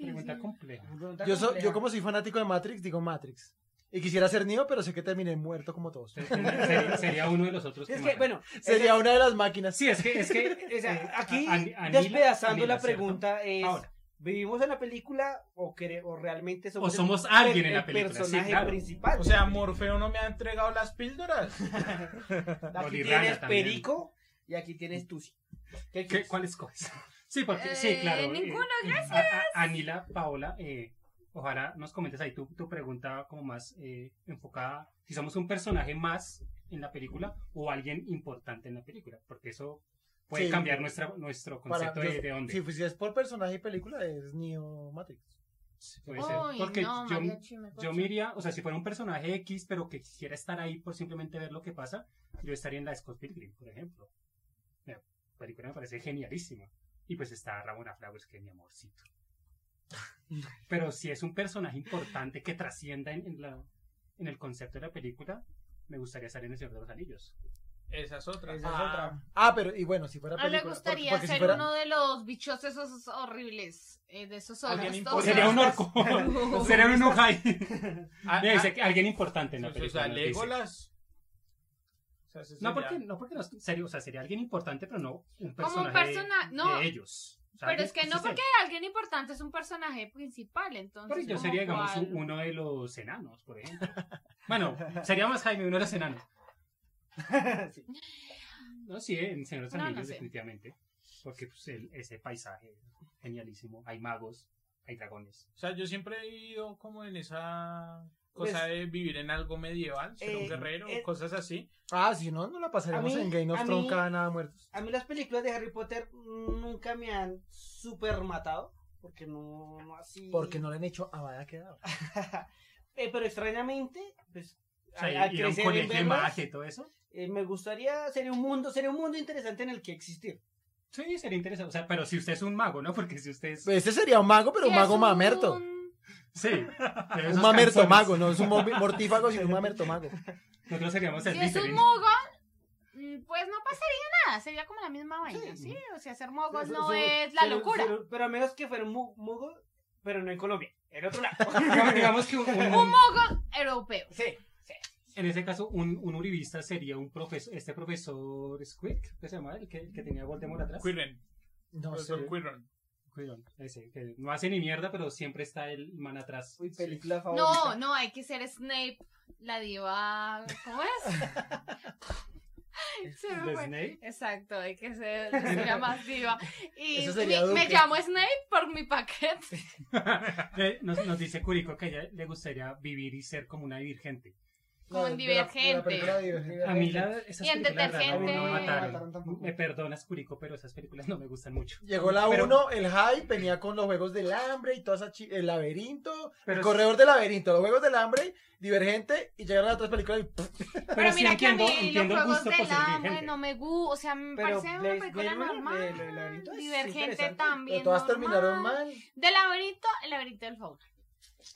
Speaker 1: Pregunta
Speaker 4: <laughs>
Speaker 1: compleja.
Speaker 4: Pregunta
Speaker 3: Yo, so-
Speaker 4: compleja.
Speaker 3: yo como soy fanático de Matrix, digo Matrix. Y quisiera ser Neo, pero sé que terminé muerto como todos.
Speaker 1: Sería, sería uno de los otros.
Speaker 4: Es que,
Speaker 1: matan.
Speaker 4: bueno,
Speaker 3: Sería una de las máquinas.
Speaker 1: Sí, es que, es que
Speaker 4: <laughs> o sea,
Speaker 1: eh,
Speaker 4: aquí
Speaker 1: a- a- anhela-
Speaker 4: despedazando
Speaker 1: anhela,
Speaker 4: la
Speaker 1: ¿cierto?
Speaker 4: pregunta es.
Speaker 1: Ahora,
Speaker 4: ¿Vivimos en la película o, cre- o realmente somos,
Speaker 1: o
Speaker 4: el-
Speaker 1: somos alguien
Speaker 4: el,
Speaker 1: en la película. sí,
Speaker 4: personaje
Speaker 1: claro.
Speaker 4: principal?
Speaker 6: o sea, Morfeo no me ha entregado las píldoras.
Speaker 4: aquí
Speaker 1: Bolirrana
Speaker 4: tienes
Speaker 1: también.
Speaker 4: Perico y aquí tienes Tusi. ¿Qué
Speaker 1: ¿Qué,
Speaker 4: quieres?
Speaker 1: ¿Cuál escoges? <laughs> Sí, porque, sí,
Speaker 5: Eh,
Speaker 1: claro. eh,
Speaker 5: ninguno,
Speaker 1: a- a- Anila, Paola, eh, ojalá nos comentes ahí tu, tu pregunta como más eh, enfocada. Si somos un personaje más en la película o alguien importante en la película, porque eso puede
Speaker 3: Sí.
Speaker 1: cambiar nuestra, nuestro
Speaker 3: Para-
Speaker 1: concepto
Speaker 3: yo-
Speaker 1: de, de dónde.
Speaker 3: si, si es por personaje y película, es Neo Matrix.
Speaker 1: Puede ser.
Speaker 5: Uy,
Speaker 1: Porque
Speaker 5: no,
Speaker 1: yo,
Speaker 5: mariachi, me
Speaker 1: yo
Speaker 5: corcho.
Speaker 1: me iría, o sea, si fuera un personaje X, pero que quisiera estar ahí por simplemente ver lo que pasa, yo estaría en la de Scott Pilgrim, por ejemplo. La película me parece genialísima. Y pues está Ramona Flowers, que es mi amorcito. Pero si es un personaje importante que trascienda en, en la, en el concepto de la película, me gustaría estar en El Señor de los Anillos.
Speaker 6: Esa es otra.
Speaker 4: Esa es
Speaker 3: Ah, ah, pero y bueno, si fuera
Speaker 5: No
Speaker 3: película.
Speaker 5: le
Speaker 3: porque-
Speaker 5: gustaría
Speaker 3: porque si
Speaker 5: ser
Speaker 3: fuera-
Speaker 5: uno de los bichos esos horribles, eh, de esos horrores
Speaker 6: Alguien O
Speaker 5: todos.
Speaker 6: sea,
Speaker 1: Sería un orco.
Speaker 5: <laughs>
Speaker 1: Sería un Uruguay.
Speaker 6: Ah, ah,
Speaker 1: Alguien importante en la
Speaker 6: pues,
Speaker 1: película.
Speaker 6: o sea,
Speaker 1: nos dice.
Speaker 6: Legolas. O sea, ese
Speaker 1: No
Speaker 6: sería-
Speaker 1: porque, no porque no serio, o sea, sería alguien importante, pero no un
Speaker 5: Como un
Speaker 1: personaje
Speaker 5: persona- no,
Speaker 1: de ellos. O sea,
Speaker 5: Pero
Speaker 1: alguien-
Speaker 5: es que no
Speaker 1: sí, sí.
Speaker 5: porque alguien importante es un personaje principal, entonces.
Speaker 1: Porque yo
Speaker 5: ¿cómo
Speaker 1: sería, digamos,
Speaker 5: cuál?
Speaker 1: un- uno de los enanos, por ejemplo. bueno, sería más Jaime, uno de los enanos.
Speaker 4: <laughs> Sí.
Speaker 1: No, sí, en Señor de los
Speaker 5: No, no
Speaker 1: Anillos,
Speaker 5: sé.
Speaker 1: definitivamente. Porque pues, el- ese paisaje genialísimo. Hay magos, hay dragones.
Speaker 6: O sea, yo siempre he ido como en esa cosa
Speaker 4: Pues-
Speaker 6: de vivir en algo medieval, ser un
Speaker 4: Eh,
Speaker 6: guerrero,
Speaker 4: eh,
Speaker 6: cosas así.
Speaker 3: Ah, si no, no la pasaríamos
Speaker 4: A mí-
Speaker 3: en Game of
Speaker 4: a
Speaker 3: Thrones
Speaker 4: mí-
Speaker 3: cada nada muertos.
Speaker 4: A mí las películas de Harry Potter nunca me han super matado. Porque no, no así.
Speaker 3: Porque no le han hecho abada quedado.
Speaker 4: <laughs> Eh, pero extrañamente, pues.
Speaker 1: O sea,
Speaker 4: al-
Speaker 1: y-
Speaker 4: al
Speaker 1: y era un
Speaker 4: crecer y
Speaker 1: colegio de
Speaker 4: verlas,
Speaker 1: magia y todo eso.
Speaker 4: eh, me gustaría, sería un mundo, sería un mundo interesante en el que existir.
Speaker 1: Sí, sería interesante. O sea, pero si usted es un mago, ¿no? Porque si usted es...
Speaker 3: Este sería un mago, pero
Speaker 5: Sí,
Speaker 3: un
Speaker 5: es
Speaker 3: mago mamerto.
Speaker 5: un-
Speaker 1: Sí. pero
Speaker 3: Un
Speaker 1: esos
Speaker 3: mamerto
Speaker 1: calzones.
Speaker 3: mago, no
Speaker 1: <laughs>
Speaker 3: es un mo- mortífago, sino un mamerto mago.
Speaker 1: Nosotros seríamos el
Speaker 5: Si es un
Speaker 1: Slytherin.
Speaker 5: mogol, mm, pues no pasaría nada, sería como la misma vaina, ¿sí? O sea, ser mogol no
Speaker 4: Su-
Speaker 5: es la
Speaker 4: pero-
Speaker 5: locura.
Speaker 4: Pero, pero a menos que fuera un mu- mugo, pero no en Colombia, en otro lado.
Speaker 5: <laughs>
Speaker 1: Digamos- Digamos que un- un-
Speaker 5: Europeo.
Speaker 4: sí.
Speaker 1: En ese caso, un, un uribista sería un profesor, este profesor Squeak, ¿qué se llamaba? El que, el que tenía Voldemort atrás.
Speaker 6: Quirren,
Speaker 3: No
Speaker 1: Pues
Speaker 3: sé.
Speaker 6: profesor Quirren.
Speaker 1: Quirón, ese, que no hace ni mierda, pero siempre está el man atrás.
Speaker 4: Uy, película
Speaker 5: No,
Speaker 4: favorita.
Speaker 5: no, hay que ser Snape, la diva.
Speaker 1: <laughs>
Speaker 5: ¿Cómo es? Se me
Speaker 1: ¿De
Speaker 5: fue.
Speaker 1: Snape?
Speaker 5: Exacto, hay que ser yo
Speaker 1: <laughs>
Speaker 5: sería más diva. Y
Speaker 3: Eso sería
Speaker 5: mi- me
Speaker 3: Duque.
Speaker 5: llamo Snape por mi paquete.
Speaker 1: <laughs> Eh, Nos, nos dice Curico que a ella le gustaría vivir y ser como una divergente.
Speaker 3: No,
Speaker 5: Como en
Speaker 3: de la- de la
Speaker 5: Divergente.
Speaker 3: película Divergente.
Speaker 1: A mí la, esas
Speaker 5: Y en
Speaker 1: películas raras no
Speaker 5: Detergente.
Speaker 1: me
Speaker 4: No me
Speaker 1: mataron.
Speaker 4: mataron
Speaker 1: Me perdonas, Curico, pero esas películas no me gustan mucho.
Speaker 3: Llegó la
Speaker 1: Pero-
Speaker 3: 1, el hype, venía con los juegos del hambre y toda esa chi- el laberinto,
Speaker 1: Pero-
Speaker 3: el corredor del laberinto, los juegos del hambre, divergente, y llegaron las otras películas y ¡puf!
Speaker 1: Pero,
Speaker 5: Pero
Speaker 1: sí
Speaker 5: mira que a
Speaker 1: entiendo,
Speaker 5: mí los
Speaker 1: entiendo el
Speaker 5: juegos
Speaker 1: gusto por
Speaker 5: del
Speaker 1: ser
Speaker 5: hambre
Speaker 1: divergente.
Speaker 5: no me gustan. O sea, me
Speaker 4: Pero
Speaker 5: parece una
Speaker 4: Blaze Runner,
Speaker 5: película
Speaker 4: el- el
Speaker 5: normal.
Speaker 4: laberinto es
Speaker 5: Divergente
Speaker 4: interesante,
Speaker 5: también.
Speaker 3: pero todas
Speaker 5: normal.
Speaker 3: terminaron mal.
Speaker 5: Del laberinto, el laberinto del fauna.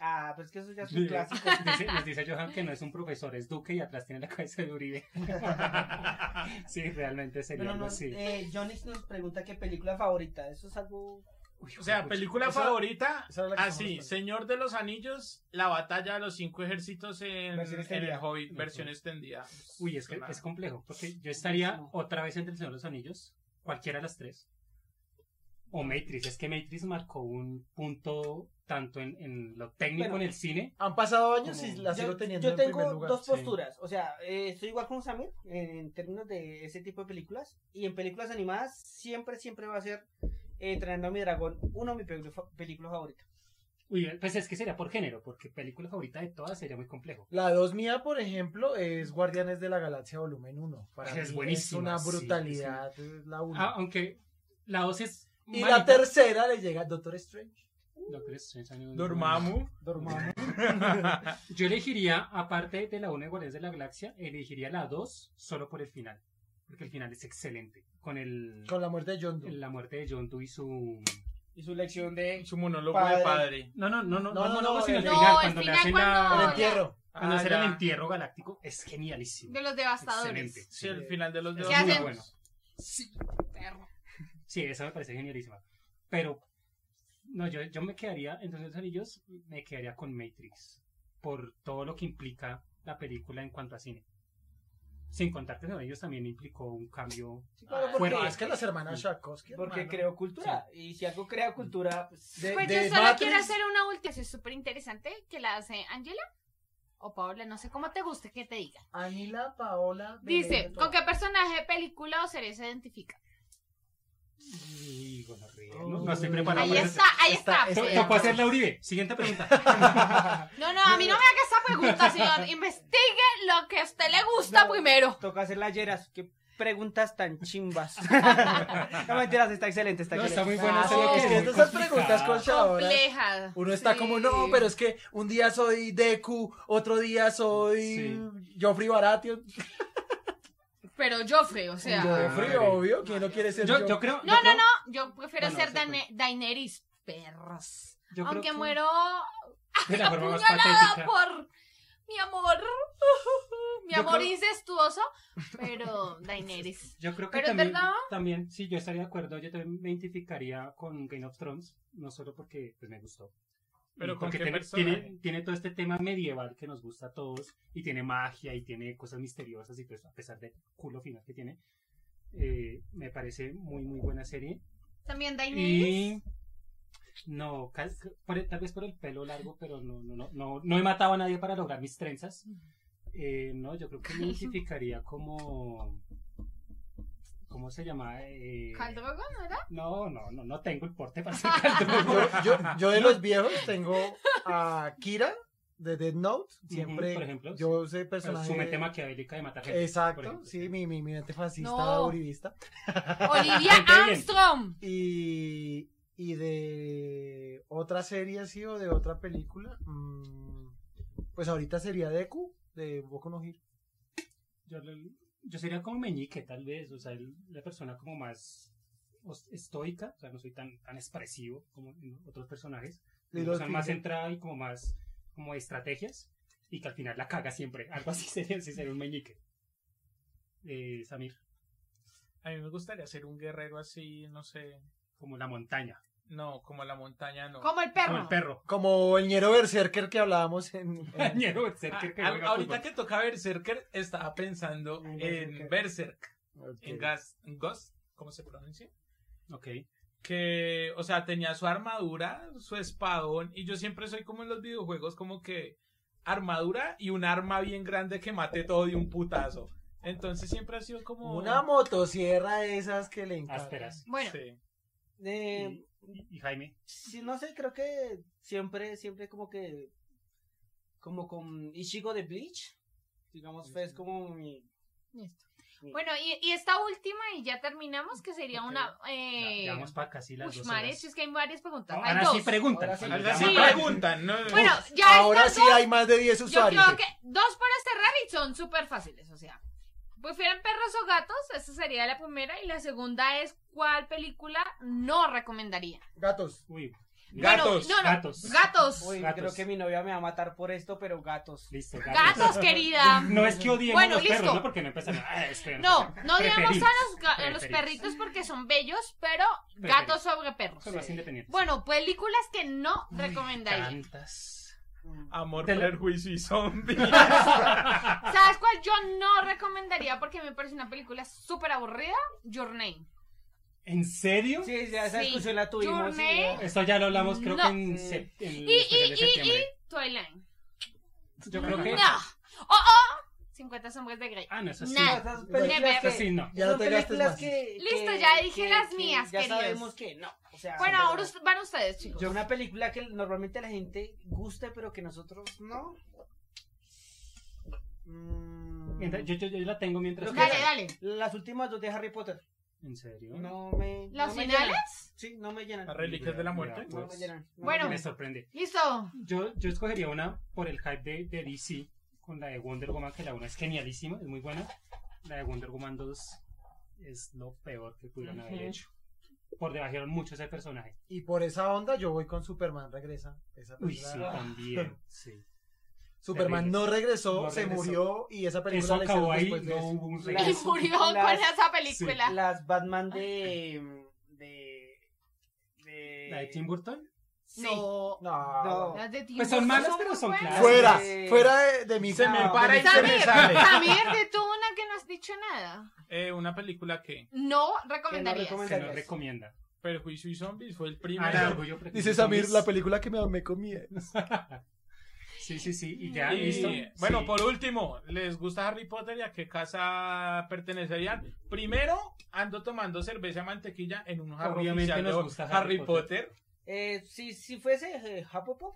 Speaker 4: Ah, pues que eso ya es un
Speaker 1: Sí.
Speaker 4: <laughs> clásico.
Speaker 1: Pues Dice- nos dice Johan que no es un profesor, es Duque y atrás tiene la cabeza de
Speaker 4: <laughs>
Speaker 1: Uribe. <laughs> sí, realmente sería
Speaker 4: Bueno,
Speaker 1: algo
Speaker 4: no,
Speaker 1: así.
Speaker 4: eh, Jonix nos pregunta qué película favorita. Eso es algo.
Speaker 1: Uy,
Speaker 6: O sea,
Speaker 1: juepucha.
Speaker 6: película
Speaker 3: Esa-
Speaker 6: favorita.
Speaker 3: esa era la que
Speaker 6: Así,
Speaker 3: hicimos.
Speaker 6: Señor de los Anillos, la batalla de los cinco ejércitos
Speaker 4: Versión
Speaker 6: en, en el
Speaker 4: extendida.
Speaker 6: hobby, versión extendida.
Speaker 1: Uy, es, que
Speaker 6: Suena-
Speaker 1: es complejo, porque yo estaría
Speaker 4: Buenísimo.
Speaker 1: otra vez entre el Señor de los Anillos, cualquiera de las tres, o Matrix. Es que Matrix marcó un punto tanto en, en lo técnico
Speaker 4: Bueno.
Speaker 1: en el cine.
Speaker 3: Han pasado años y
Speaker 1: Como-
Speaker 3: la sigo
Speaker 4: Yo,
Speaker 3: teniendo
Speaker 4: yo
Speaker 3: en primer
Speaker 4: tengo
Speaker 3: lugar.
Speaker 4: dos
Speaker 1: sí.
Speaker 4: posturas. O sea, eh, estoy igual con Samir eh, en términos de ese tipo de películas. Y en películas animadas, siempre, siempre va a ser eh, Entrenando a mi dragón, uno de mis pelicu- fa- películas favoritas.
Speaker 1: Uy, pues es que sería por género, porque película favorita de todas sería muy complejo.
Speaker 3: La dos mía, por ejemplo, es Guardianes de la Galaxia Volumen 1. Para
Speaker 1: Es
Speaker 3: mí
Speaker 1: buenísima,
Speaker 3: una
Speaker 1: sí,
Speaker 3: brutalidad, es la 1.
Speaker 1: Ah, aunque la dos es...
Speaker 3: y
Speaker 1: malita.
Speaker 3: la tercera le llega Doctor Strange.
Speaker 1: Doctor Strange, año-
Speaker 6: Dormammu.
Speaker 3: Dormammu.
Speaker 1: Yo elegiría, aparte de la 1 de Guardianes de la Galaxia, elegiría la 2 solo por el final. Porque el final es excelente. Con el
Speaker 3: Con la muerte de John Doe.
Speaker 1: la muerte de John Doe y su.
Speaker 4: Y su lección de.
Speaker 6: <laughs> Su monólogo de
Speaker 4: Padre.
Speaker 6: padre.
Speaker 1: No, no, no, no,
Speaker 3: No,
Speaker 1: no, no,
Speaker 3: no,
Speaker 1: no,
Speaker 3: no,
Speaker 1: sino el
Speaker 3: el-
Speaker 1: final,
Speaker 5: No, el
Speaker 1: cuando le
Speaker 5: final
Speaker 1: hacen
Speaker 5: cuando-
Speaker 3: El
Speaker 1: la.
Speaker 3: entierro.
Speaker 1: Cuando
Speaker 6: Ah,
Speaker 1: hacen el
Speaker 6: ya.
Speaker 1: entierro galáctico, es genialísimo.
Speaker 5: De los devastadores.
Speaker 1: Excelente.
Speaker 6: Sí, el final de
Speaker 1: Es
Speaker 6: los dedos.
Speaker 5: ¿Qué
Speaker 1: muy
Speaker 5: hacen?
Speaker 1: bueno.
Speaker 5: Perro.
Speaker 1: Sí, esa me parece genialísima. Pero, no, yo, yo me quedaría, entonces, anillos, me quedaría con Matrix. Por todo lo que implica la película en cuanto a cine. Sin contar que los anillos también implicó un cambio.
Speaker 4: Sí, claro,
Speaker 1: Ah,
Speaker 4: porque,
Speaker 3: Bueno, es que las hermanas Shakowski.
Speaker 4: porque
Speaker 3: hermano.
Speaker 4: creó cultura. Y si algo crea cultura, pues.
Speaker 3: De-
Speaker 5: Pues
Speaker 3: de
Speaker 5: yo solo
Speaker 3: Matrix,
Speaker 5: quiero hacer una última. Eso es súper interesante que la hace Angela o Paola. No sé cómo te guste que te diga.
Speaker 3: Anila Paola.
Speaker 5: Dice:
Speaker 3: Belén,
Speaker 5: ¿Con qué personaje, película o serie se identifica?
Speaker 1: Uy, gonorrea, no, no estoy preparado
Speaker 5: Ahí
Speaker 1: para
Speaker 5: está, ahí está.
Speaker 3: Está-
Speaker 1: eso.
Speaker 5: pues.
Speaker 1: To- Tocó hacer la Uribe. Siguiente pregunta.
Speaker 5: No, no, a mí no me haga esa pregunta, señor. Investigue lo que a usted le gusta
Speaker 4: No.
Speaker 5: primero.
Speaker 4: Toca hacer las yeras. ¿Qué preguntas tan chimbas. no mentiras, está excelente, Ah, está
Speaker 1: <laughs> No, está
Speaker 4: excelente.
Speaker 1: muy bueno.
Speaker 3: Sí,
Speaker 1: sería que
Speaker 3: es que
Speaker 1: es muy
Speaker 3: esas
Speaker 1: complicado.
Speaker 3: preguntas colchadoras.
Speaker 5: Compleja.
Speaker 3: Uno está
Speaker 5: Sí.
Speaker 3: como, no, pero es que un día soy Deku, otro día soy Joffrey Baratheon.
Speaker 5: Pero Joffrey, o sea.
Speaker 1: Joffrey.
Speaker 3: Joffrey,
Speaker 1: madre.
Speaker 3: obvio, ¿quién no quiere ser
Speaker 1: Yo, yo
Speaker 3: Joffrey?
Speaker 1: creo.
Speaker 5: No, no, no. Yo prefiero
Speaker 1: Bueno,
Speaker 5: ser
Speaker 1: sí,
Speaker 5: Dane- Daenerys, perros.
Speaker 1: Yo creo
Speaker 5: Aunque
Speaker 1: que-
Speaker 5: muero
Speaker 1: De la forma más
Speaker 5: apuñalada
Speaker 1: patética.
Speaker 5: por mi amor. <laughs> mi
Speaker 1: Yo
Speaker 5: amor
Speaker 1: creo-
Speaker 5: incestuoso.
Speaker 1: <laughs>
Speaker 5: Pero Daenerys.
Speaker 1: Yo creo que
Speaker 5: Pero es
Speaker 1: también,
Speaker 5: verdad.
Speaker 1: también, sí, yo estaría de acuerdo. Yo también me identificaría con Game of Thrones, no solo porque pues, me gustó.
Speaker 6: Pero
Speaker 1: y
Speaker 6: ¿con
Speaker 1: porque
Speaker 6: qué
Speaker 1: tiene,
Speaker 6: personaje?
Speaker 1: tiene- tiene todo este tema medieval que nos gusta a todos, y tiene magia, y tiene cosas misteriosas, y todo eso, a pesar del culo final que tiene. Eh, me parece muy, muy buena serie.
Speaker 5: También Daenerys.
Speaker 1: Y. No, cal- por el- tal vez por el pelo largo, pero no, no, no, no, no he matado a nadie para lograr mis trenzas. Eh, no, yo creo que me identificaría como. ¿Cómo se llama? Eh,
Speaker 5: Khal Drogo, ¿no
Speaker 1: <laughs>
Speaker 5: era?
Speaker 1: no, no, no, no tengo el porte para ser Caldrogo.
Speaker 3: <laughs> Yo, yo, yo de los viejos tengo a Kira de Dead Note. Siempre
Speaker 1: por ejemplo,
Speaker 3: yo
Speaker 1: <laughs>
Speaker 3: soy
Speaker 1: Pero
Speaker 3: personaje.
Speaker 1: Su mente maquiavélica de matar gente. por
Speaker 3: Exacto,
Speaker 1: ejemplo.
Speaker 3: sí, mi, mi, mi mente fascista,
Speaker 5: No.
Speaker 3: uribista.
Speaker 5: Olivia
Speaker 1: Gente bien.
Speaker 5: Armstrong.
Speaker 3: Y, y de otra serie así o de otra película, mm, pues ahorita sería Deku de Boku no Hero.
Speaker 1: Yo, le- yo sería como meñique, tal vez. O sea, el- la persona como más os- estoica. O sea, no soy tan, tan expresivo como en otros personajes.
Speaker 3: Y
Speaker 1: Una
Speaker 3: los
Speaker 1: persona más
Speaker 3: Fingers.
Speaker 1: centrada y como más como de estrategias. Y que al final la caga siempre. <laughs> Algo así sería, sí sería un meñique. Eh, Samir,
Speaker 6: A mí me gustaría ser un guerrero así, no sé.
Speaker 1: como la montaña.
Speaker 6: No, como la montaña, no.
Speaker 5: Como el perro.
Speaker 1: Como el perro.
Speaker 3: Como el ñero berserker que hablábamos en...
Speaker 1: <laughs>
Speaker 3: en-
Speaker 1: Ñero Berserker
Speaker 6: Ah,
Speaker 1: que
Speaker 6: ah,
Speaker 1: juega
Speaker 6: ahorita
Speaker 1: fútbol.
Speaker 6: que toca Berserker, estaba pensando
Speaker 3: En Berserker.
Speaker 6: en Berserk,
Speaker 3: Ok.
Speaker 6: en Gas, en Ghost, ¿cómo se pronuncia?
Speaker 1: Ok.
Speaker 6: que, o sea, tenía su armadura, su espadón, y yo siempre soy como en los videojuegos, como que armadura y un arma bien grande que mate todo de un putazo. Entonces siempre ha sido como...
Speaker 3: Una motosierra de esas que le encanta.
Speaker 1: Ásperas.
Speaker 5: Bueno,
Speaker 6: Sí.
Speaker 4: Eh,
Speaker 1: Y, y- y Jaime.
Speaker 4: sí, no sé, creo que siempre, siempre como que, como con Ichigo de Bleach, digamos, fue es como mi...
Speaker 5: listo. Bueno, y, y esta última, y ya terminamos, que sería una. Eh,
Speaker 1: ya vamos para casi las
Speaker 5: uy,
Speaker 1: dos
Speaker 5: madre,
Speaker 1: horas.
Speaker 5: es que hay varias preguntas. Hay
Speaker 1: Ahora
Speaker 5: dos.
Speaker 1: sí preguntan.
Speaker 4: Ahora sí.
Speaker 6: Ahora sí
Speaker 5: Sí.
Speaker 6: preguntan, ¿no?
Speaker 5: Bueno, ya
Speaker 3: Ahora
Speaker 5: estas
Speaker 3: sí
Speaker 5: dos,
Speaker 3: hay más de 10
Speaker 5: yo
Speaker 3: usuarios.
Speaker 5: creo que dos para cerrar y son súper fáciles, o sea. ¿Prefieren perros o gatos? Esa sería la primera. Y la segunda es ¿cuál película no recomendaría?
Speaker 3: Gatos.
Speaker 1: Uy.
Speaker 6: Gatos,
Speaker 5: Bueno, no, no,
Speaker 1: gatos.
Speaker 5: Gatos.
Speaker 4: Uy,
Speaker 1: Gatos.
Speaker 4: creo que mi novia me va a matar por esto, pero gatos.
Speaker 1: Listo, gatos. <laughs>
Speaker 5: Gatos, querida.
Speaker 1: No es que odiemos
Speaker 5: Bueno,
Speaker 1: los perros,
Speaker 5: listo.
Speaker 1: ¿no? Porque no empezaron. Ah, espera,
Speaker 5: No,
Speaker 1: espera.
Speaker 5: no digamos
Speaker 1: Preferís,
Speaker 5: a los, ga- a los
Speaker 1: preferís.
Speaker 5: perritos porque son bellos, pero
Speaker 1: Preferís.
Speaker 5: gatos sobre perros.
Speaker 1: Son más independientes.
Speaker 5: Bueno, películas que no recomendaría.
Speaker 1: Tantas.
Speaker 4: Ah,
Speaker 6: Amor,
Speaker 1: Te lo-
Speaker 6: prejuicio y zombie.
Speaker 5: ¿Sabes cuál yo no recomendaría? Porque me parece una película súper aburrida. Your Name.
Speaker 1: ¿En serio?
Speaker 4: Sí, ya esa
Speaker 5: Sí.
Speaker 4: discusión la tuvimos. y
Speaker 5: Journey.
Speaker 4: ya.
Speaker 1: Eso ya lo hablamos, creo
Speaker 5: No.
Speaker 1: que en, sep- en el
Speaker 5: Y,
Speaker 1: especial
Speaker 5: y,
Speaker 1: de
Speaker 5: y,
Speaker 1: septiembre.
Speaker 5: Twilight.
Speaker 1: Yo creo que.
Speaker 5: No. Oh, oh. 50 sombras de Grey.
Speaker 1: Ah, no, eso sí.
Speaker 5: Nah.
Speaker 4: Esas
Speaker 5: Never.
Speaker 4: películas
Speaker 1: Eso
Speaker 4: que-
Speaker 1: sí, no.
Speaker 3: Ya no
Speaker 4: son
Speaker 3: te gastes
Speaker 4: películas
Speaker 3: más.
Speaker 4: que-
Speaker 5: Listo,
Speaker 4: que-
Speaker 5: ya dije
Speaker 4: que-
Speaker 5: las
Speaker 4: que
Speaker 5: mías,
Speaker 4: Ya
Speaker 5: queridos.
Speaker 4: sabemos que no. O sea,
Speaker 5: Bueno,
Speaker 4: pero-
Speaker 5: ahora us- van ustedes, chicos.
Speaker 4: Yo una película que normalmente la gente gusta, pero que nosotros no.
Speaker 3: Mm,
Speaker 1: Mientras- yo, yo, yo la tengo mientras.
Speaker 4: Creo que-
Speaker 5: Dale, dale.
Speaker 4: Las últimas dos de Harry Potter.
Speaker 1: ¿En serio?
Speaker 4: No me.
Speaker 5: ¿Los
Speaker 4: no me
Speaker 5: finales?
Speaker 4: llenan. Sí, no me llenan.
Speaker 6: Las reliquias de la muerte.
Speaker 4: No
Speaker 1: pues,
Speaker 4: me llenan. no me
Speaker 5: Bueno.
Speaker 4: llenan.
Speaker 1: Me sorprende.
Speaker 5: Listo.
Speaker 1: Yo, yo escogería una por el hype de, de DC con la de Wonder Woman, que la una es genialísima, es muy buena. La de Wonder Woman 2 es lo peor que pudieron haber
Speaker 4: Ujú.
Speaker 1: hecho. Por debajearon mucho ese personaje.
Speaker 3: Y por esa onda yo voy con Superman regresa. Esa
Speaker 1: Uy,
Speaker 3: película-
Speaker 1: sí, también. Sí.
Speaker 3: Superman
Speaker 1: terrible.
Speaker 3: no regresó,
Speaker 1: No
Speaker 3: se
Speaker 1: regresó.
Speaker 3: murió y esa <laughs> película
Speaker 1: Eso
Speaker 3: la
Speaker 1: acabó
Speaker 3: hicieron
Speaker 1: ahí,
Speaker 3: después de
Speaker 1: no
Speaker 3: eso.
Speaker 1: hubo un
Speaker 5: Y
Speaker 1: regreso.
Speaker 5: murió con
Speaker 4: Las-
Speaker 5: esa película.
Speaker 4: Las Batman de. de. de.
Speaker 1: ¿La de Tim Burton?
Speaker 4: Sí.
Speaker 5: No.
Speaker 3: No,
Speaker 4: No.
Speaker 5: Las de Tim
Speaker 1: Pues son
Speaker 5: Burton
Speaker 1: malas,
Speaker 5: muy
Speaker 1: pero son
Speaker 5: buenas.
Speaker 1: claras.
Speaker 3: Fuera,
Speaker 4: Sí.
Speaker 3: fuera de, de mi
Speaker 6: Se
Speaker 3: no,
Speaker 6: me
Speaker 3: de
Speaker 6: para
Speaker 3: mi-
Speaker 6: y se me
Speaker 5: Samir.
Speaker 6: sale.
Speaker 5: Samir, de tú una que no has dicho nada.
Speaker 6: Eh, una película que
Speaker 5: No recomendarías.
Speaker 4: recomendarías.
Speaker 1: Se nos recomienda.
Speaker 6: Perjuicio y zombies fue el
Speaker 1: Ah, la de
Speaker 6: primero.
Speaker 1: Orgullo, Prejuicio y
Speaker 3: Dice Samir,
Speaker 1: Zombies.
Speaker 3: la película que me amé con mi ex.
Speaker 1: Sí, sí, sí. Y ya,
Speaker 6: Y,
Speaker 1: listo.
Speaker 6: Bueno,
Speaker 1: Sí.
Speaker 6: por último, ¿les gusta Harry Potter y a qué casa pertenecerían? Primero, ando tomando cerveza mantequilla en un jarro
Speaker 1: Obviamente
Speaker 6: oficial de
Speaker 1: nos gusta
Speaker 6: Harry
Speaker 1: Harry
Speaker 6: Potter.
Speaker 1: Potter.
Speaker 4: Eh, si, si fuese eh, Hufflepuff,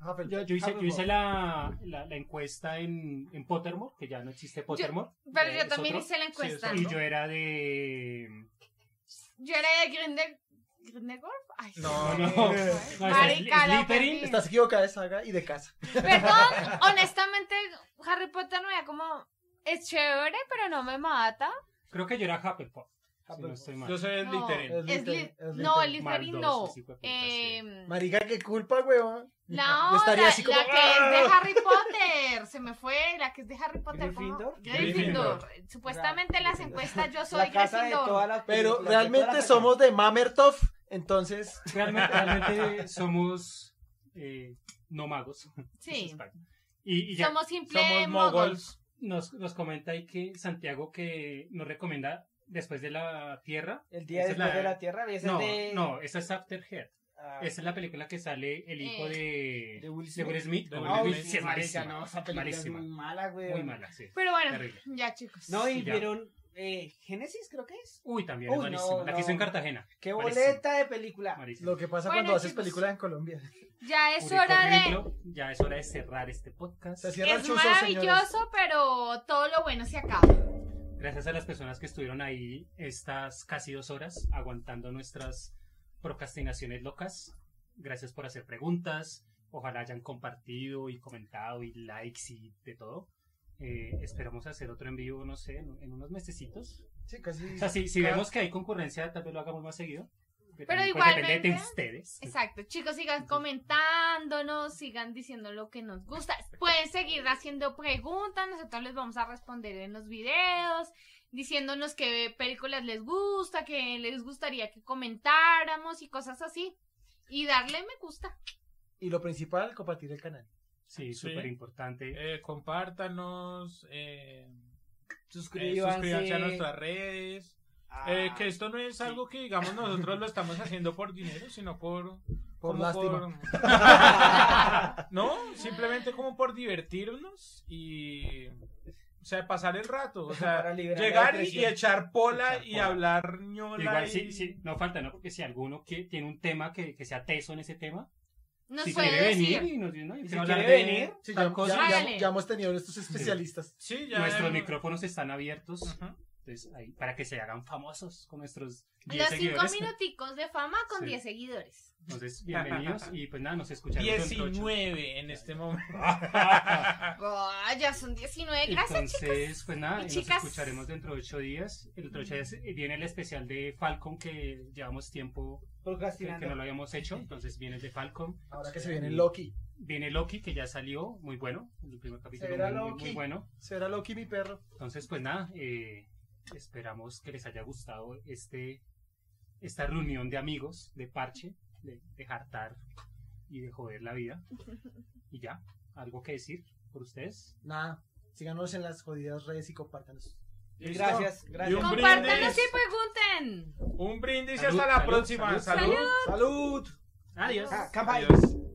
Speaker 3: Hufflepuff.
Speaker 1: Ah, Yo, yo hice, yo
Speaker 3: Hufflepuff.
Speaker 1: hice la, la, la encuesta en, en Pottermore, que ya no existe Pottermore.
Speaker 5: Pero
Speaker 1: ya
Speaker 5: yo
Speaker 1: es
Speaker 5: también
Speaker 1: otro.
Speaker 5: hice la encuesta.
Speaker 1: Y yo era de.
Speaker 5: Yo era de Grindel... ¿Grindelwolf? Ay,
Speaker 6: No,
Speaker 1: no.
Speaker 5: güey.
Speaker 1: No, esa es
Speaker 5: Marica, la
Speaker 1: Slytherin.
Speaker 5: perdí.
Speaker 3: Estás equivocada de saga y de casa.
Speaker 5: Perdón, honestamente, Harry Potter no era como... Es chévere, pero no me mata.
Speaker 1: Creo que yo era Hufflepuff. Si no estoy mal.
Speaker 6: Yo soy el
Speaker 5: No. Eh,
Speaker 6: Slytherin.
Speaker 3: Es
Speaker 5: Es
Speaker 3: Slytherin,
Speaker 5: li-
Speaker 3: es
Speaker 5: No,
Speaker 3: Slytherin.
Speaker 5: el Slytherin
Speaker 1: Maldoso,
Speaker 5: no.
Speaker 1: ese hijo de puta,
Speaker 5: Em,
Speaker 3: Marica, qué culpa, weón.
Speaker 5: La
Speaker 3: Yo
Speaker 5: otra,
Speaker 3: estaría así como. ¡Ah!
Speaker 5: la que es de Harry Potter, se me fue, la que es de Harry Potter. ¿cómo?
Speaker 4: ¿Gryffindor?
Speaker 5: Gryffindor.
Speaker 4: Gryffindor.
Speaker 5: Supuestamente en las
Speaker 4: Gryffindor.
Speaker 5: encuestas yo soy
Speaker 4: La casa de todas
Speaker 5: Gryffindor.
Speaker 4: las
Speaker 3: Pero
Speaker 4: películas, de todas
Speaker 3: realmente
Speaker 4: las
Speaker 3: somos de Mamertov, entonces.
Speaker 1: Realmente,
Speaker 6: <laughs>
Speaker 1: realmente somos eh, no magos. Eso
Speaker 5: Sí,
Speaker 1: es parte. Y, y ya
Speaker 5: somos simple
Speaker 6: Somos
Speaker 5: mogols.
Speaker 6: mogols.
Speaker 1: nos, nos comenta ahí que Santiago que nos recomienda después de la Tierra.
Speaker 4: El día
Speaker 1: Esa es
Speaker 4: después
Speaker 1: la-
Speaker 4: de la Tierra, ese
Speaker 1: No,
Speaker 4: es de...
Speaker 1: no, esa es After Earth.
Speaker 4: Ah,
Speaker 1: Esa es la película que sale el hijo
Speaker 5: Eh,
Speaker 1: de,
Speaker 4: de Will
Speaker 1: de
Speaker 4: Smith.
Speaker 1: Will Smith.
Speaker 6: De
Speaker 1: O
Speaker 6: Will
Speaker 1: Will
Speaker 4: Ay,
Speaker 1: Smith, sí, es
Speaker 4: marica,
Speaker 1: malísima,
Speaker 4: no, esa película es
Speaker 1: malísima,
Speaker 4: muy mala, güey.
Speaker 1: muy mala, sí.
Speaker 5: Pero bueno,
Speaker 1: Terrible.
Speaker 5: ya chicos.
Speaker 4: No, y
Speaker 1: Ya.
Speaker 4: vieron eh, Génesis, creo que es.
Speaker 1: Uy, también es
Speaker 4: Uy, no,
Speaker 1: malísima. la que hizo en
Speaker 4: no.
Speaker 1: Cartagena.
Speaker 4: Qué
Speaker 1: Malísima.
Speaker 4: boleta de película.
Speaker 1: malísima.
Speaker 3: Lo que pasa
Speaker 5: Bueno,
Speaker 3: cuando haces
Speaker 5: chicos.
Speaker 3: películas en Colombia.
Speaker 5: Ya es
Speaker 1: Curriculum
Speaker 5: hora de...
Speaker 1: Vitae, Ya es hora de cerrar este podcast.
Speaker 3: Se cierra el
Speaker 5: Es
Speaker 3: chuzo, señores.
Speaker 5: maravilloso, pero todo lo bueno se acaba.
Speaker 1: Gracias a las personas que estuvieron ahí estas casi dos horas aguantando nuestras procrastinaciones locas. Gracias por hacer preguntas. Ojalá hayan compartido y comentado y likes y de todo. Eh, esperamos hacer otro en vivo, no sé, en, en unos mesecitos.
Speaker 3: Sí, casi.
Speaker 1: O sea, si, si
Speaker 3: Cada-
Speaker 1: vemos que hay concurrencia, tal vez lo hagamos más seguido. también,
Speaker 5: Pero
Speaker 1: depende de
Speaker 5: igualmente-
Speaker 1: ustedes.
Speaker 5: Exacto, chicos, sigan comentándonos, sigan diciendo lo que nos gusta. Pueden seguir haciendo preguntas, nosotros les vamos a responder en los videos, diciéndonos qué películas les gusta, qué les gustaría que comentáramos y cosas así. Y darle me gusta.
Speaker 3: Y lo principal, compartir el canal.
Speaker 1: Sí,
Speaker 6: Sí.
Speaker 1: súper importante.
Speaker 6: Eh, compártanos. Eh, eh,
Speaker 4: Suscríbanse.
Speaker 6: suscríbanse a nuestras redes.
Speaker 4: Ah,
Speaker 6: Eh, que esto no es algo que digamos nosotros lo estamos haciendo por dinero, sino por...
Speaker 3: Por
Speaker 6: como
Speaker 3: lástima.
Speaker 6: por- no, simplemente como por divertirnos y... O sea, pasar el rato. O
Speaker 4: Para
Speaker 6: sea,
Speaker 4: liberar la
Speaker 6: llegar y,
Speaker 4: depresión.
Speaker 6: y echar pola
Speaker 1: Echar
Speaker 6: y
Speaker 1: pola.
Speaker 6: hablar ñola.
Speaker 1: Igual,
Speaker 6: y-
Speaker 1: sí, sí, no falta, ¿no? Porque si alguno que tiene un tema que, que sea teso en ese tema,
Speaker 5: Nos
Speaker 1: si
Speaker 5: puede
Speaker 1: quiere
Speaker 5: decir.
Speaker 1: venir y nos dice, no, yo
Speaker 4: Si
Speaker 1: quiero
Speaker 4: quiere
Speaker 1: hablar de
Speaker 4: venir,
Speaker 3: Sí, ya,
Speaker 1: tal
Speaker 3: ya-
Speaker 1: cosa.
Speaker 3: ya-
Speaker 5: Hágale.
Speaker 3: ya hemos tenido estos especialistas.
Speaker 6: Sí, ya...
Speaker 1: Nuestros
Speaker 6: hemos-
Speaker 1: micrófonos están abiertos. Entonces, ahí, para que se hagan famosos con nuestros 10
Speaker 5: Los cinco
Speaker 1: seguidores.
Speaker 5: minuticos de fama con
Speaker 1: Sí.
Speaker 5: 10 seguidores.
Speaker 1: Entonces, bienvenidos y pues nada, nos escuchamos. dentro de ocho. <laughs>
Speaker 6: 19 en este momento.
Speaker 5: Ah, ya son 19, gracias
Speaker 1: Entonces, pues nada,
Speaker 5: Y
Speaker 1: nos
Speaker 5: chicas.
Speaker 1: escucharemos dentro de 8 días. El otro 8 días eh, viene el especial de Falcon que llevamos tiempo que, que
Speaker 4: Procrastinando.
Speaker 1: no lo habíamos hecho. Entonces, viene el de Falcon.
Speaker 3: Ahora que se viene Loki.
Speaker 1: Viene Loki que ya salió, muy bueno. El primer capítulo
Speaker 3: Será
Speaker 1: muy, muy,
Speaker 3: Loki.
Speaker 1: muy bueno.
Speaker 3: Será Loki mi perro.
Speaker 1: Entonces, pues nada, eh, esperamos que les haya gustado este, esta reunión de amigos, de parche, de, de hartar y de joder la
Speaker 5: <laughs>
Speaker 1: vida. Y ya, algo que decir por ustedes.
Speaker 3: Nada. Síganos en las jodidas redes y compártanos.
Speaker 6: ¿Listo?
Speaker 4: Gracias,
Speaker 6: Y
Speaker 4: gracias.
Speaker 6: un
Speaker 5: Compártanos
Speaker 6: brindis.
Speaker 5: y pregunten.
Speaker 6: Un brindis
Speaker 1: Salud,
Speaker 6: hasta la
Speaker 1: salud,
Speaker 6: próxima.
Speaker 1: salud.
Speaker 6: Salud.
Speaker 3: ¡Salud!
Speaker 1: Adiós.
Speaker 4: Ah, campa-
Speaker 6: Adiós.